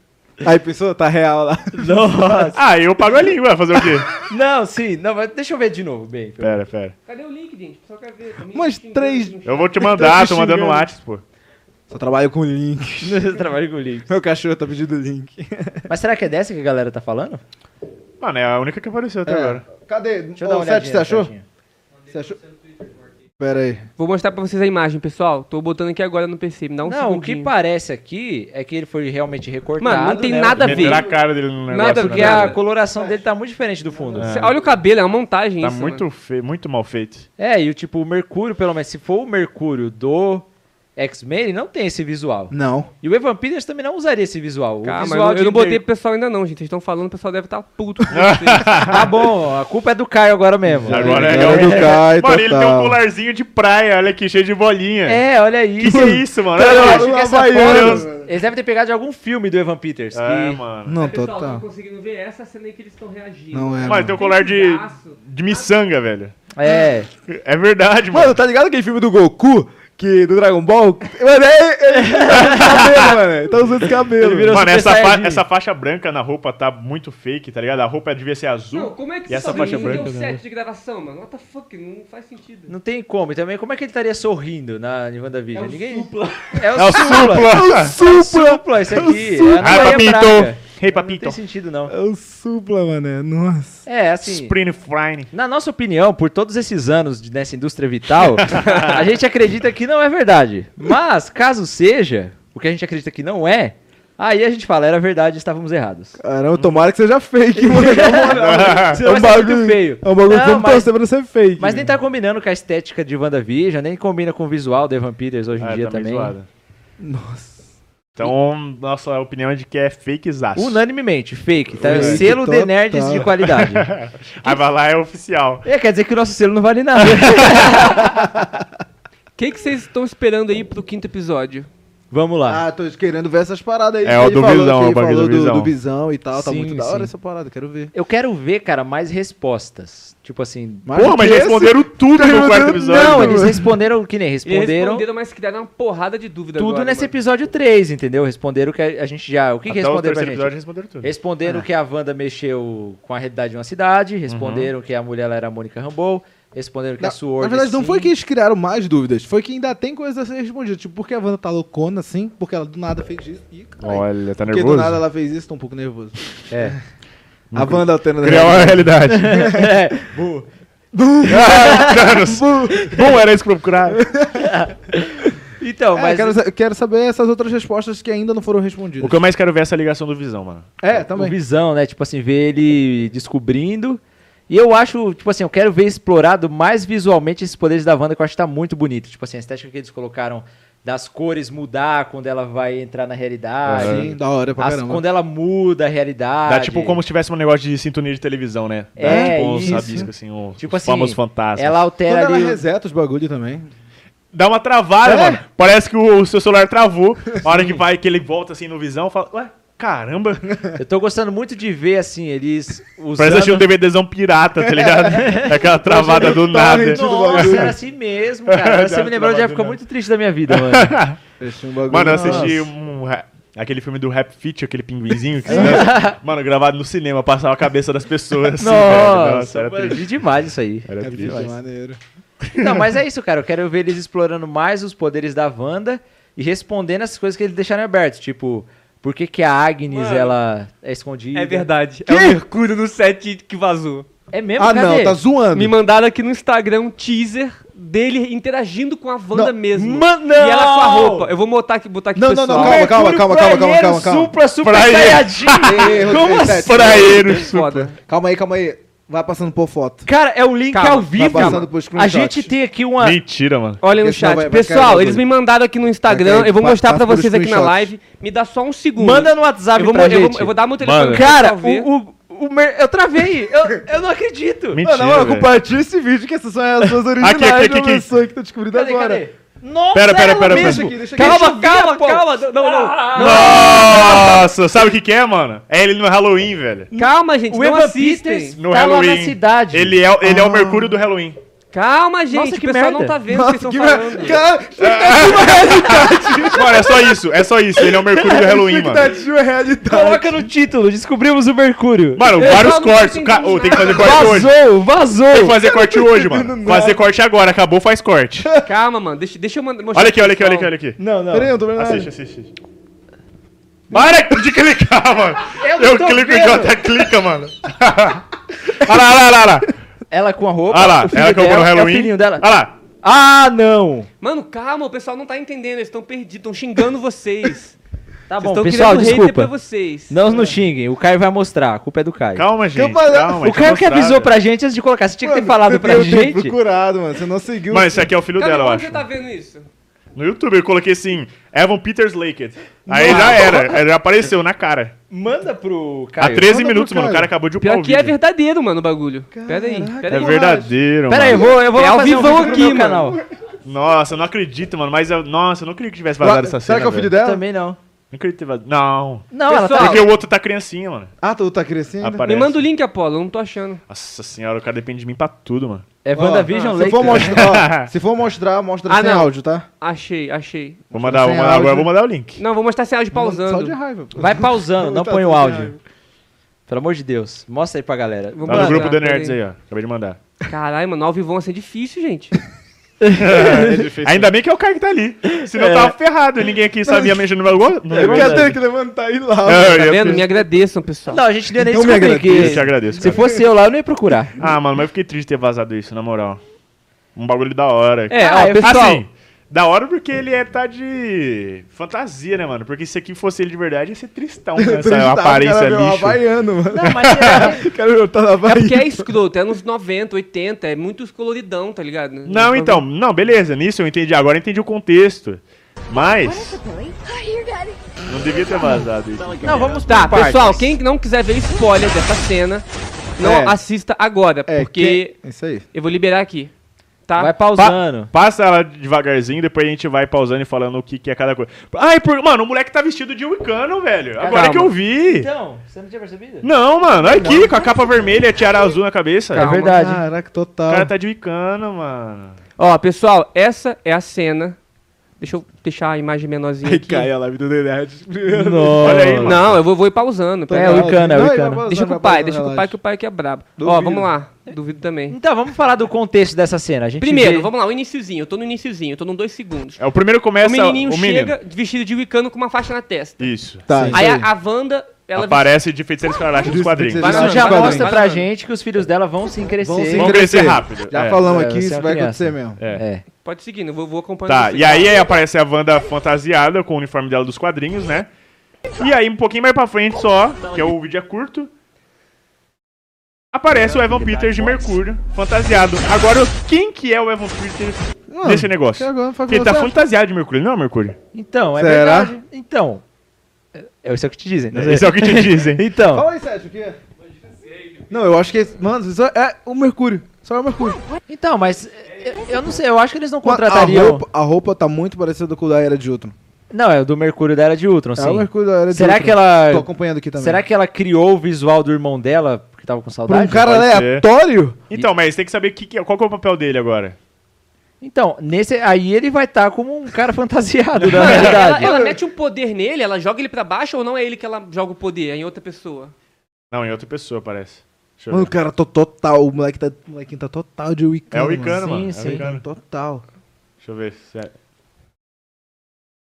S2: Aí pensou, tá real lá.
S1: Nossa.
S3: Ah, eu pago a língua, fazer o quê?
S1: Não, sim. Não, mas deixa eu ver de novo, bem.
S3: Pera, pera.
S4: Cadê o link, gente? Só quer ver. Tá me
S2: Umas
S4: xingando
S2: três-
S4: aqui no chat.
S3: Eu vou te mandar,
S2: me
S3: tô mandando no
S2: xingando.
S3: WhatsApp, pô.
S2: Só trabalho com link.
S3: É.
S1: Eu trabalho com o link.
S2: Meu cachorro tá pedindo link.
S1: Mas será que é dessa que a galera tá falando?
S3: Mano, é a única que apareceu até agora.
S2: Cadê?
S1: Deixa eu dar uma
S2: Ô, Sete,
S1: olhadinha.
S2: você achou?
S1: rapidinho.
S2: Você achou? Pera aí.
S4: Vou mostrar pra vocês a imagem, pessoal. Tô botando aqui agora no PC. Me dá um
S1: não, o
S4: segundinho.
S1: que parece aqui é que ele foi realmente recortado.
S4: Mano, não tem
S1: né?
S4: nada a
S3: Meter
S4: ver.
S3: a cara dele no negócio.
S4: Nada,
S3: né?
S1: Porque a coloração dele tá muito diferente do fundo.
S4: Cê- Olha o cabelo, é uma montagem
S3: Tá
S4: isso,
S3: muito,
S4: mano.
S3: feio, muito mal feito.
S1: É, e o tipo, o Mercúrio, pelo menos, se for o Mercúrio do X-Men, ele não tem esse visual.
S2: Não.
S1: E o Evan Peters também não usaria esse visual. O
S4: Calma, eu,
S1: visual
S4: não- eu
S1: de
S4: não botei
S1: inter-
S4: pro pessoal ainda não, gente. Vocês estão falando, o pessoal deve estar puto com vocês.
S1: Tá bom, a culpa é do Caio agora mesmo.
S3: Agora é
S2: Agora
S3: realmente.
S2: do Caio,
S3: mano, ele tem um
S2: total.
S3: colarzinho de praia, olha aqui, cheio de bolinha.
S1: É, olha isso. Tá
S3: Que que é isso, mano?
S1: Eu
S3: Olha
S1: acho
S3: isso.
S1: que essa
S2: Havaiano,
S1: foto, eles devem ter pegado de algum filme do Evan Peters.
S3: É,
S1: né? que-
S3: mano.
S2: Não, tá.
S4: pessoal,
S1: tá.
S4: não
S2: total.
S4: conseguindo ver essa cena aí que eles estão reagindo.
S2: Não é,
S3: Mano, tem
S2: mano.
S3: um colar de,
S4: Pedaço.
S3: de miçanga, velho.
S1: É.
S3: É verdade, mano.
S2: Mano, tá ligado aquele filme do Goku? Que do Dragon Ball? Mano, é- ele tá usando esse cabelo, mano. Ele tá usando esse cabelo.
S1: Ele virou-
S3: Mano,
S1: Super
S3: essa, fa-
S1: Saiyajin.
S3: essa faixa branca na roupa tá muito fake, tá ligado? A roupa devia ser azul.
S4: Não, como é que
S3: E essa
S4: sabe
S3: faixa
S4: isso?
S3: branca,
S4: Deu
S3: né?
S4: set de gravação, mano. What the fuck? Não faz sentido.
S1: Não tem como. E também, como é que ele estaria sorrindo na em WandaVision?
S4: É o
S1: Ninguém...
S4: supla.
S1: É o
S3: É o
S1: Supla. É
S3: supla.
S2: um Supla!
S1: Supla, isso aqui. É a
S3: Ai,
S1: Noia Braga.
S3: papito. Ah, Ei,
S1: Não
S3: papito.
S1: tem sentido, não.
S2: É o Supla, mano. Nossa.
S1: É, assim...
S3: Sprint Frying.
S1: Na nossa opinião, por todos esses anos de- nessa indústria vital, a gente acredita que não é verdade. Mas, caso seja, o que a gente acredita que não é, aí a gente fala, era verdade, estávamos errados.
S2: Caramba, tomara que seja fake, mano. Na moral.
S1: Senão vai ser muito feio.
S2: É um é bagulho
S1: Não,
S2: que eu
S1: mas-
S2: torcer pra não ser fake.
S1: Mas nem tá
S2: mano.
S1: combinando com a estética de WandaVision, nem combina com o visual do Evan Peters hoje em
S2: É,
S3: Ah,
S1: dia
S3: tá meio
S1: também.
S3: zoado.
S2: Nossa.
S3: Então, nossa opinião é de que é fake zaço.
S1: Unanimemente, fake. Tá?
S2: Fake
S1: selo de
S2: total.
S1: nerds de qualidade.
S3: Aí vai lá, é oficial.
S1: é, quer dizer que o nosso selo não vale nada.
S4: O que, que vocês estão esperando aí pro quinto episódio?
S1: Vamos lá.
S2: Ah, tô querendo ver essas paradas aí.
S3: É, o
S2: Ele
S3: do
S2: falou
S3: Visão,
S2: que
S3: o
S2: ele
S3: bagulho
S2: falou
S3: do Visão.
S2: do Visão e tal. Tá
S1: Sim,
S2: muito da hora
S1: sim.
S2: essa parada, quero ver.
S1: Eu quero ver, cara, mais respostas. Tipo assim,
S2: Mas
S3: Porra, mas
S2: que
S3: já responderam tudo no
S2: Meu
S3: quarto
S2: Deus,
S3: episódio.
S1: Não,
S2: Não,
S1: eles
S2: mano.
S1: responderam que nem
S4: Eles
S1: responderam.
S4: responderam, mas criaram uma porrada de dúvida
S1: Tudo
S4: agora,
S1: nesse
S4: mano.
S1: episódio 3, entendeu? Responderam que a a gente já. O que, que
S3: Até o
S1: responderam pra
S3: terceiro
S1: gente?
S3: episódio responderam Ah. tudo.
S1: Responderam que a Wanda mexeu com a realidade de uma cidade.
S3: Uhum.
S1: Responderam que a mulher lá era a Mônica Rambeau. Responderam que
S2: Na,
S1: a Sword.
S2: na verdade, não
S1: sim.
S2: foi
S3: assim.
S2: que eles criaram mais dúvidas. Foi que ainda tem coisas a ser respondida. Tipo, por que a Wanda tá loucona assim? Porque ela do nada fez isso. Ih, caralho.
S3: Olha, tá
S2: Porque do nada
S3: nervoso.
S2: ela fez isso, tô um pouco nervoso.
S1: É.
S2: A Wanda alterna
S3: Criar uma realidade.
S1: É.
S3: Ah, Thanos. Bom, era isso que eu procurava.
S1: Então,
S2: É,
S1: mas.
S2: quero, sa- quero saber essas outras respostas que ainda não foram respondidas.
S3: O que eu mais quero ver é essa ligação do Visão, mano.
S2: É,
S1: o
S2: também.
S1: visão, né? Tipo assim, ver ele descobrindo. E eu acho, tipo assim, eu quero ver explorado mais visualmente esses poderes da Wanda, que eu acho que tá muito bonito. Tipo assim, a estética que eles colocaram das cores mudar quando ela vai entrar na
S3: É.
S1: realidade.
S2: Ah, Sim, da hora pra
S1: As-
S2: caramba.
S1: quando ela muda a realidade.
S3: Dá tipo como se tivesse um negócio de sintonia de televisão, né? Dá
S1: Ah, É,
S3: tipo uns
S1: isso.
S3: rabiscos, assim, uns
S1: Tipo assim,
S3: famosos fantasmas.
S1: Ela
S2: Quando
S1: altera
S2: ela
S1: ali. o-
S2: reseta os bagulho também.
S3: Dá uma travada,
S2: É?
S3: mano. Parece que o, o seu celular travou. A hora que vai, que ele volta assim no visão, fala, ué, caramba.
S1: Eu tô gostando muito de ver, assim, eles
S3: Parece assistir um
S1: usando.
S3: DVDzão pirata, tá ligado? É Aquela travada do nada.
S2: Torrent.
S1: Nossa, era assim mesmo, cara. Você me lembrou de época muito triste da minha vida, mano.
S2: Fechou um bagulho.
S3: Mano, eu
S2: Nossa.
S3: assisti um, ra- aquele filme do Rap Fit, aquele pinguinzinho que se dança. Mano, gravado no cinema, passava a cabeça das pessoas. assim, velho.
S1: Nossa,
S3: Nossa, era
S1: mano,
S3: triste.
S1: demais isso aí.
S3: Era
S2: É
S3: triste.
S2: bicho, maneiro.
S1: Não, mas é isso, cara. Eu quero ver eles explorando mais os poderes da Wanda e respondendo essas coisas que eles deixaram abertas. Tipo, por que, que a Agnes,
S4: Mano.
S1: ela é escondida?
S4: É verdade. É o Mercúrio do set que vazou.
S1: É mesmo,
S2: Ah,
S1: cadê?
S2: não, tá zoando.
S4: Me mandaram aqui no Instagram um teaser dele interagindo com a Wanda mesmo.
S3: Mano, não!
S4: E ela com a roupa. Eu vou botar aqui, botar aqui
S2: Não,
S4: pro
S2: não, não, calma,
S4: pessoal.
S2: calma, calma, calma, calma, calma, calma.
S1: Supra, super
S3: Praia.
S1: saiyajin.
S2: Ei, ei,
S1: Como
S2: ei,
S1: assim?
S2: Sete,
S3: Praeiro,
S4: Foda.
S2: Calma aí, calma aí. Vai passando por foto.
S1: Cara, é o link
S4: Calma,
S1: ao
S4: tá
S1: vivo.
S2: passando pro screenshot.
S1: a gente tem aqui uma...
S3: Mentira, mano.
S4: Olha no
S2: Porque senão
S4: chat.
S2: vai- vai cair
S4: Pessoal,
S2: o
S4: eles me
S2: bagulho.
S4: mandaram aqui no Instagram.
S2: cair,
S4: Eu vou
S2: pa-
S4: mostrar pra
S2: passa pelos
S4: vocês aqui na
S2: screenshots.
S4: live. Me dá só um segundo.
S1: Manda no WhatsApp
S4: eu vou,
S1: pra
S4: eu,
S1: gente.
S4: vou, eu vou dar um meu telefone
S3: Mano.
S4: pro pessoal
S1: Cara,
S4: ver.
S1: o, o- o mer- eu travei. Eu, eu não acredito.
S3: Mentira, velho.
S2: compartilha esse vídeo, que essas são as suas originais
S3: Aqui, aqui, aqui, aqui.
S2: da pessoa que tá descobrindo
S1: Cadê,
S2: agora.
S1: cadê? Nossa,
S3: Pera, pera,
S1: é ela
S3: pera, pera.
S1: mesmo.
S2: Deixa aqui,
S1: Calma,
S4: Calma,
S1: calma,
S4: calma, calma. Não, não, não.
S3: Nossa, sabe o que, que é, mano? É ele no Halloween, velho.
S4: Calma, gente.
S1: O
S4: não
S1: Evan
S4: assistem.
S1: Peters
S3: No
S1: tá lá na
S3: Halloween.
S1: cidade.
S3: Ele é, o- ele é
S1: Ah.
S3: o Mercúrio do Halloween.
S4: Calma, gente.
S1: Nossa, que
S4: o pessoal
S1: merda.
S4: não tá vendo o que vocês
S2: Nossa,
S4: estão
S2: que
S4: falando.
S3: É,
S2: Cara,
S3: Mano, é só isso, é só isso. Ele é o Mercúrio do Halloween, mano.
S2: expectativa é realidade.
S1: Coloca no título, descobrimos o Mercúrio.
S3: Mano,
S4: Eu
S3: vários
S4: só não
S3: cortes.
S4: entendi
S3: Ca... Ô, tem que fazer corte hoje.
S1: Vazou,
S3: Tem que
S1: vazou.
S3: fazer corte hoje, mano. Fazer corte agora, acabou, faz corte.
S4: Calma, mano. Deixa, deixa eu mandar. mostrar
S3: Olha aqui,
S4: pro
S3: olha aqui, olha aqui, olha
S4: pessoal.
S1: Não,
S3: aqui.
S1: não.
S2: Peraí, eu não tô vendo nada.
S3: Assiste, assiste, assiste. Para de clicar, mano.
S1: Eu não
S3: Eu,
S1: tô
S3: clico e
S1: vendo.
S3: Jota clica, mano. olha lá, olha lá, olha lá.
S1: Ela com a roupa.
S3: Olha Ah lá,
S1: o filho
S3: ela comprou
S1: dela,
S3: no
S1: É o
S3: Halloween.
S1: filhinho dela.
S3: Olha lá.
S1: Ah, não.
S4: Mano, calma, o pessoal não tá entendendo. Eles estão perdidos, estão xingando vocês.
S1: Tá
S4: Vocês
S1: bom,
S4: estão
S1: pessoal,
S4: criando hater pra
S1: desculpa.
S4: vocês.
S1: Não nos xinguem, o Caio vai mostrar, a culpa é do Caio.
S3: Calma, né? gente.
S2: Calma,
S3: Calma,
S1: o Caio que avisou pra gente antes de colocar, você tinha que ter falado pra
S2: Eu tenho
S1: gente.
S2: procurado, mano. Você não seguiu.
S3: Mano, esse aqui é o filho
S4: Cadê
S3: dela, eu
S4: como
S3: acho.
S4: você tá vendo isso?
S3: No YouTube eu coloquei assim, Evan Peters Laked. Aí já era, aí já apareceu na cara.
S1: Manda pro
S3: Há 13
S2: manda pro
S3: minutos, mano, o
S2: Caio.
S3: cara acabou de upar
S4: Pior
S3: o
S4: que é
S3: vídeo.
S4: verdadeiro, mano, o bagulho. Pera aí, pera
S3: É
S4: aí.
S3: verdadeiro,
S1: Pera aí, eu
S3: mano.
S1: vou, eu vou
S4: É
S1: lá
S4: ao
S1: fazer um
S4: vivão
S1: vídeo pro
S4: aqui,
S1: meu
S4: mano.
S1: canal.
S3: Nossa, eu não acredito, mano. Mas eu, nossa, eu não acredito que tivesse
S2: Será
S3: vazado essa cena.
S2: que é o filho
S3: velho.
S1: Eu
S2: dela?
S1: também não.
S3: Não acredito que vazado. Não.
S1: Não, ela
S4: Pessoal,
S1: tá...
S3: Porque o outro tá criancinha, mano.
S2: Ah, tu tá crescendo?
S4: Me
S3: Aparece.
S4: manda o link, Apolo, eu não tô achando.
S3: Nossa senhora, o cara depende de mim pra tudo, mano.
S1: É
S2: Ó,
S1: WandaVision
S2: se for,
S1: Lake.
S2: mostrar, ó, se for mostrar, mostra
S4: Ah,
S2: sem
S4: não.
S2: áudio, tá?
S4: Achei, achei.
S3: Vou mandar, vou
S2: Sem
S3: mandar, agora
S2: áudio.
S3: vou mandar o link.
S4: Não, vou mostrar sem áudio
S2: Só de
S4: pausando.
S2: raiva. pô.
S1: Vai pausando, não
S2: Tá
S1: põe o
S2: tudo
S1: áudio.
S2: errado.
S1: Pelo amor de Deus, mostra aí pra galera.
S4: Vou
S3: Tá no
S4: mandar,
S3: grupo do
S4: peraí.
S3: Nerds aí, ó. Acabei de mandar.
S4: Caralho, mano, ao vivo vai ser difícil, gente. Tá
S3: Ainda bem que é o cara que tá ali. Senão eu
S4: É.
S3: tava ferrado e ninguém aqui sabia mexer no meu gol. No meu
S2: Eu
S3: gol.
S2: quero ter que levantar e ir lá.
S3: É,
S4: Tá
S3: eu ia-
S4: vendo? Me agradeçam, pessoal.
S1: Não, a gente não ia nem
S2: Então me
S1: descobrir
S3: Eu te
S1: que...
S3: agradeço,
S1: Se
S3: cara.
S1: fosse eu lá, eu não ia procurar.
S3: Ah, mano, mas eu fiquei triste de ter vazado isso, na moral. Um bagulho da hora.
S4: É,
S1: Ah,
S4: ó,
S1: eu-
S4: pessoal.
S3: Assim, da hora porque ele é tá de fantasia, né, mano? Porque se aqui fosse ele de verdade, ia ser tristão, né?
S2: Tristão,
S3: Essa aparência
S2: cara, meu,
S3: lixo.
S2: Havaiano, mano.
S1: Não, mas será que-
S2: O cara meu, tá na
S4: É
S2: Bahia.
S4: porque é escroto, é nos 90, 80, é muito coloridão, tá ligado?
S3: Não, então, não, beleza, nisso eu entendi. Agora eu entendi o contexto. Mas,
S6: Billy? Oh, you got it.
S3: não devia ter vazado isso.
S1: Não, vamos
S4: Tá,
S1: por
S4: pessoal,
S1: partes.
S4: quem não quiser ver spoiler dessa cena, não
S2: É.
S4: assista agora,
S2: É,
S4: porque
S2: que- Isso aí.
S4: eu vou liberar aqui. Tá?
S1: Vai pausando.
S3: Passa ela devagarzinho, depois a gente vai pausando e falando o que, que é cada coisa. Ai, por... mano, o moleque tá vestido de Wicano, velho. Agora
S4: Calma.
S3: que eu vi.
S1: Então, você não tinha percebido?
S3: Não, mano, olha aqui, com a capa vermelha e a tiara azul na cabeça.
S1: É verdade.
S2: Caraca,
S3: O
S2: total.
S3: cara tá de Wicano, mano.
S4: Ó, pessoal, essa é a cena. Deixa eu deixar a imagem menorzinha
S2: Aí
S4: aqui.
S2: cai a live do Nenerd. Primeiro.
S1: Nossa.
S3: Olha aí, mano.
S4: Não, eu vou, vou ir pausando.
S2: Tá
S4: pera
S1: É,
S4: aí.
S1: o Icano, é o
S2: Não, ele vai
S1: Icano.
S2: pausando,
S4: Deixa com
S2: vai
S4: o pai,
S2: pausando,
S4: deixa com o pai,
S2: relaxa.
S4: que o pai que é brabo. Ó,
S2: Duvido.
S4: vamos lá. Duvido também.
S1: Então, vamos falar do contexto dessa cena. A gente
S4: Primeiro,
S1: vê-
S4: vamos lá, o iniciozinho. Eu tô no iniciozinho, eu tô no dois segundos.
S3: É, o primeiro começa.
S4: o menininho
S3: o menino.
S4: chega vestido de wicano com uma faixa na testa.
S3: Isso.
S2: Tá, isso
S4: Aí
S2: aí.
S4: a, a Wanda, ela
S3: Aparece de feiticeiro escarlate nos
S2: Isso,
S3: quadrinhos.
S1: Isso
S2: Feiticeiro
S4: Vai
S1: já
S4: lá, vai lá,
S1: mostra
S4: vai lá.
S1: pra gente que os filhos dela vão se crescer.
S2: Vão se
S3: Vão crescer rápido.
S2: Já
S3: é.
S2: falamos
S1: É,
S2: aqui,
S1: você é
S2: isso
S1: uma
S2: vai
S1: criança.
S2: acontecer mesmo.
S3: É.
S1: É.
S4: Pode seguir, eu vou, vou acompanhando.
S3: Tá,
S4: você.
S3: e aí, aí aparece a Wanda fantasiada com o uniforme dela dos quadrinhos, né? E aí, um pouquinho mais pra frente só, que é o vídeo é curto, aparece o Evan Peters de Mercúrio, fantasiado. Agora, quem que é o Evan Peters
S2: Mano,
S3: desse
S2: que
S3: negócio?
S2: agora foi
S3: Porque ele tá
S2: você.
S3: fantasiado de Mercúrio, ele não é o Mercúrio?
S1: Então, é
S2: Será?
S1: verdade. Então. é- É isso que te dizem. né?
S3: Isso é o que te dizem.
S1: Então.
S2: Fala aí, Sérgio, o que é? Não, eu acho que esse. Mano, isso é o Mercúrio. Só é o Mercúrio.
S1: Então, mas é, eu não sei, eu acho que eles não
S2: A
S1: contratariam.
S2: roupa, a roupa tá muito parecida com a da Era de Ultron.
S1: Não, é o do Mercúrio da Era de Ultron,
S2: É o
S1: sim.
S2: Mercúrio da Era de
S1: Será
S2: Ultron.
S1: que ela-
S2: Tô acompanhando aqui também.
S1: Será que ela criou o visual do irmão dela, porque tava com
S2: Pra
S1: saudade?
S2: um cara
S3: Pode ser.
S2: aleatório?
S3: Então, mas tem que saber que que é- qual que é o papel dele agora.
S1: Então, nesse aí ele vai estar como um cara fantasiado, na realidade.
S4: Ela, ela mete um poder nele, ela joga ele pra baixo ou não é ele que ela joga o poder, é em outra pessoa?
S3: Não, em outra pessoa, parece. Deixa eu
S2: Mano, o
S3: ver.
S2: cara tá total. O moleque tá, o molequinho tá total de Wiccan.
S3: É o Icano,
S1: Sim,
S3: mano. É o
S1: sim.
S3: Icano.
S2: Total.
S3: Deixa eu ver. se é-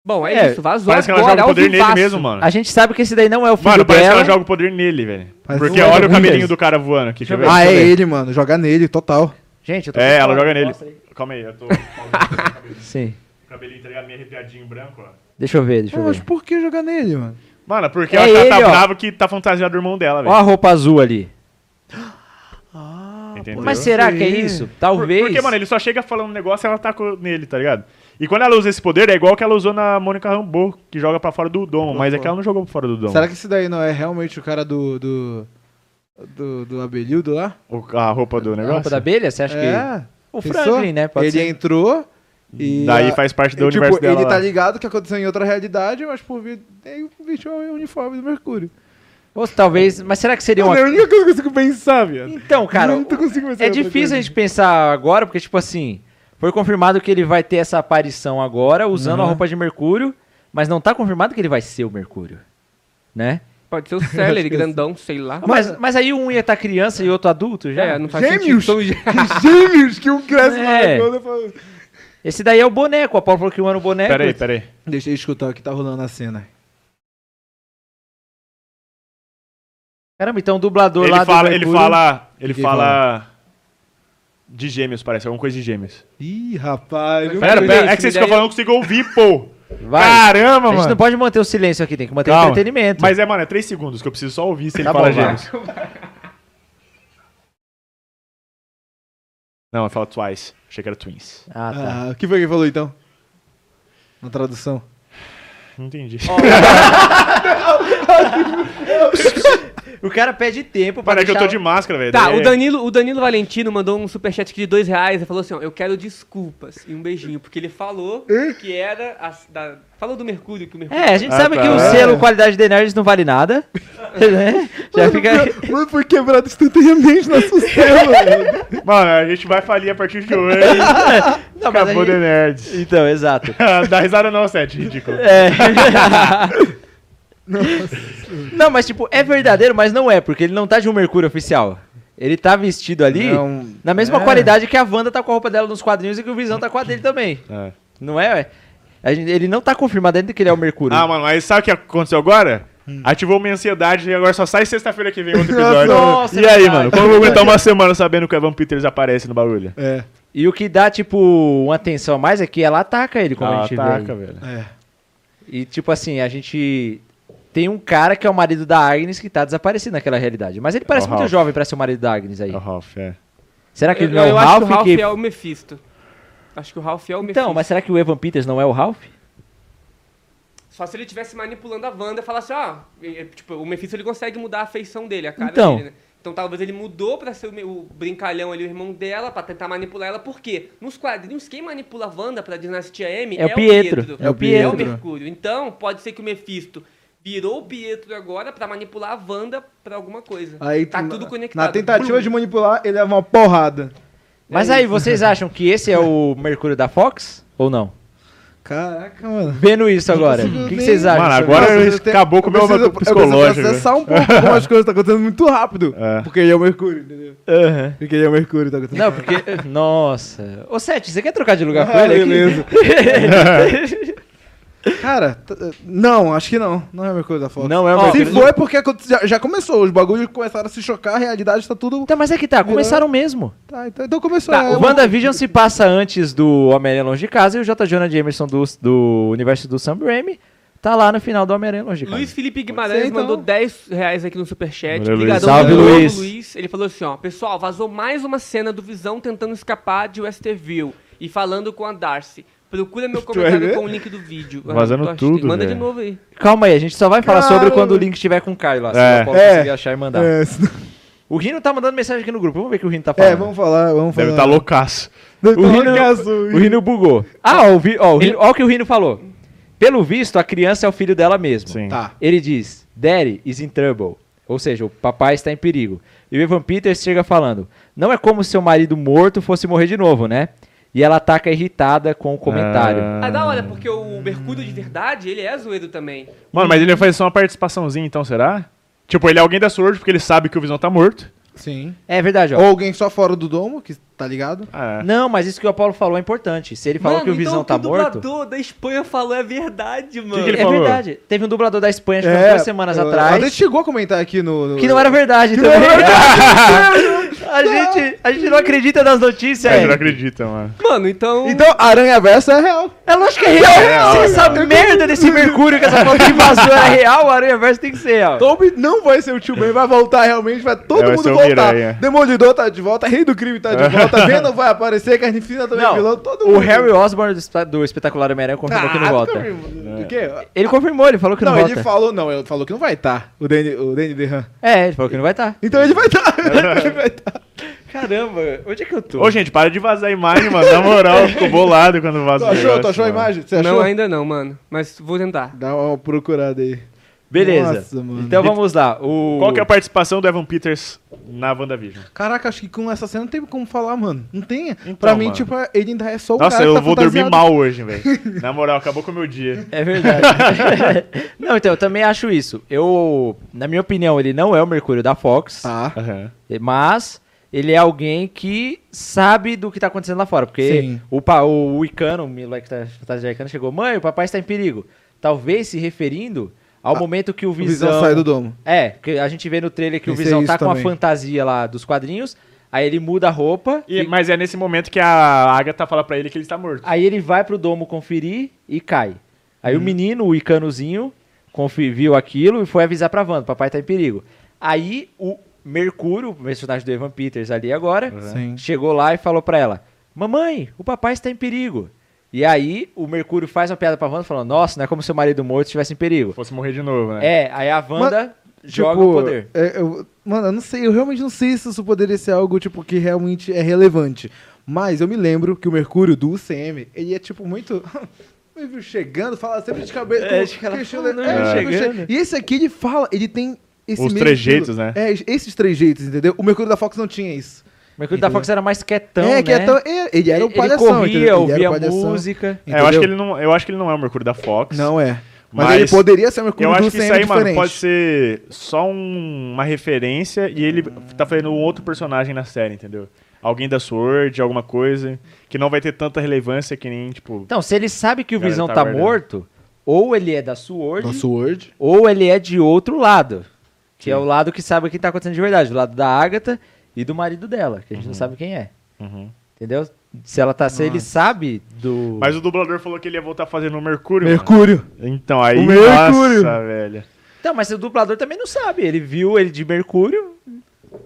S4: Bom, é,
S1: É,
S4: isso, vazou
S3: Parece que ela
S4: agora,
S3: joga o
S4: ao
S3: poder nele
S4: vivaço.
S3: mesmo, mano.
S1: A gente sabe que esse daí não é o filho
S3: Mano, parece
S1: dela.
S3: que ela joga o poder nele, velho.
S2: Mas
S3: Porque
S2: não é
S3: olha
S2: do
S3: o cabelinho
S2: Windows.
S3: do cara voando aqui, deixa eu ver.
S2: Ah, é
S1: Deixa eu ver.
S2: ele, mano. Jogar nele, total.
S1: Gente, eu tô
S3: É,
S1: com
S3: ela
S1: fome,
S3: joga nele.
S1: mostra aí.
S3: Calma aí, eu tô. cabelinho,
S1: Sim.
S3: cabelinho, tá ligado? Meio arrepiadinho branco, ó.
S1: Deixa eu ver, deixa eu
S2: Mas
S1: ver.
S2: por que jogar nele, mano?
S3: Mano, porque
S1: É
S3: ela tá, tá
S1: ele, ó.
S3: brava que tá fantasiada do irmão dela,
S1: Ó
S3: velho.
S1: a roupa azul ali.
S3: Entendeu?
S1: Mas será que é isso?
S3: Por-
S1: Talvez.
S3: Porque, mano, ele só chega falando um negócio e ela atacou nele, tá ligado? E quando ela usa esse poder, é igual que ela usou na Mônica Rambeau, que joga pra fora do domo. Mas é que ela não jogou pra fora do domo.
S2: Será que esse daí não é realmente o cara do. do. do, do abelhudo lá?
S3: O- a roupa do
S1: A
S3: negócio?
S1: roupa da abelha? Você acha que.
S2: É.
S1: O
S2: Pensou?
S1: Franklin, né? Pode
S2: ele
S1: ser. Hum.
S2: entrou e.
S3: Daí
S2: a-
S3: faz parte do
S2: tipo,
S3: universo dela.
S2: Ele
S3: lá.
S2: tá ligado que aconteceu em outra realidade, mas por vir. Ele vestiu o uniforme do Mercúrio.
S1: Ou talvez. Mas será que seria uma.
S2: Mano, é a única coisa que eu consigo pensar, viado.
S1: Então, cara.
S2: Eu não tô conseguindo pensar
S1: É
S2: em outra
S1: difícil
S2: coisa.
S1: a gente pensar agora, porque, tipo assim, foi confirmado que ele vai ter essa aparição agora, usando
S3: Uhum.
S1: a roupa de Mercúrio, mas não tá confirmado que ele vai ser o Mercúrio, né?
S4: Pode ser o Celery, grandão, sei lá.
S1: é Mas, mas aí um ia estar criança e outro adulto já?
S4: É, não faz
S2: Gêmeos!
S4: sentido.
S2: Que gêmeos que um cresce
S1: tipo É.
S2: na outra, eu falo-
S1: Esse daí é o boneco, a Paula falou que um era o boneco.
S3: Pera aí, pera aí.
S2: Deixa eu escutar o que tá rolando na cena.
S1: Caramba, então o dublador lá do
S3: Ele fala, ele
S1: Mercúrio-
S3: fala. Ele
S2: Ninguém
S3: fala. De gêmeos, parece, alguma coisa de gêmeos.
S2: Ih, rapaz. eu-
S3: Pera,
S4: Isso,
S3: pera, é
S4: me
S3: que vocês
S4: dá
S3: ficam
S4: aí.
S3: falando, eu consigo ouvir, pô!
S1: Vai. a
S3: Caramba,
S1: gente tá não
S3: mano!
S1: pode manter o silêncio aqui, tem que manter o
S3: Calma.
S1: entretenimento.
S3: Mas é, mano, é 3 segundos que eu preciso só ouvir se ele
S1: Tá
S3: fala
S1: bom, vai.
S3: gêmeos. Não, ele fala twice. Achei que era twins.
S1: Ah, tá.
S2: Ah, o que foi que ele falou então? Na tradução.
S3: Não entendi.
S1: O cara pede tempo pra
S3: Mano, é Ah. que eu tô
S1: deixar-
S3: de máscara, velho.
S4: Tá,
S3: Daí
S4: o
S3: é-
S4: Danilo, o Danilo Valentino mandou um superchat aqui de dois reais e falou assim, ó, eu quero desculpas e um beijinho, porque ele falou que era... a- da- falou do Mercúrio, que o Mercúrio...
S1: É, a gente
S3: Ah,
S1: sabe
S3: tá.
S1: que o
S3: É.
S1: selo qualidade de nerds não vale nada. né? Já fica... É
S2: Mano, foi quebrado instantaneamente na cena, mano.
S3: Mano, a gente vai falir a partir de hoje.
S1: Não, mas a
S3: Acabou
S1: gente-
S3: The Nerds.
S1: Então, exato.
S3: Dá risada não, Seth, ridículo.
S1: É. não, mas tipo, é verdadeiro, mas não é, porque ele não tá de um Mercúrio oficial. Ele tá vestido ali
S2: Não,
S1: na mesma
S2: é.
S1: qualidade que a Wanda tá com a roupa dela nos quadrinhos e que o Visão tá com a dele também.
S3: É.
S1: Não é? ué? A gente- ele não tá confirmado ainda que ele é o Mercúrio.
S3: Ah, mano, mas sabe o que aconteceu agora? Ativou minha ansiedade e agora só sai sexta-feira que vem outro episódio.
S1: Nossa,
S3: e
S1: é
S3: aí,
S1: verdade.
S3: mano? Como eu vou aguentar uma semana sabendo que o Evan Peters aparece no barulho?
S2: É,
S1: E o que dá, tipo, uma atenção a mais é que ela ataca ele, como a gente vê.
S3: ataca,
S1: aí.
S3: velho.
S2: é.
S1: E tipo assim, a gente tem um cara que é o marido da Agnes que tá desaparecido naquela realidade. Mas ele parece
S3: o
S1: muito
S3: Ralph.
S1: jovem pra ser É o marido da Agnes aí.
S3: É o Ralph, é.
S1: Será que
S4: Ah. Eu,
S1: ele não é
S4: eu
S1: o
S4: acho que o
S1: Ralph,
S4: Ralph
S1: que
S4: é o Mephisto. Acho que o Ralph é o Mephisto.
S1: Então, mas será que o Evan Peters não é o Ralph?
S4: Só se ele estivesse manipulando a Wanda e falasse, ó, e- e, tipo, o Mephisto ele consegue mudar a feição dele, a cara
S1: Então.
S4: dele, né? Então talvez ele mudou pra ser o, me- o brincalhão ali, o irmão dela, pra tentar manipular ela, por quê? Nos quadrinhos, quem manipula a Wanda pra Dinastia M
S1: É o Pietro.
S2: É o
S4: É o
S2: Pietro.
S4: Mercúrio. Então, pode ser que o Mephisto virou o Pietro agora pra manipular a Wanda pra alguma coisa.
S2: Aí,
S4: tá
S2: na-
S4: tudo conectado.
S2: Na tentativa de manipular, ele leva uma porrada.
S1: Mas aí, vocês acham que esse é o Mercúrio da Fox? Ou não?
S2: Caraca, mano.
S1: Vendo isso agora, o que, que vocês acham?
S3: Mano,
S1: sobre
S3: agora
S1: isso?
S2: Eu
S3: eu
S2: preciso ter-
S3: acabou com o
S2: eu
S3: meu
S2: preciso-
S3: meu
S2: Eu
S3: psicológico.
S2: preciso acessar um pouco como as coisas tá acontecendo muito rápido.
S3: É.
S2: Porque ele é o Mercúrio, entendeu?
S1: Aham.
S2: Porque ele é o Mercúrio, tá acontecendo.
S1: Não, porque. Nossa. Ô, Sete, você quer trocar de lugar com
S2: Ah,
S1: ele? aqui?
S2: Cara, t- eh, não, acho que não. Não é o Mercúrio da Fox.
S1: Não é o
S2: Se
S1: Mercúrio.
S2: foi, porque aconte- já, já começou. Os bagulhos começaram a se chocar, a realidade tá tudo.
S1: Então, mas é que tá, começaram mesmo.
S2: Tá, então, então começou.
S1: Tá,
S2: é
S1: o
S2: uma-
S1: WandaVision se passa antes do Homem-Aranha Longe de Casa e o J. Jonah Jameson do, do universo do Sam Raimi tá lá no final do Homem-Aranha Longe de Casa.
S4: Luiz Felipe Guimarães
S2: ser, então.
S4: mandou 10 reais aqui no superchat.
S3: Valeu, Luiz.
S4: Obrigadão,
S1: Salve,
S4: de novo,
S1: Luiz.
S4: Ele falou assim, ó. Pessoal, vazou mais uma cena do Visão tentando escapar de Westerville e falando com a Darcy. Procura meu
S2: vai
S4: comentário
S2: ver?
S4: com o link do vídeo. Ah,
S3: é, né? Vazando
S4: tô achando.
S3: tudo,
S4: Manda de
S3: velho.
S4: novo aí.
S1: Calma aí, a gente só vai falar sobre
S2: Cara.
S1: quando o link estiver com o Caio lá, se
S3: É.
S1: eu posso
S2: É.
S1: conseguir achar e mandar.
S2: É, senão-
S1: O Rino tá mandando mensagem aqui no grupo, vamos ver o que o Rino tá falando.
S2: é, vamos falar, vamos falar.
S3: Deve tá estar loucaço.
S2: Deve
S1: O
S2: tá
S1: Rino,
S2: loucaço,
S1: o Rino bugou. Ah, ó, o vi- ó, o Rino- ó o que o Rino falou. Pelo visto, a criança é o filho dela mesmo.
S3: Sim.
S2: Tá.
S1: Ele diz, Daddy is in trouble. Ou seja, o papai está em perigo. E o Evan Peters chega falando, não é como se seu marido morto fosse morrer de novo, né? E ela ataca irritada com o comentário.
S4: Ah, da hora, porque o Mercúrio de verdade, ele é zoeiro também.
S3: Mano, mas ele vai fazer só uma participaçãozinha, então, será? Tipo, ele é alguém da Sword porque ele sabe que o Visão tá morto.
S2: Sim.
S1: É verdade, ó.
S2: Ou alguém só fora do domo, que tá ligado?
S3: Ah, é.
S1: Não, mas isso que o Apolo falou é importante. Se ele falou que o Visão tá morto.
S4: então O dublador da Espanha falou é verdade, mano.
S3: que ele
S1: é
S3: falou?
S1: verdade. Teve um dublador da Espanha, acho que umas duas semanas
S2: É, eu-
S1: atrás.
S2: Até chegou a comentar aqui no. no-
S1: Que não era verdade também. a, gente, a gente não acredita nas notícias.
S3: A gente
S1: é.
S3: não acredita, mano.
S4: Mano, então.
S2: Então, Aranha Versa é real.
S1: É lógico que é real.
S3: real,
S1: Se
S3: é
S1: essa merda desse Mercúrio que essa foto de vazou é real, o Aranha Verso tem que ser real.
S2: Toby não vai ser o tio Ben, vai voltar realmente, vai todo
S3: É, vai ser
S2: mundo
S3: o
S2: voltar.
S3: Miranha.
S2: Demolidor tá de volta, Rei do Crime tá de volta, Venom vai aparecer, Carnificina também é vilão, todo
S1: o
S2: mundo. Ah,
S1: Harry Osborn do, espe- do espetacular Homem-Aranha Ah, confirmou que não volta.
S2: O
S3: É.
S2: quê?
S1: Ele confirmou, ele falou que não,
S2: Não,
S1: volta.
S2: ele falou, não, ele falou que não vai estar, o Danny, o Danny DeHaan.
S1: É, ele falou que não vai estar.
S2: Então ele vai estar, ele vai tá. estar.
S1: Caramba, onde é que eu tô?
S3: Ô, gente, para de vazar a imagem, mano. Na moral, ficou bolado quando
S2: Tu
S3: vazou.
S2: achou, tu
S3: negócio,
S2: achou a
S3: mano.
S2: imagem? Você achou?
S4: Não, ainda não, mano. Mas vou tentar.
S2: Dá uma procurada aí.
S1: Beleza.
S2: Nossa, mano.
S1: Então vamos lá. O...
S3: Qual que é a participação do Evan Peters na WandaVision?
S2: Caraca, acho que com essa cena não tem como falar, mano. Não tem.
S3: Então,
S2: pra mim,
S3: mano.
S2: tipo, ele ainda é só o
S3: Nossa,
S2: cara que
S3: eu
S2: tá
S3: vou dormir
S2: fantasiado.
S3: mal hoje, velho. Na moral, acabou com o meu dia.
S1: É verdade. não, então, eu também acho isso. Eu, na minha opinião, ele não é o Mercúrio da Fox,
S2: Tá.
S3: Aham.
S1: mas ele é alguém que sabe do que tá acontecendo lá fora. Porque
S2: Sim.
S1: o, pa, o Icano, o moleque que tá tá de Icano, chegou, mãe, o papai está em perigo. Talvez se referindo ao momento que o
S2: Ah, O
S1: Visão...
S2: Visão sai do domo.
S1: É, que a gente vê no trailer que o
S2: Pensei
S1: Visão tá
S2: isso
S1: com a
S2: também.
S1: fantasia lá dos quadrinhos, aí ele muda a roupa...
S3: E- mas é nesse momento que a Agatha fala pra ele que ele está morto.
S1: Aí ele vai pro domo conferir e cai. Aí o menino, o Icanozinho, confi- viu aquilo e foi avisar pra Wanda, papai tá em perigo. Aí o Mercúrio, o personagem do Evan Peters ali agora,
S2: Sim.
S1: chegou lá e falou pra ela, mamãe, o papai está em perigo. E aí o Mercúrio faz uma piada pra Wanda falando, nossa, não é como se o marido morto estivesse em perigo.
S3: Fosse morrer de novo, né?
S1: É, aí a Wanda joga
S2: Tipo,
S1: o poder.
S2: é, eu- mano, eu não sei, eu realmente não sei se isso poderia ser algo, tipo, que realmente é relevante. Mas eu me lembro que o Mercúrio do UCM, ele é, tipo, muito... meio chegando, fala sempre de cabelo...
S1: É,
S2: com-
S1: de cara,
S2: queixo-
S1: falando,
S2: é,
S1: né?
S2: tipo,
S1: Chegando.
S2: che- E esse aqui, ele fala, ele tem... Esse
S3: Os
S2: mesmo
S3: trejeitos,
S2: estilo.
S3: né?
S2: É, es- esses trejeitos, entendeu? O Mercúrio da Fox não tinha isso.
S1: O Mercúrio da Fox era mais quietão,
S2: é,
S1: né?
S2: que é tão- é, ele era o
S1: Ele
S2: palhação, entendeu?
S1: corria,
S2: Ele
S1: ouvia
S2: era o palhação.
S1: música.
S3: É, eu, acho
S2: entendeu?
S3: que ele não, eu acho que ele não é o Mercúrio da Fox.
S2: Não é. Mas,
S3: Mas
S2: ele poderia ser o Mercúrio
S3: Eu
S2: do
S3: acho que
S2: UCM
S3: isso aí,
S2: diferente.
S3: mano, pode ser só um- uma referência e ele tá fazendo um outro personagem na série, entendeu? Alguém da Sword, alguma coisa, que não vai ter tanta relevância que nem, tipo...
S1: Então, se ele sabe que o
S3: Galera,
S1: Visão
S3: tá
S1: tá
S3: guardando.
S1: morto, ou ele é da Sword,
S2: Da Sword.
S1: ou ele é de outro lado. Que é o lado que sabe o que tá acontecendo de verdade. O lado da Agatha e do marido dela, que a gente não sabe quem é.
S3: Uhum.
S1: Entendeu? Se ela tá. Se ele sabe do.
S3: Mas o dublador falou que ele ia voltar fazendo o Mercúrio. mano.
S2: Mercúrio.
S3: Então, aí,
S2: O Mercúrio.
S3: nossa, velho.
S1: Não, Então, mas o dublador também não sabe. Ele viu ele de Mercúrio.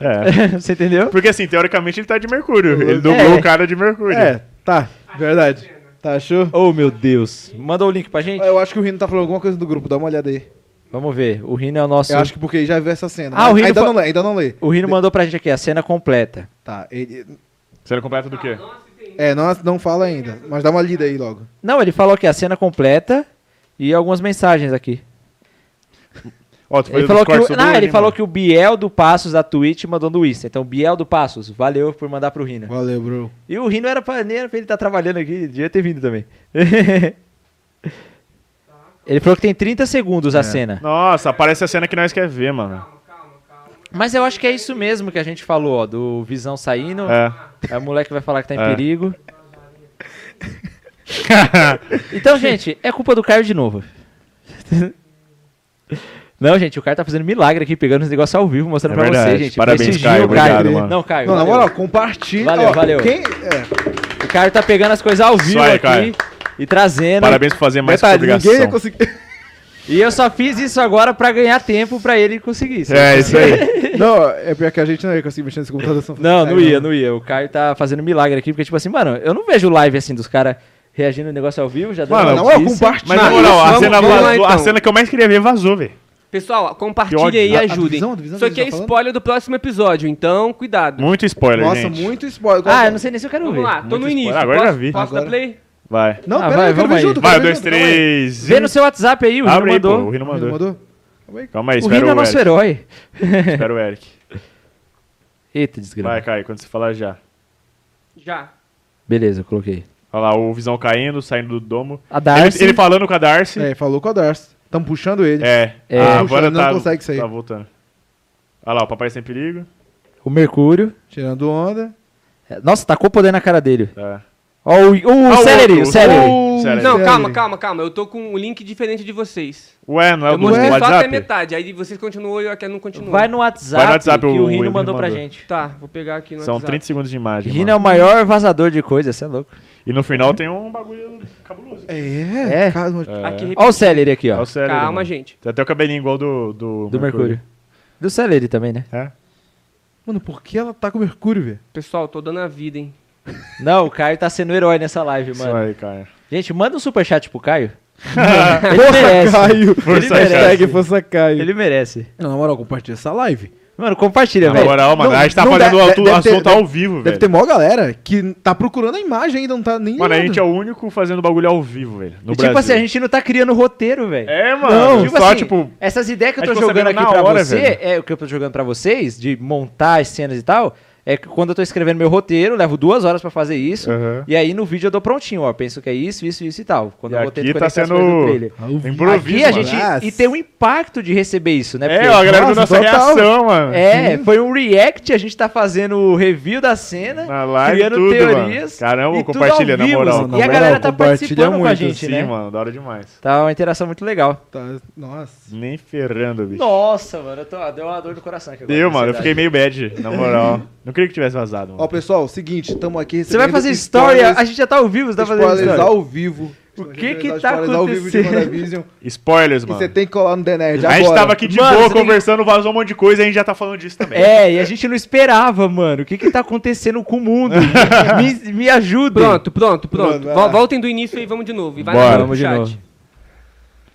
S3: É.
S1: Você entendeu?
S3: Porque assim, teoricamente ele tá de Mercúrio. Ele dublou o cara de Mercúrio.
S2: É, tá, verdade. Tá, achou?
S1: Oh meu Deus. Manda o link pra gente.
S2: Eu acho que o Rino tá falando alguma coisa do grupo, dá uma olhada aí.
S1: Vamos ver. O Rino é o nosso.
S2: Eu acho que porque ele já viu essa cena.
S1: Ah,
S2: mas
S1: o Rino
S2: Ainda
S1: fa-
S2: não lê, ainda não lê.
S1: O Rino mandou pra gente aqui a cena completa.
S2: Tá, ele...
S3: Série completa do quê?
S2: É, não, não fala ainda, mas dá uma lida aí logo.
S1: Não, ele falou que a cena completa e algumas mensagens aqui.
S3: Ó, tu foi
S1: Ele
S3: dos
S1: falou, que
S3: cortes
S1: o,
S3: um do
S1: não, ele
S3: Lima.
S1: falou que o Biel do Passos da Twitch mandou no Insta. Então, Biel do Passos, valeu por mandar pro Rino.
S2: Valeu, bro.
S1: E o Rino era pra, nem era pra ele estar trabalhando aqui, devia ter vindo também. ele falou que tem 30 segundos
S3: É.
S1: a cena.
S3: Nossa, aparece a cena que nós quer ver, mano.
S1: Mas eu acho que é isso mesmo que a gente falou, ó, do Visão saindo. É.
S3: É.
S1: o moleque vai falar que tá em
S3: É.
S1: perigo. Então, gente, é culpa do Caio de novo. Não, gente, o Caio tá fazendo milagre aqui, pegando os negócios ao vivo, mostrando
S3: É
S1: pra
S3: verdade.
S1: você, gente.
S3: Parabéns,
S1: Prestigiem
S3: Caio,
S1: o
S3: obrigado, mano.
S1: Não, Caio.
S2: Não, na
S1: valeu.
S2: moral, compartilha.
S1: Valeu,
S2: Ó,
S1: valeu.
S2: Quem... É,
S1: O Caio tá pegando as coisas ao vivo
S3: aí,
S1: aqui
S3: Caio.
S1: e trazendo.
S3: Parabéns por fazer mais que
S2: detalhe,
S3: obrigação.
S2: ninguém ia conseguir...
S1: E eu só fiz isso agora pra ganhar tempo pra ele conseguir. sabe?
S3: É, isso aí.
S2: não, é pior que a gente não ia conseguir mexer nesse computador. senão- né?
S1: Não, não
S2: Aí,
S1: ia, não ia. O Caio tá fazendo milagre aqui, porque, tipo assim, mano, eu não vejo live assim dos caras reagindo no negócio ao vivo, já dando
S3: Mano,
S2: Na moral,
S1: notícia.
S2: é compartilha.
S3: Mas na
S4: Não,
S3: moral, a
S4: vamos-
S3: cena,
S4: vamos lá,
S3: vazou- a
S4: então.
S3: cena que eu mais queria ver vazou, velho.
S4: Pessoal,
S3: Que
S4: compartilha
S3: ódio.
S4: aí e
S2: A- a
S4: ajudem.
S2: divisão, a divisão
S4: Isso
S2: que
S4: aqui é
S2: eles estão
S4: spoiler do próximo episódio, então cuidado.
S3: Muito spoiler,
S2: Nossa,
S3: gente.
S2: muito spoiler.
S1: Ah, eu não sei nem se eu quero
S4: Vamos
S1: ver.
S4: lá, tô
S3: Muito é
S4: no
S3: spoiler.
S4: início.
S3: Agora
S4: posso,
S3: já vi.
S4: Posso
S2: Agora.
S4: dar play?
S3: Vai.
S2: Não,
S1: Ah,
S2: pera
S1: vai,
S2: aí, eu quero
S1: vamos
S2: ver
S1: aí.
S2: junto.
S3: Vai,
S2: quero
S3: um,
S2: ver
S3: dois,
S2: junto, calma aí.
S3: três.
S1: Vê no seu WhatsApp aí, o Rino
S3: Abre aí, pô. O
S1: mandou.
S2: Ele
S3: Rino mandou.
S2: mandou? Calma aí.
S3: Calma aí,
S1: O
S3: espera
S1: Rino é
S3: o
S1: nosso
S3: Eric.
S1: herói.
S3: Espera o Eric.
S1: Eita, desgrama.
S3: Vai, Caio, quando você falar já.
S4: Já.
S1: Beleza, eu coloquei.
S3: Olha lá, o Visão caindo, saindo do domo.
S1: A
S3: Ele,
S1: Darcy.
S3: ele falando com a Darcy.
S2: É, falou com a Darcy. Tamo puxando ele.
S3: É,
S1: É.
S3: a
S2: Puxa,
S3: Wanda
S2: não
S3: tá,
S2: consegue sair.
S3: tá voltando. Olha lá, o papai sem perigo.
S1: O Mercúrio.
S2: Tirando onda.
S1: É, Nossa, tacou poder na cara dele.
S3: Tá.
S1: Ó, o, o,
S3: Ah, o
S1: Celery,
S3: outro,
S1: o Celery.
S3: o Celery.
S4: Não,
S2: Sério.
S4: calma, calma, calma. Eu tô com um link diferente de vocês.
S3: Ué, não é o
S4: Eu
S3: do
S4: mostrei só até
S3: WhatsApp?
S4: metade. Aí vocês continuam e eu aqui não continuo.
S1: Vai no WhatsApp,
S3: Vai no WhatsApp,
S1: que o,
S3: o
S1: Rino
S3: Emílio
S1: mandou pra
S3: mandou.
S1: gente.
S4: Tá, vou pegar aqui no
S3: São
S4: WhatsApp.
S3: 30 segundos de imagem.
S1: Rino é
S3: mano.
S1: o maior vazador de coisa, você é louco.
S3: E no final tem um bagulho cabuloso.
S2: É,
S1: É.
S2: caso-
S4: Aqui, rep-
S1: Ó o Celery aqui,
S3: É
S1: ó.
S3: o Celery,
S4: Calma,
S3: mano.
S4: gente.
S3: Tem até o cabelinho igual do. Do,
S1: Do Mercúrio. Do Celery também, né?
S3: É?
S2: Mano, por que ela tá com mercúrio, velho?
S4: Pessoal, tô dando a vida, hein?
S1: Não, o Caio tá sendo herói nessa live,
S3: Isso
S1: mano.
S3: aí, cara.
S1: Gente, manda um superchat pro Caio. Ele merece.
S2: Caio.
S3: Força,
S2: Hashtag força Caio.
S1: Ele merece.
S2: Não, na moral, compartilha essa live.
S1: Mano, compartilha,
S3: Na
S1: velho.
S3: moral, mano,
S2: Não,
S3: a gente tá
S2: não
S3: fazendo
S2: dá-
S3: o
S2: deve ter-
S3: assunto
S2: deve-
S3: ao vivo,
S2: Deve
S3: velho.
S2: ter mó galera que tá procurando a imagem ainda, não tá nem
S3: Mano, a
S2: ligando.
S3: gente é o único fazendo bagulho ao vivo, velho. No
S1: E,
S3: Brasil.
S1: tipo assim, a gente não tá criando roteiro, velho.
S3: É,
S1: Não,
S3: mano.
S1: tipo
S3: só,
S1: assim,
S3: tipo.
S1: essas ideias que eu
S3: a
S1: tô
S3: gente consegue
S1: jogando aqui
S3: na
S1: pra
S3: hora,
S1: você,
S3: velho.
S1: é o que eu tô jogando pra vocês, de montar as cenas e tal, é que quando eu tô escrevendo meu roteiro, eu levo duas horas pra fazer isso,
S3: Aham.
S1: e aí no vídeo eu dou prontinho, ó, penso que é isso, isso, isso e tal. Quando
S3: E
S1: eu vou ter
S3: aqui tá
S1: conectar as coisas
S3: sendo-
S1: do trailer.
S2: Ah, o-
S3: Improviso,
S1: Aqui a
S3: mano.
S1: gente...
S2: Nossa.
S1: E tem um impacto de receber isso, né?
S3: É, ó, a galera viu
S2: Nossa,
S3: nossa
S2: total.
S3: reação, mano.
S1: É, foi um react, a gente tá fazendo o review da cena,
S3: Na live,
S1: criando
S3: tudo,
S1: teorias.
S3: mano. Caramba,
S1: e tudo
S3: compartilha,
S1: ao
S3: na
S1: vivo,
S3: moral.
S1: E
S2: Na
S1: a
S2: moral,
S1: galera tá
S2: compartilha
S1: participando com a
S2: muito,
S1: gente,
S3: Sim,
S1: né?
S3: mano, da hora demais.
S1: Tá uma interação muito legal.
S2: Tá- Nossa.
S3: Nem ferrando, bicho.
S1: Nossa, é mano, eu tô, deu uma dor no coração aqui agora.
S3: Deu,
S1: de
S3: mano, eu
S1: ansiedade.
S3: fiquei meio bad, na moral. Não queria que tivesse vazado,
S2: Ó,
S3: mano.
S2: pessoal, seguinte, tamo aqui
S1: Você vai fazer story, a gente já tá ao vivo, você tá fazendo
S2: spoilers
S1: story.
S2: ao vivo.
S1: O
S2: Estamos
S1: que
S2: aqui
S1: que
S2: pra
S1: tá
S2: spoilers ao vivo de
S1: acontecendo?
S2: Wandavision.
S3: Spoilers,
S2: E
S3: mano.
S2: você tem que colar no The Nerd
S3: A gente
S2: agora.
S3: tava aqui de
S1: Mano,
S3: boa
S1: você tem que-
S3: conversando, vazou um monte de coisa e a gente já tá falando disso também.
S1: É, e a gente não esperava, mano. O que que tá acontecendo com o mundo? me, me ajuda.
S4: Pronto, pronto, pronto.
S2: Pronto, vai
S4: Vo-
S2: lá.
S4: Voltem do início e vamos de novo. E vai
S3: Bora.
S4: lá no
S1: Vamos de
S4: chat.
S1: novo.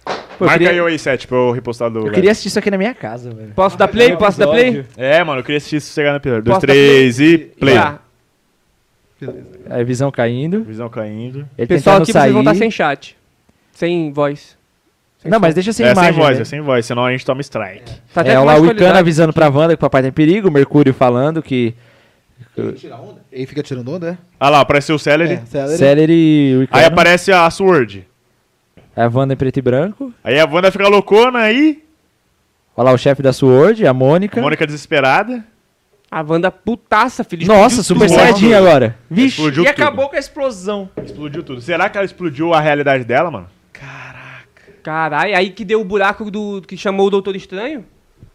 S1: Pô, eu
S3: Marca
S1: queria,
S3: aí o A7 pra eu repostar do.
S1: eu queria assistir isso aqui na minha casa, velho.
S4: Posso dar play? Posso dar play?
S3: É, mano, eu queria assistir isso chegar na pilar. Dois,
S4: Posta Ah.
S3: três e play.
S4: Já.
S1: A visão caindo.
S3: Visão caindo.
S1: Ele
S4: Pessoal,
S1: tentando
S4: aqui
S1: sair.
S4: vocês vão estar sem chat. Sem voz.
S1: Não, mas deixa sem
S3: é
S1: imagem.
S3: sem voz,
S1: né?
S3: é sem voz, senão a gente toma strike.
S4: Tá
S1: é,
S4: com
S1: o
S4: mais
S1: Lauicano
S4: qualidade.
S1: avisando pra Wanda que o papai tem perigo, o Mercúrio falando que
S2: Ele fica tirando onda, é?
S3: Ah lá, apareceu o Celery.
S2: É, Celery.
S1: Celery e o
S3: Aí
S1: Wicano.
S3: aparece a Sword.
S1: A Wanda em preto e branco.
S3: Aí a Wanda fica loucona aí.
S1: Olha lá o chefe da Sword, a Mônica.
S3: A Mônica desesperada.
S4: A Wanda putaça, filho.
S1: Nossa, Super
S3: tudo.
S1: Saiyajin agora. Vixe,
S3: Explodiu
S1: e
S3: tudo.
S1: acabou com a explosão.
S3: Explodiu tudo. Será que ela explodiu a realidade dela, mano?
S4: Caralho, aí que deu o buraco do que chamou o Doutor Estranho?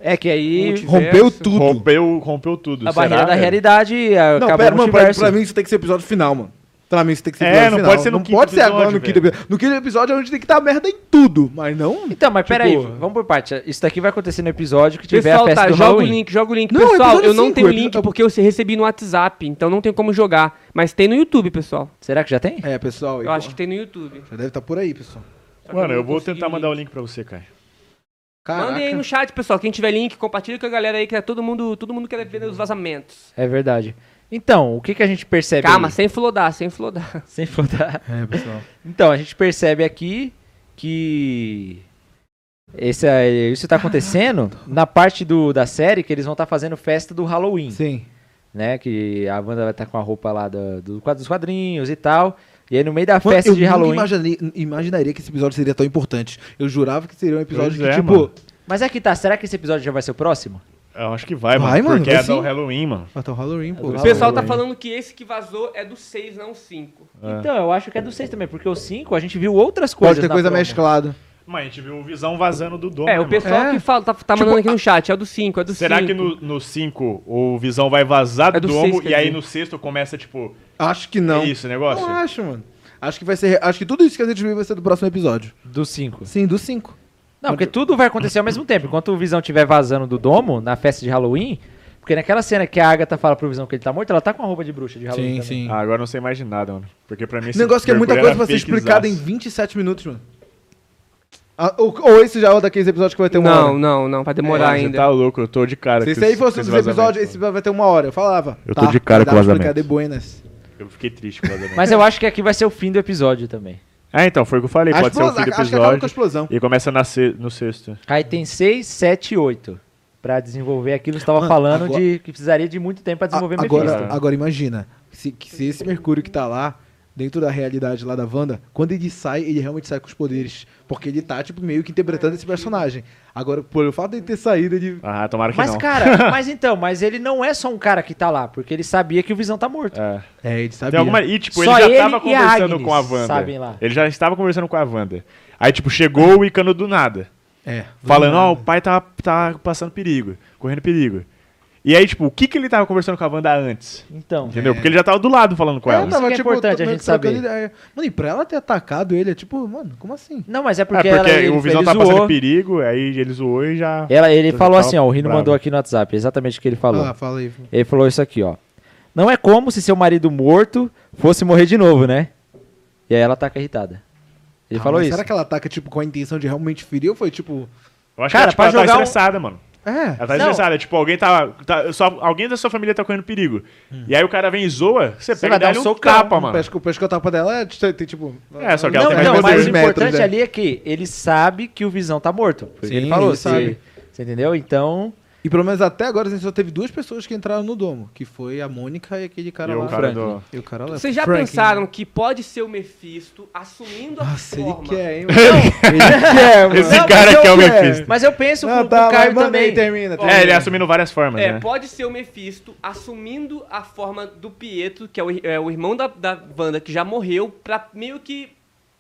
S1: É que aí
S4: Multiverso.
S2: Rompeu tudo.
S3: Rompeu, rompeu tudo.
S1: a
S3: Será,
S1: barreira da
S3: velho?
S1: realidade eh, acabou
S2: Não, pera,
S1: o
S2: mano, pra,
S1: multiverso.
S2: pra mim isso tem que ser episódio final, mano. Pra mim isso tem que ser
S3: É,
S2: episódio
S3: não
S2: final.
S3: pode ser no
S2: não
S3: quinto
S2: pode ser agora
S3: episódio,
S2: no quinto
S3: velho.
S2: episódio. No quinto episódio a gente tem que dar merda em tudo, mas não...
S1: Então, mas peraí,
S2: Tipo-
S1: vamos por parte. Isso daqui vai acontecer no episódio que tiver
S4: Pessoal,
S1: a festa
S4: tá,
S1: do
S4: joga o
S1: Halloween.
S4: link, joga o link.
S2: Não,
S4: pessoal,
S2: episódio
S4: eu não
S2: cinco,
S4: tenho
S2: epi-
S4: link porque eu recebi no WhatsApp, então não tem como jogar. Mas tem no YouTube, pessoal.
S1: Será que já tem?
S2: É, pessoal,
S4: Eu acho que tem no YouTube.
S2: já deve estar por aí, pessoal.
S4: Só que
S3: Mano,
S4: não
S3: eu vou
S4: consegui
S3: tentar mandar o
S4: link.
S3: link pra você, cara.
S2: Caraca.
S4: Mandem aí no chat, pessoal. Quem tiver link, compartilha com a galera aí que é todo mundo, todo mundo quer ver os vazamentos.
S1: É verdade. Então, o que, que a gente percebe?
S4: Calma,
S1: aí?
S4: sem flodar, sem flodar.
S1: sem foda.
S2: É, pessoal.
S1: Então, a gente percebe aqui que esse, é- isso tá acontecendo na parte do, da série que eles vão estar fazendo festa do Halloween,
S2: Sim.
S1: né? Que a Wanda vai estar com a roupa lá da- do, quadro- dos quadrinhos e tal. E aí no meio da
S2: Mano,
S1: festa
S2: eu
S1: de
S2: nunca
S1: Halloween.
S2: imaginei- imaginaria que esse episódio seria tão importante. Eu jurava que seria um episódio
S3: Pois
S2: que,
S3: é,
S2: tipo...
S3: mano.
S1: Mas é que tá, será que esse episódio já vai ser o próximo?
S3: Eu acho que vai,
S2: Vai,
S3: mano.
S2: mano,
S3: Porque
S2: vai
S3: é do
S2: sim.
S3: Halloween, mano.
S2: Ah, tá o Halloween, pô.
S1: do
S4: O pessoal tá
S1: Halloween.
S4: falando que esse que vazou é do 6, não 5.
S1: Então, eu acho que é do 6 também, porque o 5 a gente viu outras coisas.
S2: Pode ter
S1: na
S4: tá
S2: coisa
S1: promo.
S2: mesclada.
S3: Mano, a gente viu o Visão vazando do domo.
S4: É,
S3: né,
S4: o
S3: mano?
S4: pessoal
S2: É.
S4: que fala, tá, tá mandando aqui no chat, é do 5, é do 5.
S3: Será que no- no 5 o Visão vai vazar
S4: É
S3: do
S4: do
S3: domo
S4: seis, quer
S3: e aí
S4: dizer.
S3: no sexto começa, tipo,
S2: Acho que não.
S3: é isso o negócio?
S2: Não acho, mano. Acho que vai ser. Acho que tudo isso que a gente viu vai ser do próximo episódio.
S1: Do 5.
S2: Sim, do 5.
S1: Não, porque tudo vai acontecer ao mesmo tempo. Enquanto o Visão estiver vazando do domo, na festa de Halloween, porque naquela cena que a Agatha fala pro Visão que ele tá morto, ela tá com a roupa de bruxa de Halloween também.
S3: Ah, agora eu não sei mais de nada, mano. Porque pra mim esse
S2: Negócio que é muita
S3: mergulho
S2: coisa pra
S3: era
S2: ser explicada
S3: fakezaço.
S2: em 27 minutos, mano. Ah, ou, ou esse já é o daqueles episódios que vai ter uma
S4: Não,
S2: hora. É,
S4: não, não, vai demorar
S3: Mano, você
S4: ainda.
S3: tá louco, eu tô de cara.
S2: Se
S3: com
S2: esse aí
S3: esses-
S2: fosse
S3: com
S2: um dos
S3: esses
S2: episódios,
S3: vazamentos,
S2: esse vai ter uma hora. Eu falava. Tá,
S3: Eu tô de cara
S2: dá
S3: com
S2: pra
S3: vazamento.
S2: explicar de buenas.
S3: mano. Eu fiquei triste com o vazamento.
S1: Mas eu acho que aqui vai ser o fim do episódio também.
S3: É, então, foi o que eu falei.
S2: Acho
S3: Pode ser o fim do
S2: que acaba com a
S3: episódio.
S2: explosão.
S3: E começa a nascer no sexto.
S1: Aí tem 6, 7 e 8. Pra desenvolver aquilo que você tava
S2: Mano,
S1: falando
S2: agora-
S1: de que precisaria de muito tempo pra
S2: A-
S1: desenvolver
S2: agora,
S1: Mephisto.
S2: agora imagina. Se, que se esse Mercúrio que tá lá dentro da realidade lá da Wanda, quando ele sai, ele realmente sai com os poderes. Porque ele tá, tipo, meio que interpretando esse personagem. Agora, pelo fato dele ter saído, ele.
S3: Ah, tomara que
S1: Mas,
S3: não.
S1: cara, mas então, mas ele não é só um cara que tá lá, porque ele sabia que o Visão tá morto.
S3: É.
S2: É, ele sabia.
S3: Tem alguma... E, tipo,
S1: Só
S3: ele já
S1: ele
S3: tava
S1: e a
S3: conversando
S1: Agnes
S3: com a Wanda.
S1: sabem lá.
S3: Ele já estava conversando com a Wanda. Aí, tipo, chegou o Icano do nada.
S2: É.
S3: Falando, ó, o pai tá, tá passando perigo, correndo perigo. E aí, tipo, o que que ele tava conversando com a Wanda antes?
S1: Então.
S3: Entendeu? Porque ele já tava do lado falando com
S2: É,
S3: ela.
S1: Isso que é importante
S2: tô-
S1: a gente
S2: trocando
S1: saber.
S2: ideia. Mano, e pra ela ter atacado ele, é tipo, mano, como assim?
S1: Não, mas é
S3: É, porque,
S1: porque, ela, ele,
S3: o Visão
S1: ele
S3: tá passando
S1: zoou.
S3: perigo, aí ele zoou e já...
S1: Ela, ele
S3: Tá
S1: falou assim, ó, o Rino
S3: bravo.
S1: mandou aqui no WhatsApp, exatamente o que ele falou.
S2: Ah, fala aí.
S1: Ele falou isso aqui, ó. Não é como se seu marido morto fosse morrer de novo, né? E aí ela taca irritada. Ele
S2: Ah,
S1: falou
S2: mas
S1: isso.
S2: Será que ela ataca, tipo, com a intenção de realmente ferir ou foi, tipo.
S3: Eu acho
S1: Cara,
S3: que ela,
S1: pra
S3: tipo, ela tá
S1: jogar um-
S3: estressada, mano.
S2: É.
S3: Ela tá
S1: Não.
S3: estressada. Tipo, alguém tá... tá- só, alguém da sua família tá correndo perigo. E aí o cara vem e zoa, você
S1: Hum. Você
S3: pega
S1: vai
S3: e dá
S1: dar
S3: um
S1: um socão,
S3: tapa, mano.
S2: Parece que, parece que a tapa dela é, tem, tipo.
S3: É, só que ela
S1: Não,
S3: tem mais né?
S1: não,
S3: poder.
S1: mas
S2: dois
S1: o
S2: metros,
S1: importante
S2: é.
S1: ali é que ele sabe que o Visão tá morto. Porque
S2: Sim,
S1: ele falou,
S2: ele sabe.
S1: sabe. Você entendeu? Então,
S2: E pelo menos até agora a gente só teve duas pessoas que entraram no domo, que foi a Mônica e aquele cara
S3: E
S2: lá.
S3: o cara
S1: Franklin.
S3: do...
S2: E o cara lá.
S4: Vocês já
S2: Franklin.
S4: pensaram que pode ser o Mephisto assumindo a
S2: Nossa, ele é,
S4: forma...
S2: quer, hein? ele quer, mano.
S3: Esse
S1: Não, mas
S3: cara
S1: eu
S3: que é o
S2: quero.
S3: Mephisto.
S1: mas eu penso
S2: Não,
S1: pro,
S2: tá,
S1: pro
S2: vai,
S1: Caio
S2: manda
S1: também.
S2: aí, termina, termina.
S3: É, ele assumindo várias formas,
S4: É,
S3: né?
S4: pode ser o Mephisto assumindo a forma do Pietro, que é o, é o irmão da, da Wanda, que já morreu, pra meio que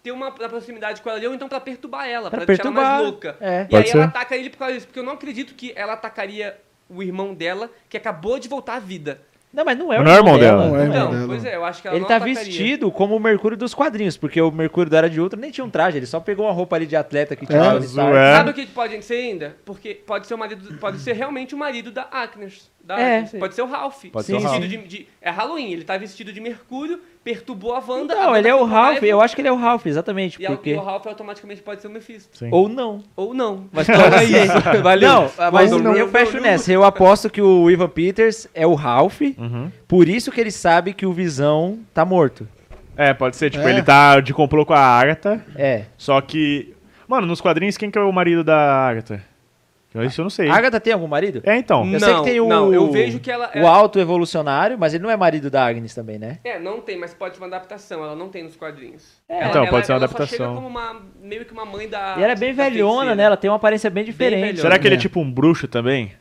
S4: ter uma pra proximidade com ela ali, ou então pra perturbar ela, pra,
S1: Pra
S4: deixar ela mais
S1: perturbar,
S4: louca.
S1: é.
S4: E
S3: Pode
S4: aí ela
S3: ser.
S4: ataca ele por causa disso, porque eu não acredito que ela atacaria o irmão dela, que acabou de voltar à vida.
S1: Não, mas não é o
S3: Não é
S1: irmão
S3: irmão
S1: dela.
S3: dela.
S2: Não é irmão
S4: Então,
S2: dela.
S4: pois é, eu acho que ela
S1: Ele
S4: não
S1: tá
S4: atacaria.
S1: vestido como o Mercúrio dos quadrinhos, porque o Mercúrio da Era de Ultron nem tinha um traje, ele só pegou uma roupa ali de atleta que tinha.
S2: É,
S1: ali,
S3: azul,
S1: sabe?
S3: é.
S4: Sabe o que pode ser ainda? Porque pode ser o marido, pode ser realmente o marido da Agnes. Da
S1: É.
S4: Agnes. Pode ser o Ralph.
S3: Pode
S1: ser o
S4: vestido
S1: Ralph.
S4: De, de- é Halloween, ele tá vestido de mercúrio, perturbou a Wanda. a
S1: Não,
S4: Wanda
S1: ele é o
S4: ficou com
S1: Ralph,
S4: raiva,
S1: eu acho que ele é o Ralph, exatamente,
S4: E a-
S1: porque...
S4: o Ralph automaticamente pode ser o Mephisto.
S3: Sim.
S1: Ou não.
S4: Ou não. Então,
S1: Mas pode ser.
S4: Valeu.
S1: Não, mas
S4: Valeu.
S1: eu fecho
S4: Valeu.
S1: nessa. Eu aposto que o Ivan Peters é o Ralph,
S3: Uhum.
S1: por isso que ele sabe que o Visão tá morto.
S3: É, pode ser. Tipo,
S2: É.
S3: ele tá de complô com a Agatha,
S1: É.
S3: só que... Mano, nos quadrinhos, quem que é o marido da Agatha? Eu- Isso eu não sei.
S1: A Agatha tem algum marido?
S3: É, então.
S1: Eu
S4: Não,
S1: sei que tem o.
S4: não, eu vejo que ela é-
S1: O alto evolucionário, mas ele não é marido da Agnes também, né?
S4: É, não tem, mas pode ser uma adaptação. Ela não tem nos quadrinhos.
S3: Então, pode ser uma
S4: ela Só
S3: adaptação.
S4: chega como uma, meio que uma mãe da.
S1: É. E ela é bem
S4: da
S1: velhona,
S4: feiticeira.
S1: né? Ela tem uma aparência bem diferente.
S4: velhona.
S3: Será que ele é
S1: né?
S2: É.
S3: tipo um bruxo também?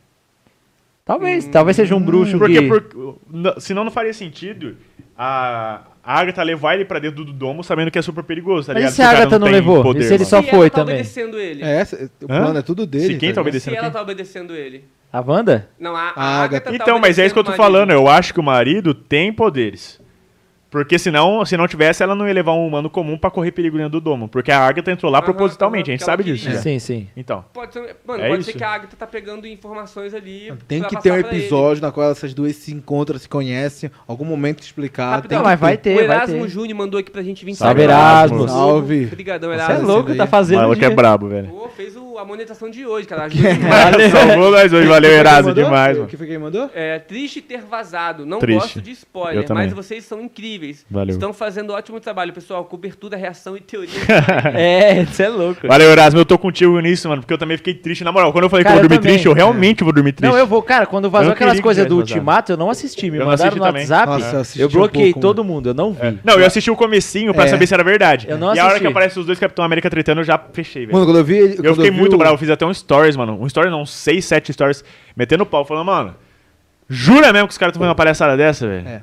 S1: Talvez, talvez seja um bruxo
S3: Porque,
S1: que...
S3: Hum. por- n- senão não faria sentido a, a Agatha levar ele pra dentro do domo sabendo que é super perigoso, tá
S1: Mas
S3: ligado?
S1: e se
S3: Que o
S1: a
S3: cara
S1: Agatha não
S3: tem
S1: levou? E se ele
S3: mano.
S1: só
S4: Se ela
S1: foi
S4: tá
S1: também.
S4: obedecendo ele.
S2: É, esse- o
S3: Hã?
S2: plano é tudo dele.
S3: Se quem tá
S2: ligado?
S3: obedecendo
S4: Se ela
S3: quem?
S4: tá obedecendo ele.
S1: A Wanda?
S4: Não, a,
S2: A
S4: a Agatha tá
S3: Então, mas é isso que eu tô
S4: obedecendo o
S3: falando.
S4: marido.
S3: Eu acho que o marido tem poderes. Porque senão, se não tivesse, ela não ia levar um humano comum pra correr perigo dentro do domo. Porque a Agatha entrou lá
S4: Aham,
S3: propositalmente, a gente
S4: porque ela
S3: sabe disso.
S4: queria.
S3: né?
S1: Sim, sim.
S3: Então.
S4: Pode ser, mano,
S3: É
S4: pode
S3: isso.
S4: ser que a Agatha tá pegando informações ali.
S2: Tem
S4: pra
S2: que
S4: passar
S2: ter um
S4: pra ele.
S2: episódio na qual essas duas se encontram, se conhecem, algum momento explicar. Ah, tem
S4: Rapidão,
S1: Não,
S2: que
S1: mas vai
S2: ter.
S1: ter,
S4: o
S1: vai
S4: Erasmo
S1: ter.
S4: Júnior mandou aqui pra gente vir um
S3: Salve, Erasmo.
S2: Salve.
S4: Obrigadão,
S2: Você
S1: Você é
S4: Erasmo.
S1: louco, tá
S3: O
S1: fazendo...
S3: maluco é
S1: dinheiro.
S3: brabo, velho.
S4: Pô, fez o- a monetização de hoje, cara. Ajuda demais.
S3: Salvou nós hoje, valeu,
S2: Quem
S3: Erasmo,
S2: mandou?
S3: demais,
S2: O
S3: mano.
S2: que foi quem mandou?
S4: É, triste ter vazado. Não
S3: Triste.
S4: gosto de spoiler,
S3: Eu também.
S4: mas vocês são incríveis.
S3: Valeu.
S4: Estão fazendo ótimo trabalho, pessoal. Cobertura, reação e teoria.
S1: É, você é louco.
S3: Valeu, Erasmo, eu tô contigo nisso, mano, porque eu também fiquei triste. Na moral, quando eu falei
S1: Cara,
S3: que eu
S1: eu
S3: vou dormir
S1: também. É.
S3: triste, eu realmente vou dormir triste.
S1: Não, eu vou, cara, quando vazou
S3: Eu
S1: aquelas
S3: queria que
S1: coisas
S3: tivesse
S1: do
S3: vazado.
S1: ultimato, eu não assisti. Me
S3: Eu não
S1: mandaram
S3: assisti
S1: no
S3: também.
S1: WhatsApp,
S2: Nossa, eu assisti
S1: eu
S2: um
S1: bloqueei
S2: pouco,
S1: todo mundo, eu não vi.
S3: É. Não, eu assisti o comecinho pra
S2: É.
S3: saber se era verdade.
S1: Eu não
S3: e a hora
S1: assisti.
S3: que aparece os dois Capitão América tretando, eu já fechei, velho.
S2: Mano, quando eu vi. quando
S3: Eu fiquei
S2: vi
S3: muito
S2: o-
S3: bravo, eu fiz até um stories, mano. Um story não, seis, sete stories, metendo pau, falando, mano, jura mesmo que os caras estão fazendo uma palhaçada dessa, velho?
S2: É.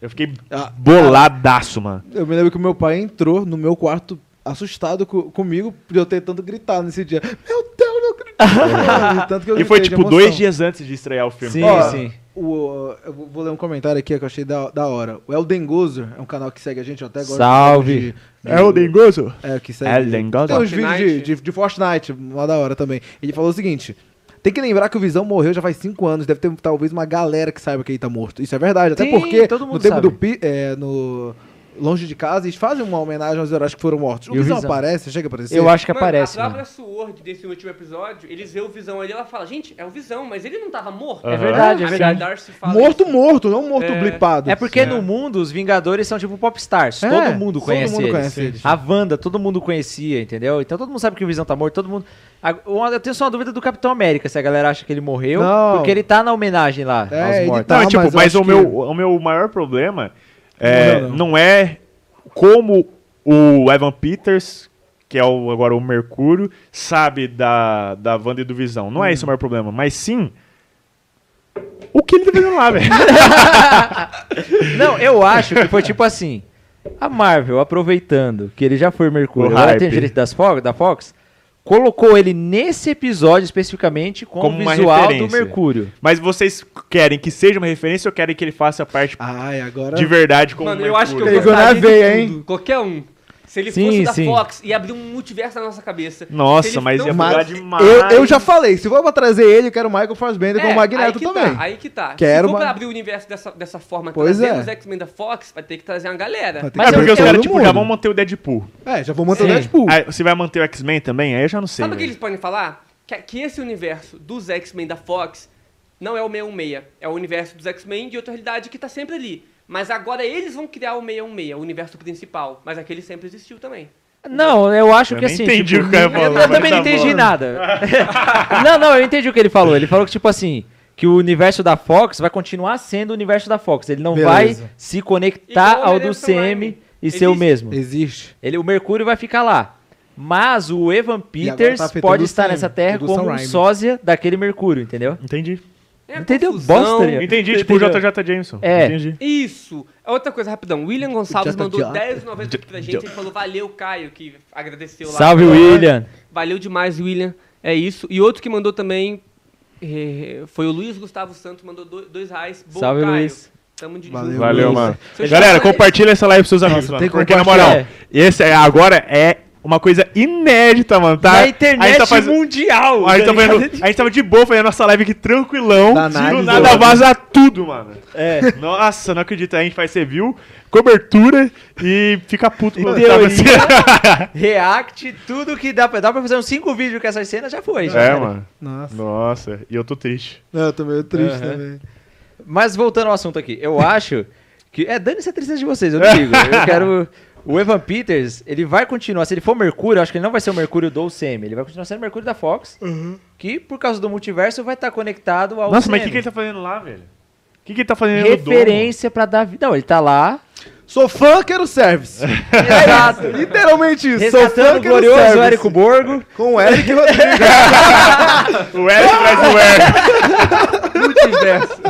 S3: Eu fiquei
S2: Ah,
S3: boladaço, mano.
S2: Eu me lembro que o meu pai entrou no meu quarto assustado co- comigo por eu ter tanto gritado nesse dia. Meu Deus, não acredito! É, Tanto que eu
S3: E foi
S2: gritei de
S3: tipo
S2: emoção.
S3: dois dias assim. antes de estrear o filme.
S1: Sim,
S2: Ó,
S1: sim.
S2: o- eu vou vou ler um comentário aqui que eu achei da, da hora. O Elden Gozer é um canal que segue a gente eu até agora.
S1: Salve.
S3: É o Dengoso?
S2: É, que segue.
S3: Elden
S2: Tem
S3: Gozo.
S2: uns vídeos de, de, de Fortnite, lá da hora também. Ele falou o seguinte: tem que lembrar que o Visão morreu já faz 5 anos, deve ter talvez uma galera que saiba que ele tá morto. Isso é verdade, até
S1: Sim,
S2: porque
S1: todo mundo
S2: no tempo
S1: sabe.
S2: do Pi- é, no Longe de Casa, eles fazem uma homenagem aos heróis que foram mortos. O,
S1: E o
S2: Visão,
S1: Visão?
S2: aparece, chega a aparecer.
S1: Eu acho que
S4: Mano,
S1: aparece,
S4: A
S1: mano.
S4: própria Sword desse último episódio, eles vê o Visão ali, ela fala, gente, é o Visão, mas ele não tava morto.
S3: É
S1: verdade, é
S4: A
S1: verdade.
S4: Darcy fala
S2: Morto,
S4: isso.
S2: morto, não morto
S4: É.
S2: blipado.
S1: É porque no mundo os Vingadores são tipo popstars.
S2: É,
S1: todo mundo
S2: todo
S1: conhece
S2: mundo
S1: eles.
S2: conhece eles.
S1: A Wanda, todo mundo conhecia, entendeu? Então todo mundo sabe que o Visão tá morto, todo mundo. Ag- uma- Eu tenho só uma dúvida do Capitão América, se a galera acha que ele morreu.
S2: Não.
S1: Porque ele tá na homenagem lá
S2: É,
S1: aos
S2: ele
S1: mortos.
S2: tá-
S3: Não, é tipo,
S2: mas
S3: mas,
S2: eu
S3: o,
S2: acho
S3: meu,
S2: que-
S3: o meu maior problema é,
S2: Não,
S3: não,
S2: não.
S3: é como o Evan Peters, que é o, agora o Mercúrio, sabe da, da Wanda e do Visão.
S2: Hum.
S3: Não é esse o maior problema, mas sim o que ele tá fazendo lá, velho.
S2: tá-
S1: Não, eu acho que foi tipo assim. A Marvel, aproveitando que ele já foi Mercúrio,
S3: O
S1: agora
S3: hype.
S1: tem o direito das Fo- da Fox, colocou ele nesse episódio especificamente com
S3: Como
S1: o
S3: uma
S1: visual do
S3: referência.
S1: Mercúrio.
S3: Mas vocês querem que seja uma referência ou querem que ele faça parte
S2: Ai, agora.
S3: de verdade como
S4: Mano,
S3: o
S4: eu acho que eu
S3: Mercúrio? É
S2: Pegou na
S4: gostaria de
S2: veia, hein?
S4: tudo, Qualquer um. Se ele
S1: Sim,
S4: fosse da
S1: sim.
S4: Fox e abrir um multiverso na nossa cabeça. se
S3: Nossa,
S4: ele
S3: mas
S4: não
S3: ia
S4: fosse-
S3: mudar
S2: Mas
S3: demais.
S2: eu, eu já falei, se for pra trazer ele, eu quero o Michael Fassbender com
S4: É,
S2: o Magneto
S4: aí que
S2: também.
S4: Tá, aí que tá.
S2: Quero
S4: Se for
S2: uma-
S4: pra abrir o universo dessa, dessa forma,
S2: Pois
S4: trazer
S2: é.
S4: os X-Men da Fox, vai ter que trazer uma galera.
S2: Vai ter
S3: Mas é
S2: que
S3: porque os
S2: todo
S3: caras, tipo,
S2: mundo.
S3: já vão manter o Deadpool.
S2: É, já vou manter o
S1: Sim.
S2: Deadpool.
S3: Aí, você vai manter o X-Men também? Aí eu já não sei.
S4: Sabe o que
S2: né?
S3: velho.
S4: eles podem falar? Que, é que esse universo dos X-Men da Fox não é o 616. É o universo dos X-Men de outra realidade que tá sempre ali. Mas agora eles vão criar o 616, o universo principal. Mas aquele sempre existiu também.
S1: Não, eu acho
S3: Eu
S1: que
S3: nem
S1: assim.
S3: entendi
S1: tipo,
S3: o que o cara
S1: eu-
S3: falou,
S1: Eu
S3: mas
S1: também não
S3: tá
S1: entendi
S3: bom.
S1: nada. não, não, eu entendi o que ele falou. Ele falou que, tipo assim, que o universo da Fox vai continuar sendo o universo da Fox. Ele não
S2: Beleza.
S1: vai se conectar
S4: Igual
S1: ao
S4: o
S1: do
S4: Nelson
S1: CM
S4: Ryan.
S1: e ser o
S4: Existe.
S1: mesmo.
S2: Existe.
S1: Ele, o Mercúrio vai ficar lá. Mas o Evan
S2: agora
S1: Peters
S2: tá afetando
S1: pode
S2: o
S1: estar
S2: Sam,
S1: nessa terra
S2: o do
S1: como
S2: Sam
S1: um
S2: Raimi.
S1: sósia daquele Mercúrio, entendeu?
S3: Entendi.
S4: É a
S1: Entendeu?
S4: confusão.
S1: Bosta, né?
S3: Entendi, tipo o
S1: Entendeu?
S3: JJ Jameson.
S1: É.
S3: Entendi.
S4: Isso! É Outra coisa, rapidão. William Gonçalves
S2: Idiota,
S4: mandou
S2: idiota.
S4: 10,90 aqui pra gente. Ele falou, valeu, Caio, que agradeceu lá.
S1: Salve, William.
S4: Valeu demais, William. É isso. E outro que mandou também eh, foi o Luiz Gustavo Santos, mandou do- dois reais. Boa,
S1: Salve,
S4: Caio.
S1: Luiz.
S4: Tamo de
S2: Valeu,
S4: junto.
S3: Valeu,
S2: Luiz.
S3: mano.
S4: Se eu
S3: Galera,
S4: chamar-
S3: compartilha essa live pros seus amigos,
S2: Nossa,
S3: mano.
S2: tem que
S3: Porque, na moral,
S1: compartilhar.
S3: esse é- agora é uma coisa inédita, mano, tá?
S1: Na
S3: a gente
S1: internet
S3: tá fazendo,
S1: mundial.
S3: a gente
S1: tá
S3: tá fazendo-
S1: ligado?
S3: a gente tava de boa fazendo nossa live aqui tranquilão.
S2: Da
S3: Do
S2: análise,
S3: nada
S2: mano.
S3: vaza tudo, mano.
S1: É.
S3: Nossa, não acredito. A gente faz review, cobertura e fica puto quando
S1: Teoria.
S3: tava assim.
S1: React, tudo que dá pra, dá pra fazer uns cinco vídeos com essas cenas, já foi. já tá
S3: É,
S1: era.
S3: mano.
S2: Nossa.
S3: Nossa, e eu tô triste.
S2: Não, eu tô meio triste
S1: Aham.
S2: também.
S1: Mas voltando ao assunto aqui, eu acho que. É, dane-se a tristeza de vocês, eu não digo. Eu quero. O Evan Peters, ele vai continuar. Se ele for Mercúrio, eu acho que ele não vai ser o Mercúrio do CM. Ele vai continuar sendo o Mercúrio da Fox. Que, por causa do multiverso, vai estar conectado ao.
S3: Nossa, mas
S1: CM.
S3: o que, que ele tá fazendo lá, velho? O que, que ele tá fazendo no domo?
S1: Referência pra dar vida. Não, ele tá lá.
S2: Sou fã, quero service.
S1: Exato.
S2: Literalmente isso. Sou fã,
S1: Resgatando o
S2: quero
S1: glorioso
S2: service.
S1: Érico Borgo.
S2: Com o Eric Rodrigues.
S3: O Eric traz o Eric. multiverso.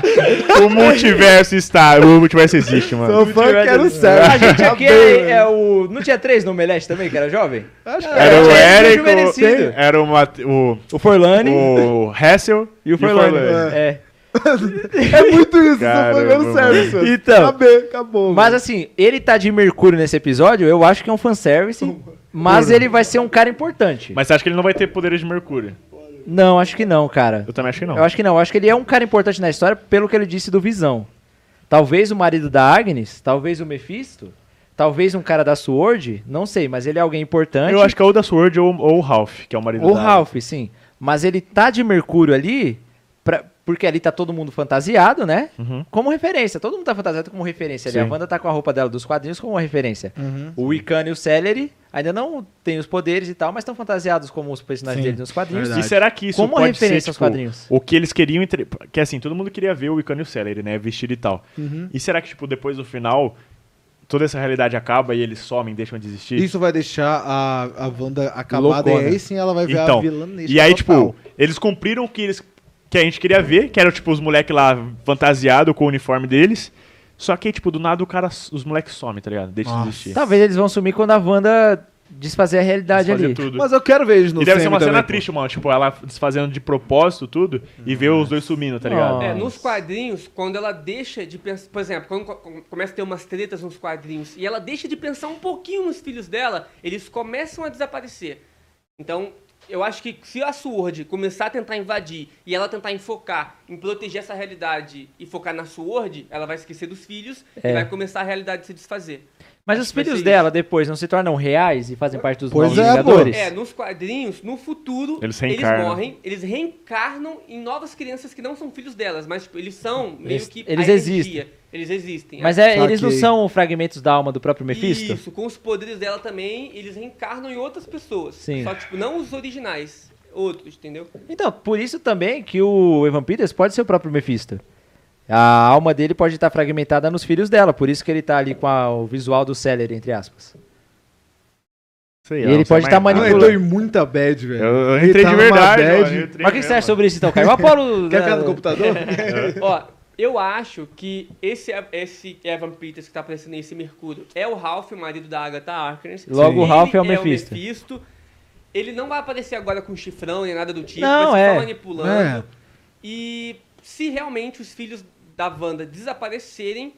S3: O multiverso está. O multiverso existe,
S2: Sou
S3: mano.
S2: fã, quero
S1: A
S2: service.
S1: gente aqui é, é o. Não tinha três no Omelete também, que era jovem?
S2: Acho que
S3: Era o
S1: É, é
S3: Eric,
S1: merecido.
S3: o- era o, Mate- o,
S1: O Forlani
S3: o Hassel
S1: e o Forlani. É.
S2: é muito isso. sou fã,
S3: Caramba,
S2: quero service.
S1: mano. Então.
S2: Acabei, acabou.
S1: Mas
S2: mano.
S1: assim, ele tá de Mercúrio nesse episódio, eu acho que é um fanservice, mas ele vai ser um cara importante.
S3: Mas você acha que ele não vai ter poderes de Mercúrio?
S1: Não, acho que não, cara.
S3: Eu também acho que não.
S1: Eu acho que não, eu acho que ele é um cara importante na história pelo que ele disse do Visão. Talvez o marido da Agnes, talvez o Mephisto, talvez um cara da SWORD, não sei, mas ele é alguém importante.
S3: Eu acho que é ou da Sword ou, ou o Ralph, que é o marido
S1: Ou
S3: da-
S1: Ralph, sim. Mas ele tá de Mercúrio ali, pra- porque ali tá todo mundo fantasiado, né?
S3: Uhum.
S1: Como referência. Todo mundo tá fantasiado como referência ali.
S3: Sim.
S1: A Wanda tá com a roupa dela dos quadrinhos como referência.
S2: Uhum.
S1: O Wiccan e o Celery ainda não têm os poderes e tal, mas estão fantasiados como os personagens
S2: Sim,
S1: deles nos quadrinhos.
S2: verdade.
S3: E será que isso
S1: Como
S3: pode
S1: referência
S3: ser,
S1: aos
S3: tipo,
S1: quadrinhos.
S3: o que eles queriam... Entre... Que assim, todo mundo queria ver o Icano e o Celery, né? Vestido e tal.
S1: Uhum.
S3: E será que, tipo, depois do final, toda essa realidade acaba e eles somem, deixam de existir?
S2: Isso vai deixar a, a Wanda acabada.
S1: Loucona.
S2: E aí sim ela vai ver a
S3: Então,
S2: vilã
S3: E aí, tipo, eles cumpriram o que eles que a gente queria ver, que eram, tipo, os moleques lá fantasiados com o uniforme deles. Só que, tipo, do nada o cara, os moleques somem, tá ligado? Deixa de
S2: Nossa.
S3: existir.
S1: Talvez eles vão sumir quando a Wanda desfazer a realidade
S3: Fazer
S1: ali.
S3: tudo.
S2: Mas eu quero ver eles no
S3: e deve ser
S2: CM
S3: uma cena
S2: também, pô.
S3: triste, mano. Tipo, ela desfazendo de propósito tudo e ver os dois sumindo, tá ligado?
S1: Nossa.
S4: É, nos quadrinhos, quando ela deixa de pensar. Por exemplo, quando co- co- começa a ter umas tretas nos quadrinhos e ela deixa de pensar um pouquinho nos filhos dela, eles começam a desaparecer. Então, eu acho que se a Sword começar a tentar invadir e ela tentar enfocar em proteger essa realidade e focar na Sword, ela vai esquecer dos filhos
S1: É.
S4: e vai começar a realidade se desfazer.
S1: Mas
S4: Acho
S1: os
S4: que vai
S1: filhos
S4: ser
S1: dela depois não se tornam reais e fazem parte dos
S2: Pois
S1: novos
S2: é, pô.
S1: Vingadores?
S4: É, nos quadrinhos, no futuro,
S3: Eles reencarnam.
S4: morrem, eles reencarnam em novas crianças que não são filhos delas, mas tipo, eles são meio
S1: Eles-
S4: que. a
S1: eles
S4: energia.
S1: existem.
S4: Eles existem.
S1: Mas é, eles não
S2: Saquei.
S1: são fragmentos da alma do próprio Mephisto?
S4: Isso, com os poderes dela também, eles reencarnam em outras pessoas.
S1: Sim.
S4: Só, tipo, não os originais, outros, entendeu?
S1: Então, por isso também que o Evan Peters pode ser o próprio Mephisto. A alma dele pode estar fragmentada nos filhos dela, por isso que ele tá ali com a- o visual do Celery, entre aspas.
S3: Sei
S1: E
S3: lá,
S1: ele
S3: não sei
S1: pode
S3: mais
S1: tá
S3: nada.
S1: manipulando.
S2: eu tô em muita bad, velho.
S3: Eu, eu entrei
S2: Ele tá
S3: de
S2: numa
S3: verdade.
S2: bad.
S3: ó, eu entrei
S1: Mas o que você
S3: mesmo.
S1: acha sobre isso então, Caio? O Apolo.
S2: Quer
S1: né,
S2: ficar no computador?
S4: Ó, eu acho que esse, esse Evan Peters que tá aparecendo aí, esse Mercúrio, é o Ralph, o marido da Agatha Harkness.
S1: Logo, o
S4: Ele
S1: Ralph é o Mephisto.
S4: Ele não vai aparecer agora com chifrão nem nada do tipo,
S1: Não,
S4: vai ser
S1: é.
S4: só manipulando.
S2: É.
S4: E se realmente os filhos da Wanda desaparecerem,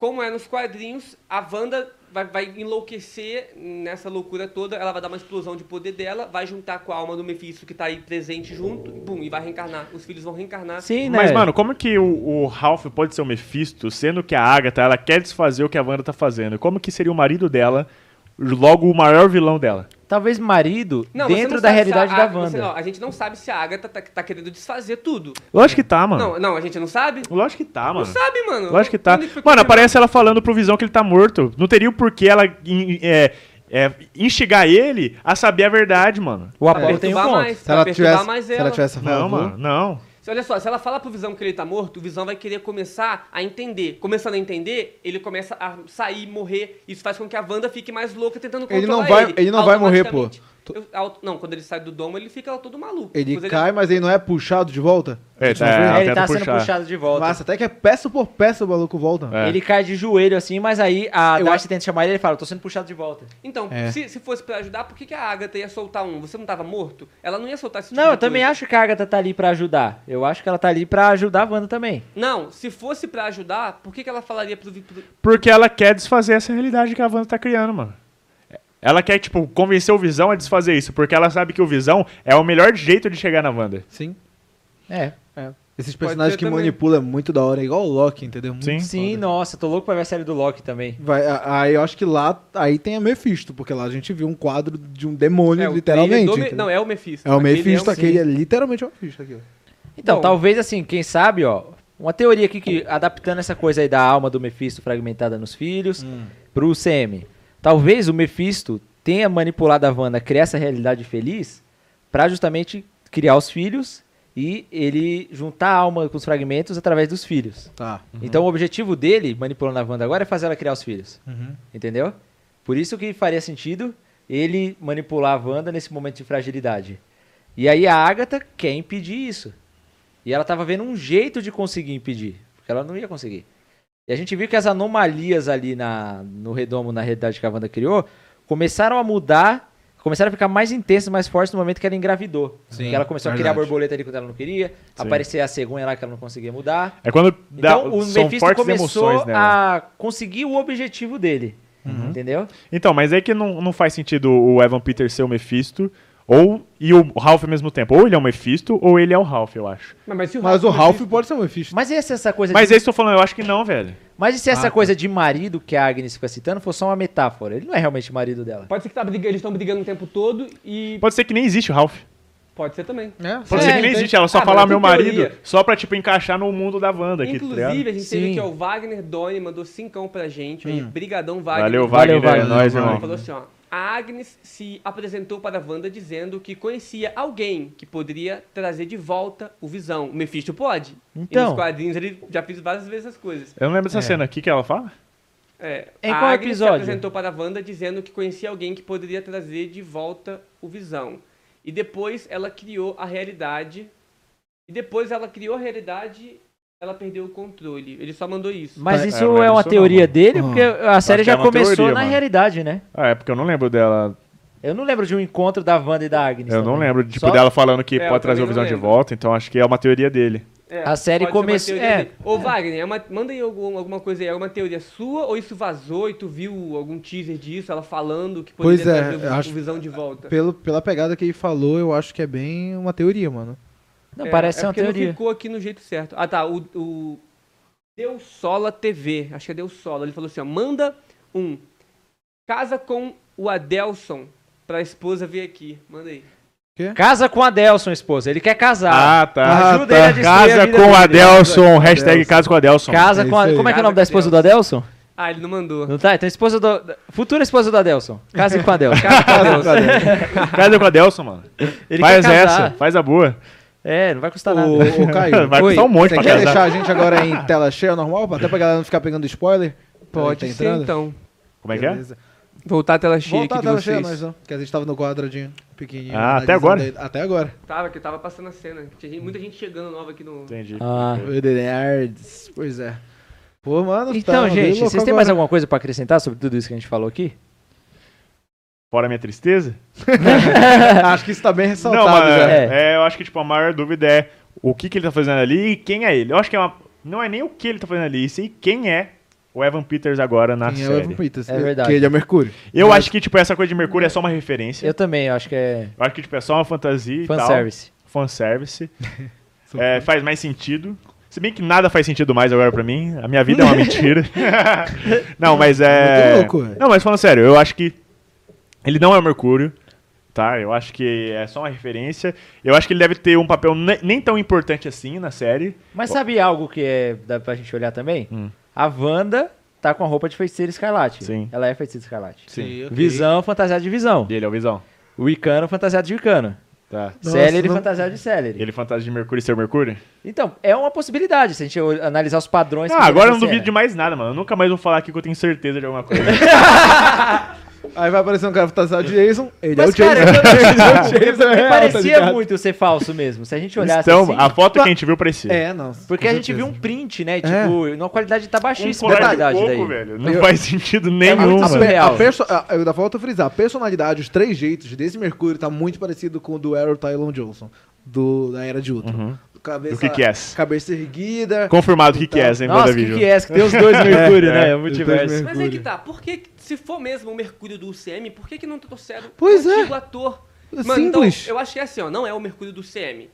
S4: como é nos quadrinhos, a Wanda vai, vai enlouquecer nessa loucura toda, ela vai dar uma explosão de poder dela, vai juntar com a alma do Mephisto que tá aí presente junto, bum, e vai reencarnar. Os filhos vão reencarnar.
S1: Sim, né?
S3: Mas, mano, como que o, o Ralph pode ser o Mephisto, sendo que a Agatha, ela quer desfazer o que a Wanda tá fazendo? Como que seria o marido dela, logo o maior vilão dela?
S1: talvez marido
S4: você
S1: dentro da
S4: sabe se
S1: realidade
S4: a,
S1: da
S4: a- você
S1: Wanda.
S4: não, a gente não sabe se a Agatha tá, tá querendo desfazer tudo.
S3: Lógico que tá, mano.
S4: Não, não, a gente não sabe?
S3: Lógico que tá, mano.
S4: Não sabe, mano.
S3: Lógico que tá.
S4: Quando foi
S3: Mano,
S4: confirmado-
S3: aparece ela falando pro Visão que ele tá morto. Não teria o porquê ela in- é, é, instigar ele a saber a verdade, mano.
S1: o Apolo
S4: Pra
S1: tem um
S4: perturbar
S1: ponto.
S4: mais,
S2: Se
S4: pra
S2: ela
S4: perturbar
S2: tivesse,
S4: mais
S2: se
S4: ela.
S2: ela tivesse a favor,
S3: Não, mano, não.
S4: Olha só, se ela falar pro Visão que ele tá morto, o Visão vai querer começar a entender. Começando a entender, ele começa a sair, morrer. Isso faz com que a Wanda fique mais louca tentando controlar
S2: Ele não vai- ele não vai morrer, pô.
S4: automaticamente. Eu- auto- não, quando ele sai do domo, ele fica todo maluco.
S2: Ele
S4: Depois
S2: cai, mas ele não é puxado de volta?
S3: É, tá,
S2: Deixa eu ver.
S3: ela
S1: É, ele
S3: tenta
S1: tá sendo
S3: puxar.
S1: puxado de volta.
S2: Nossa, até que é peça por peça o maluco volta.
S3: É.
S1: Ele cai de joelho assim, mas aí a
S2: Eu
S1: Darcy
S2: acho-
S1: tenta chamar ele e ele fala: tô sendo puxado de volta.
S4: Então,
S2: É.
S4: se, se fosse pra ajudar, por que, que a Agatha ia soltar um? Você não tava morto? Ela não ia soltar esse tipo
S1: Não, eu
S4: de
S1: também
S4: coisa.
S1: acho que a Agatha tá ali pra ajudar. Eu acho que ela tá ali pra ajudar a Wanda também.
S4: Não, se fosse pra ajudar, por que, que ela falaria pro, Vi- pro,
S3: Porque ela quer desfazer essa realidade que a Wanda tá criando, mano. Ela quer, tipo, convencer o Visão a desfazer isso, porque ela sabe que o Visão é o melhor jeito de chegar na Wanda.
S2: Sim.
S1: É.
S2: Esses
S4: Pode
S2: personagens
S4: ser
S2: que
S4: também.
S2: manipulam é muito da hora, igual o Loki, entendeu? Muito
S3: Sim.
S1: Sim,
S2: foda.
S1: nossa, tô louco pra ver a série do Loki também.
S2: Vai, a- aí eu acho que lá aí tem a Mephisto, porque lá a gente viu um quadro de um demônio,
S4: É, o
S2: literalmente.
S4: trailer do Me-
S2: entendeu?
S4: Não, é o Mephisto.
S2: é o
S4: Aquele
S2: Mephisto,
S4: é o-
S2: aquele é literalmente o Mephisto aqui. ó.
S1: Então,
S4: Bom.
S1: talvez assim, quem sabe, ó, uma teoria aqui que adaptando essa coisa aí da alma do Mephisto fragmentada nos filhos pro CM. Talvez o Mephisto tenha manipulado a Wanda a criar essa realidade feliz pra justamente criar os filhos e ele juntar a alma com os fragmentos através dos filhos.
S2: Tá.
S4: Hum.
S1: Então o objetivo dele, manipulando a Wanda agora, é fazer ela criar os filhos.
S2: Uhum.
S1: Entendeu? Por isso que faria sentido ele manipular a Wanda nesse momento de fragilidade. E aí a Agatha quer impedir isso. E ela tava vendo um jeito de conseguir impedir. Porque ela não ia conseguir. E a gente viu que as anomalias ali na, no redomo, na realidade que a Wanda criou, começaram a mudar, começaram a ficar mais intensas, mais fortes no momento que ela engravidou.
S2: Sim,
S1: que ela começou a criar
S2: verdade.
S1: borboleta ali quando ela não queria, aparecer a cegonha lá que ela não conseguia mudar.
S3: É quando dá,
S1: Então o
S3: são
S1: Mephisto
S3: fortes
S1: começou
S3: emoções nela.
S1: a conseguir o objetivo dele. Entendeu?
S3: Então, mas é que não, não faz sentido o Evan Peters ser o Mephisto ou e o Ralph ao mesmo tempo. Ou ele é o Mephisto ou ele é o Ralph, eu acho.
S4: Mas, se o
S2: Mas o Ralph pode ser o Mephisto.
S1: Mas e se essa coisa
S3: Mas é
S1: de,
S3: isso que eu tô falando, eu acho que não, velho.
S1: mas e se essa
S2: Ah, tá.
S1: coisa de marido que a Agnes fica citando for só uma metáfora? Ele não é realmente marido dela.
S4: Pode ser que tá brigando, eles estão brigando o tempo todo e
S3: Pode ser que nem existe o Ralph.
S4: pode ser também.
S3: Pode
S1: É,
S3: ser que nem
S1: entendi.
S3: existe, ela só
S4: Ah, mas
S3: falar
S4: é
S3: meu
S4: teoria.
S3: marido só pra, tipo, encaixar no mundo da Wanda aqui, tá ligado?
S4: Inclusive, a gente
S1: Sim.
S4: teve aqui, ó, o Wagner Doni mandou cincão pra gente. Aí, brigadão, Hum. Wagner.
S3: Valeu,
S1: Valeu,
S3: Wagner.
S1: Wagner.
S3: É nóis,
S2: Valeu,
S3: irmão.
S4: Ele falou assim, ó. A Agnes se apresentou para a Wanda dizendo que conhecia alguém que poderia trazer de volta o Visão. O Mephisto pode.
S1: Então.
S4: E nos quadrinhos ele já fez várias vezes essas coisas.
S3: Eu não lembro dessa cena aqui que ela fala.
S4: É,
S1: Em
S4: a
S1: qual
S4: Agnes
S1: episódio?
S4: se apresentou para a Wanda dizendo que conhecia alguém que poderia trazer de volta o Visão. E depois ela criou a realidade. E depois ela criou a realidade, ela perdeu o controle. Ele só mandou isso.
S1: Mas
S3: É,
S1: isso
S3: não
S1: é,
S3: é
S1: uma
S3: isso não,
S1: teoria
S3: mano.
S1: dele, porque a série
S3: que é
S1: já
S3: uma
S1: começou
S3: teoria,
S1: na
S3: mano.
S1: realidade, né?
S3: Ah, é porque eu não lembro dela.
S1: Eu não lembro de um encontro da Wanda e da Agnes.
S3: Eu não
S1: também.
S3: lembro, tipo,
S1: Só-
S3: dela falando que
S4: É, eu
S3: pode trazer o
S4: também não
S3: visão de
S4: lembro.
S3: volta, então acho que é uma teoria dele.
S4: É,
S1: A série
S4: pode ser uma
S1: começou-
S4: teoria
S1: é.
S4: dele. Ô, Wagner, é uma- manda aí algum- alguma coisa aí. É uma teoria sua ou isso vazou e tu viu algum teaser disso? Ela falando que poderia
S2: Pois é,
S4: trazer o,
S2: eu
S4: vi-
S2: acho-
S4: o Visão de volta.
S2: Pelo, pela pegada que ele falou, eu acho que é bem uma teoria, mano.
S1: Não,
S4: É,
S1: parece
S4: é
S1: ser uma
S4: porque não
S1: teoria.
S4: ficou aqui no jeito certo. Ah, tá. O, o Deu Sola TV, acho que é Deu Sola. Ele falou assim: ó, manda um. Casa com o Adelson pra esposa vir aqui. Manda aí.
S1: Casa com a Delson, esposa. Ele quer casar.
S3: Ah, tá.
S1: Ajuda ele a destruir a
S3: Casa
S1: vida
S3: com
S1: dele.
S3: Adelson, hashtag
S2: Adelson.
S3: casa com Adelson.
S1: Casa
S2: É
S1: com a...
S2: isso aí.
S1: Como é que é o
S4: Casa
S1: nome da
S4: com
S1: esposa do Adelson?
S4: Ah, ele não mandou.
S1: Não tá? Então esposa do... da- Futura esposa do Adelson. Casa com a Delson.
S4: Tá, Casa com o Adelson.
S3: Casa com Adelson, mano.
S1: Ele
S3: faz
S1: quer casar.
S3: essa, faz a boa.
S1: É, não vai custar
S4: tá.
S1: nada.
S2: Ô, ô, Caio,
S3: Vai custar um monte
S2: você
S3: pra
S2: quer
S3: casar.
S2: deixar a gente agora em tela cheia normal? Até pra galera não ficar pegando spoiler?
S4: Pode
S2: Tá
S4: ser,
S2: entrando?
S4: então.
S3: Como é que é?
S2: Beleza.
S4: Voltar a tela cheia
S2: Voltar a
S4: aqui de
S2: tela
S4: vocês.
S2: cheia, nós não. Porque a gente tava no quadradinho pequenininho.
S3: Ah,
S2: analisando
S3: até agora?
S2: ele. Até agora.
S4: Tava, que tava passando a cena. Tinha gente- muita gente chegando nova aqui no...
S3: Entendi.
S1: Ah.
S2: Oi, Nerds. Pois é. Pô, mano,
S1: Então,
S2: tá bem
S1: gente,
S2: louco
S1: vocês têm
S2: agora.
S1: mais alguma coisa pra acrescentar sobre tudo isso que a gente falou aqui?
S3: Fora a minha tristeza?
S2: Acho que isso tá bem ressaltado
S3: não, mas
S2: já.
S3: é, eu acho que tipo, a maior dúvida é o que, que ele tá fazendo ali e quem é ele. Eu acho que é uma- não é nem o que ele tá fazendo ali, e sim quem é o Evan Peters agora na
S2: Quem é o
S3: série.
S2: Evan Peters?
S1: É verdade.
S2: Que ele é o Mercúrio.
S3: eu acho que tipo, essa coisa de Mercúrio é só uma referência. Eu,
S1: Eu também, eu acho que é
S3: acho que tipo, é só uma fantasia e tal.
S1: fanservice.
S3: Fanservice. É, faz mais sentido. Se bem que nada faz sentido mais agora pra mim. A minha vida é uma mentira. não, mas é.
S2: Muito louco, velho.
S3: não, mas falando sério, eu acho que ele não é o Mercúrio. Tá, eu acho que é só uma referência. Eu acho que ele deve ter um papel ne- nem tão importante assim na série.
S1: Mas sabe algo que é, dá pra gente olhar também?
S3: Hum.
S1: A Wanda tá com a roupa de feiticeira escarlate.
S3: Sim.
S1: Ela é feiticeira escarlate.
S5: Sim, ok.
S1: Visão fantasiada de visão.
S3: E ele é o Visão.
S1: O Icano fantasiado de Icano.
S3: Tá.
S2: Nossa,
S1: Celery
S2: não-
S1: fantasiado de Celery.
S3: Ele fantasia de Mercúrio ser o Mercúrio?
S1: Então, é uma possibilidade, se a gente ol- analisar os padrões.
S3: Ah,
S1: que é. tem
S3: agora eu não
S1: nessa
S3: duvido de
S1: cena.
S3: mais nada, mano. Eu nunca mais vou falar aqui que eu tenho certeza de alguma coisa.
S2: Aí vai aparecer um cara fantasiado de Jason. Ele é o
S1: Mas,
S2: Jason.
S1: cara, eu-
S2: Ele é o Jason
S1: eu-
S2: real, tá
S1: parecia
S2: ligado?
S1: muito ser falso mesmo, se a gente olhasse
S3: então,
S1: assim.
S3: a foto que a gente viu parecia.
S2: É, não.
S1: Porque
S2: com
S1: a gente
S2: certeza.
S1: viu um print, né? E,
S2: É.
S1: Tipo, a qualidade tá
S3: Um
S1: baixíssima. a
S3: colar de
S1: qualidade
S3: coco,
S1: daí.
S3: velho. Não
S2: Eu-
S3: faz sentido nenhum,
S1: muito
S2: A,
S3: mano.
S2: pe
S1: surreal.
S2: a perso a, eu ainda volto a frisar, a personalidade, os três jeitos desse Mercúrio tá muito parecido com o do Arrow Tylon Johnson, do, da Era de Ultron. Cabeça,
S3: Do que que é?
S2: Cabeça erguida.
S3: Confirmado o que, que é, sem
S1: Nossa,
S3: manda
S1: o que,
S3: vídeo.
S1: que é? Que tem os dois Mercúrio, né? É o
S2: os dois
S1: multiverso.
S4: Mas aí que
S2: Mercúrio.
S4: tá, por que, que- se for mesmo o Mercúrio do UCM, por que, que não trouxeram
S2: Pois
S4: o
S2: é.
S4: antigo ator?
S2: Simples.
S4: então, eu acho que é assim, ó, não é o Mercúrio do UCM.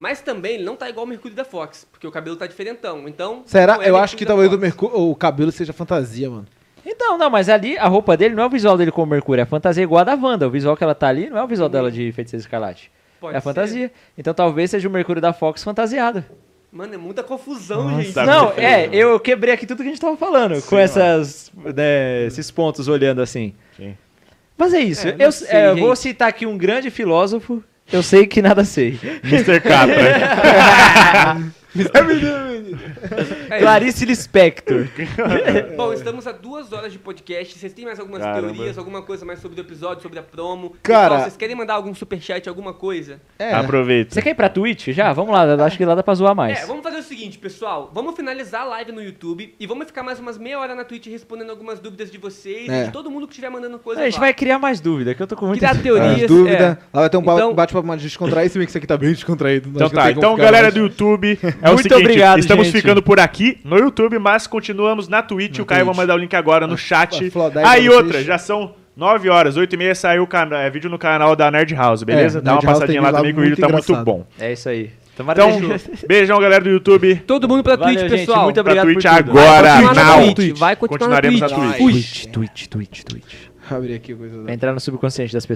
S4: Mas também ele não tá igual o Mercúrio da Fox, porque o cabelo tá diferentão, então...
S2: Será?
S4: não é
S2: eu
S4: o
S2: acho que
S4: da
S2: talvez o,
S4: Fox.
S2: Mercúrio, o cabelo seja fantasia, mano.
S1: Então, não, mas ali a roupa dele não é o visual dele com o Mercúrio, é a fantasia igual a da Wanda. O visual que ela tá ali não é o visual dela de Feiticeira Escarlate.
S4: Pode
S1: é a
S4: ser.
S1: fantasia. Então talvez seja o Mercúrio da Fox fantasiado.
S4: Mano, é muita confusão, gente.
S3: Tá
S1: não,
S3: muito
S1: é,
S3: diferente,
S1: eu quebrei aqui tudo que a gente tava falando, com essas, né, esses pontos olhando assim.
S3: Sim.
S1: Mas é isso.
S4: É,
S1: eu
S4: não sei,
S1: é, eu vou
S4: gente.
S1: citar aqui um grande filósofo. Eu sei que nada sei.
S3: Mr. Capra.
S4: É isso.
S1: Clarice Lispector.
S4: Bom, estamos a duas horas de podcast. Vocês têm mais algumas
S3: Caramba.
S4: teorias, alguma coisa mais sobre o episódio, sobre a promo?
S2: Cara-
S4: Pessoal, vocês querem mandar algum superchat, alguma coisa?
S2: É.
S3: Aproveita.
S1: Você quer ir pra Twitch? Já? Vamos lá, acho que lá dá pra zoar mais.
S4: É, vamos fazer o seguinte, pessoal. Vamos finalizar a live no YouTube e vamos ficar mais umas meia hora na Twitch respondendo algumas dúvidas de vocês
S2: É.
S4: e de todo mundo que estiver mandando coisa.
S1: a gente
S4: lá.
S1: vai criar mais dúvida, que eu tô com muita
S4: criar teorias.
S2: As dúvidas.
S4: é.
S2: Lá vai ter um ba-
S4: Então-
S2: bate-papo mais descontraído. Esse mix aqui tá bem descontraído.
S3: Então
S2: acho que não
S3: tá,
S2: tem como
S3: então
S2: ficar
S3: galera
S2: mais. um?
S3: do YouTube, é o
S1: Muito
S3: seguinte,
S1: obrigado,
S3: estamos
S1: gente.
S3: ficando por aqui no YouTube, mas continuamos na Twitch, o Caio vai
S2: Twitch.
S3: mandar o link agora no chat.
S2: a Flodai
S3: Aí
S2: pra
S3: outra,
S2: vocês.
S3: já são 9 horas, 8 e meia saiu o cana- é, vídeo no canal da Nerd House, beleza?
S2: É,
S3: Dá uma
S2: Nerd House tem
S3: passadinha lá
S2: vídeo lá
S3: também que o vídeo tá
S2: muito
S3: muito
S2: engraçado.
S3: bom.
S1: É isso aí. Tomara
S3: Então,
S1: que a gente-
S3: beijão galera do YouTube,
S4: Todo mundo pra
S1: Valeu,
S4: Twitch,
S1: gente,
S4: pessoal.
S1: muito
S3: pra
S1: obrigado
S3: Twitch
S1: por tudo.
S3: agora,
S4: Vai continuar na
S3: now.
S4: Twitch, Vai continuar na
S3: Continuaremos na
S4: Twitch.
S3: Twitch.
S4: Ui.
S1: Twitch, Twitch, Twitch, Twitch.
S2: Abrir aqui a coisa da-
S1: Vai entrar no subconsciente das pessoas.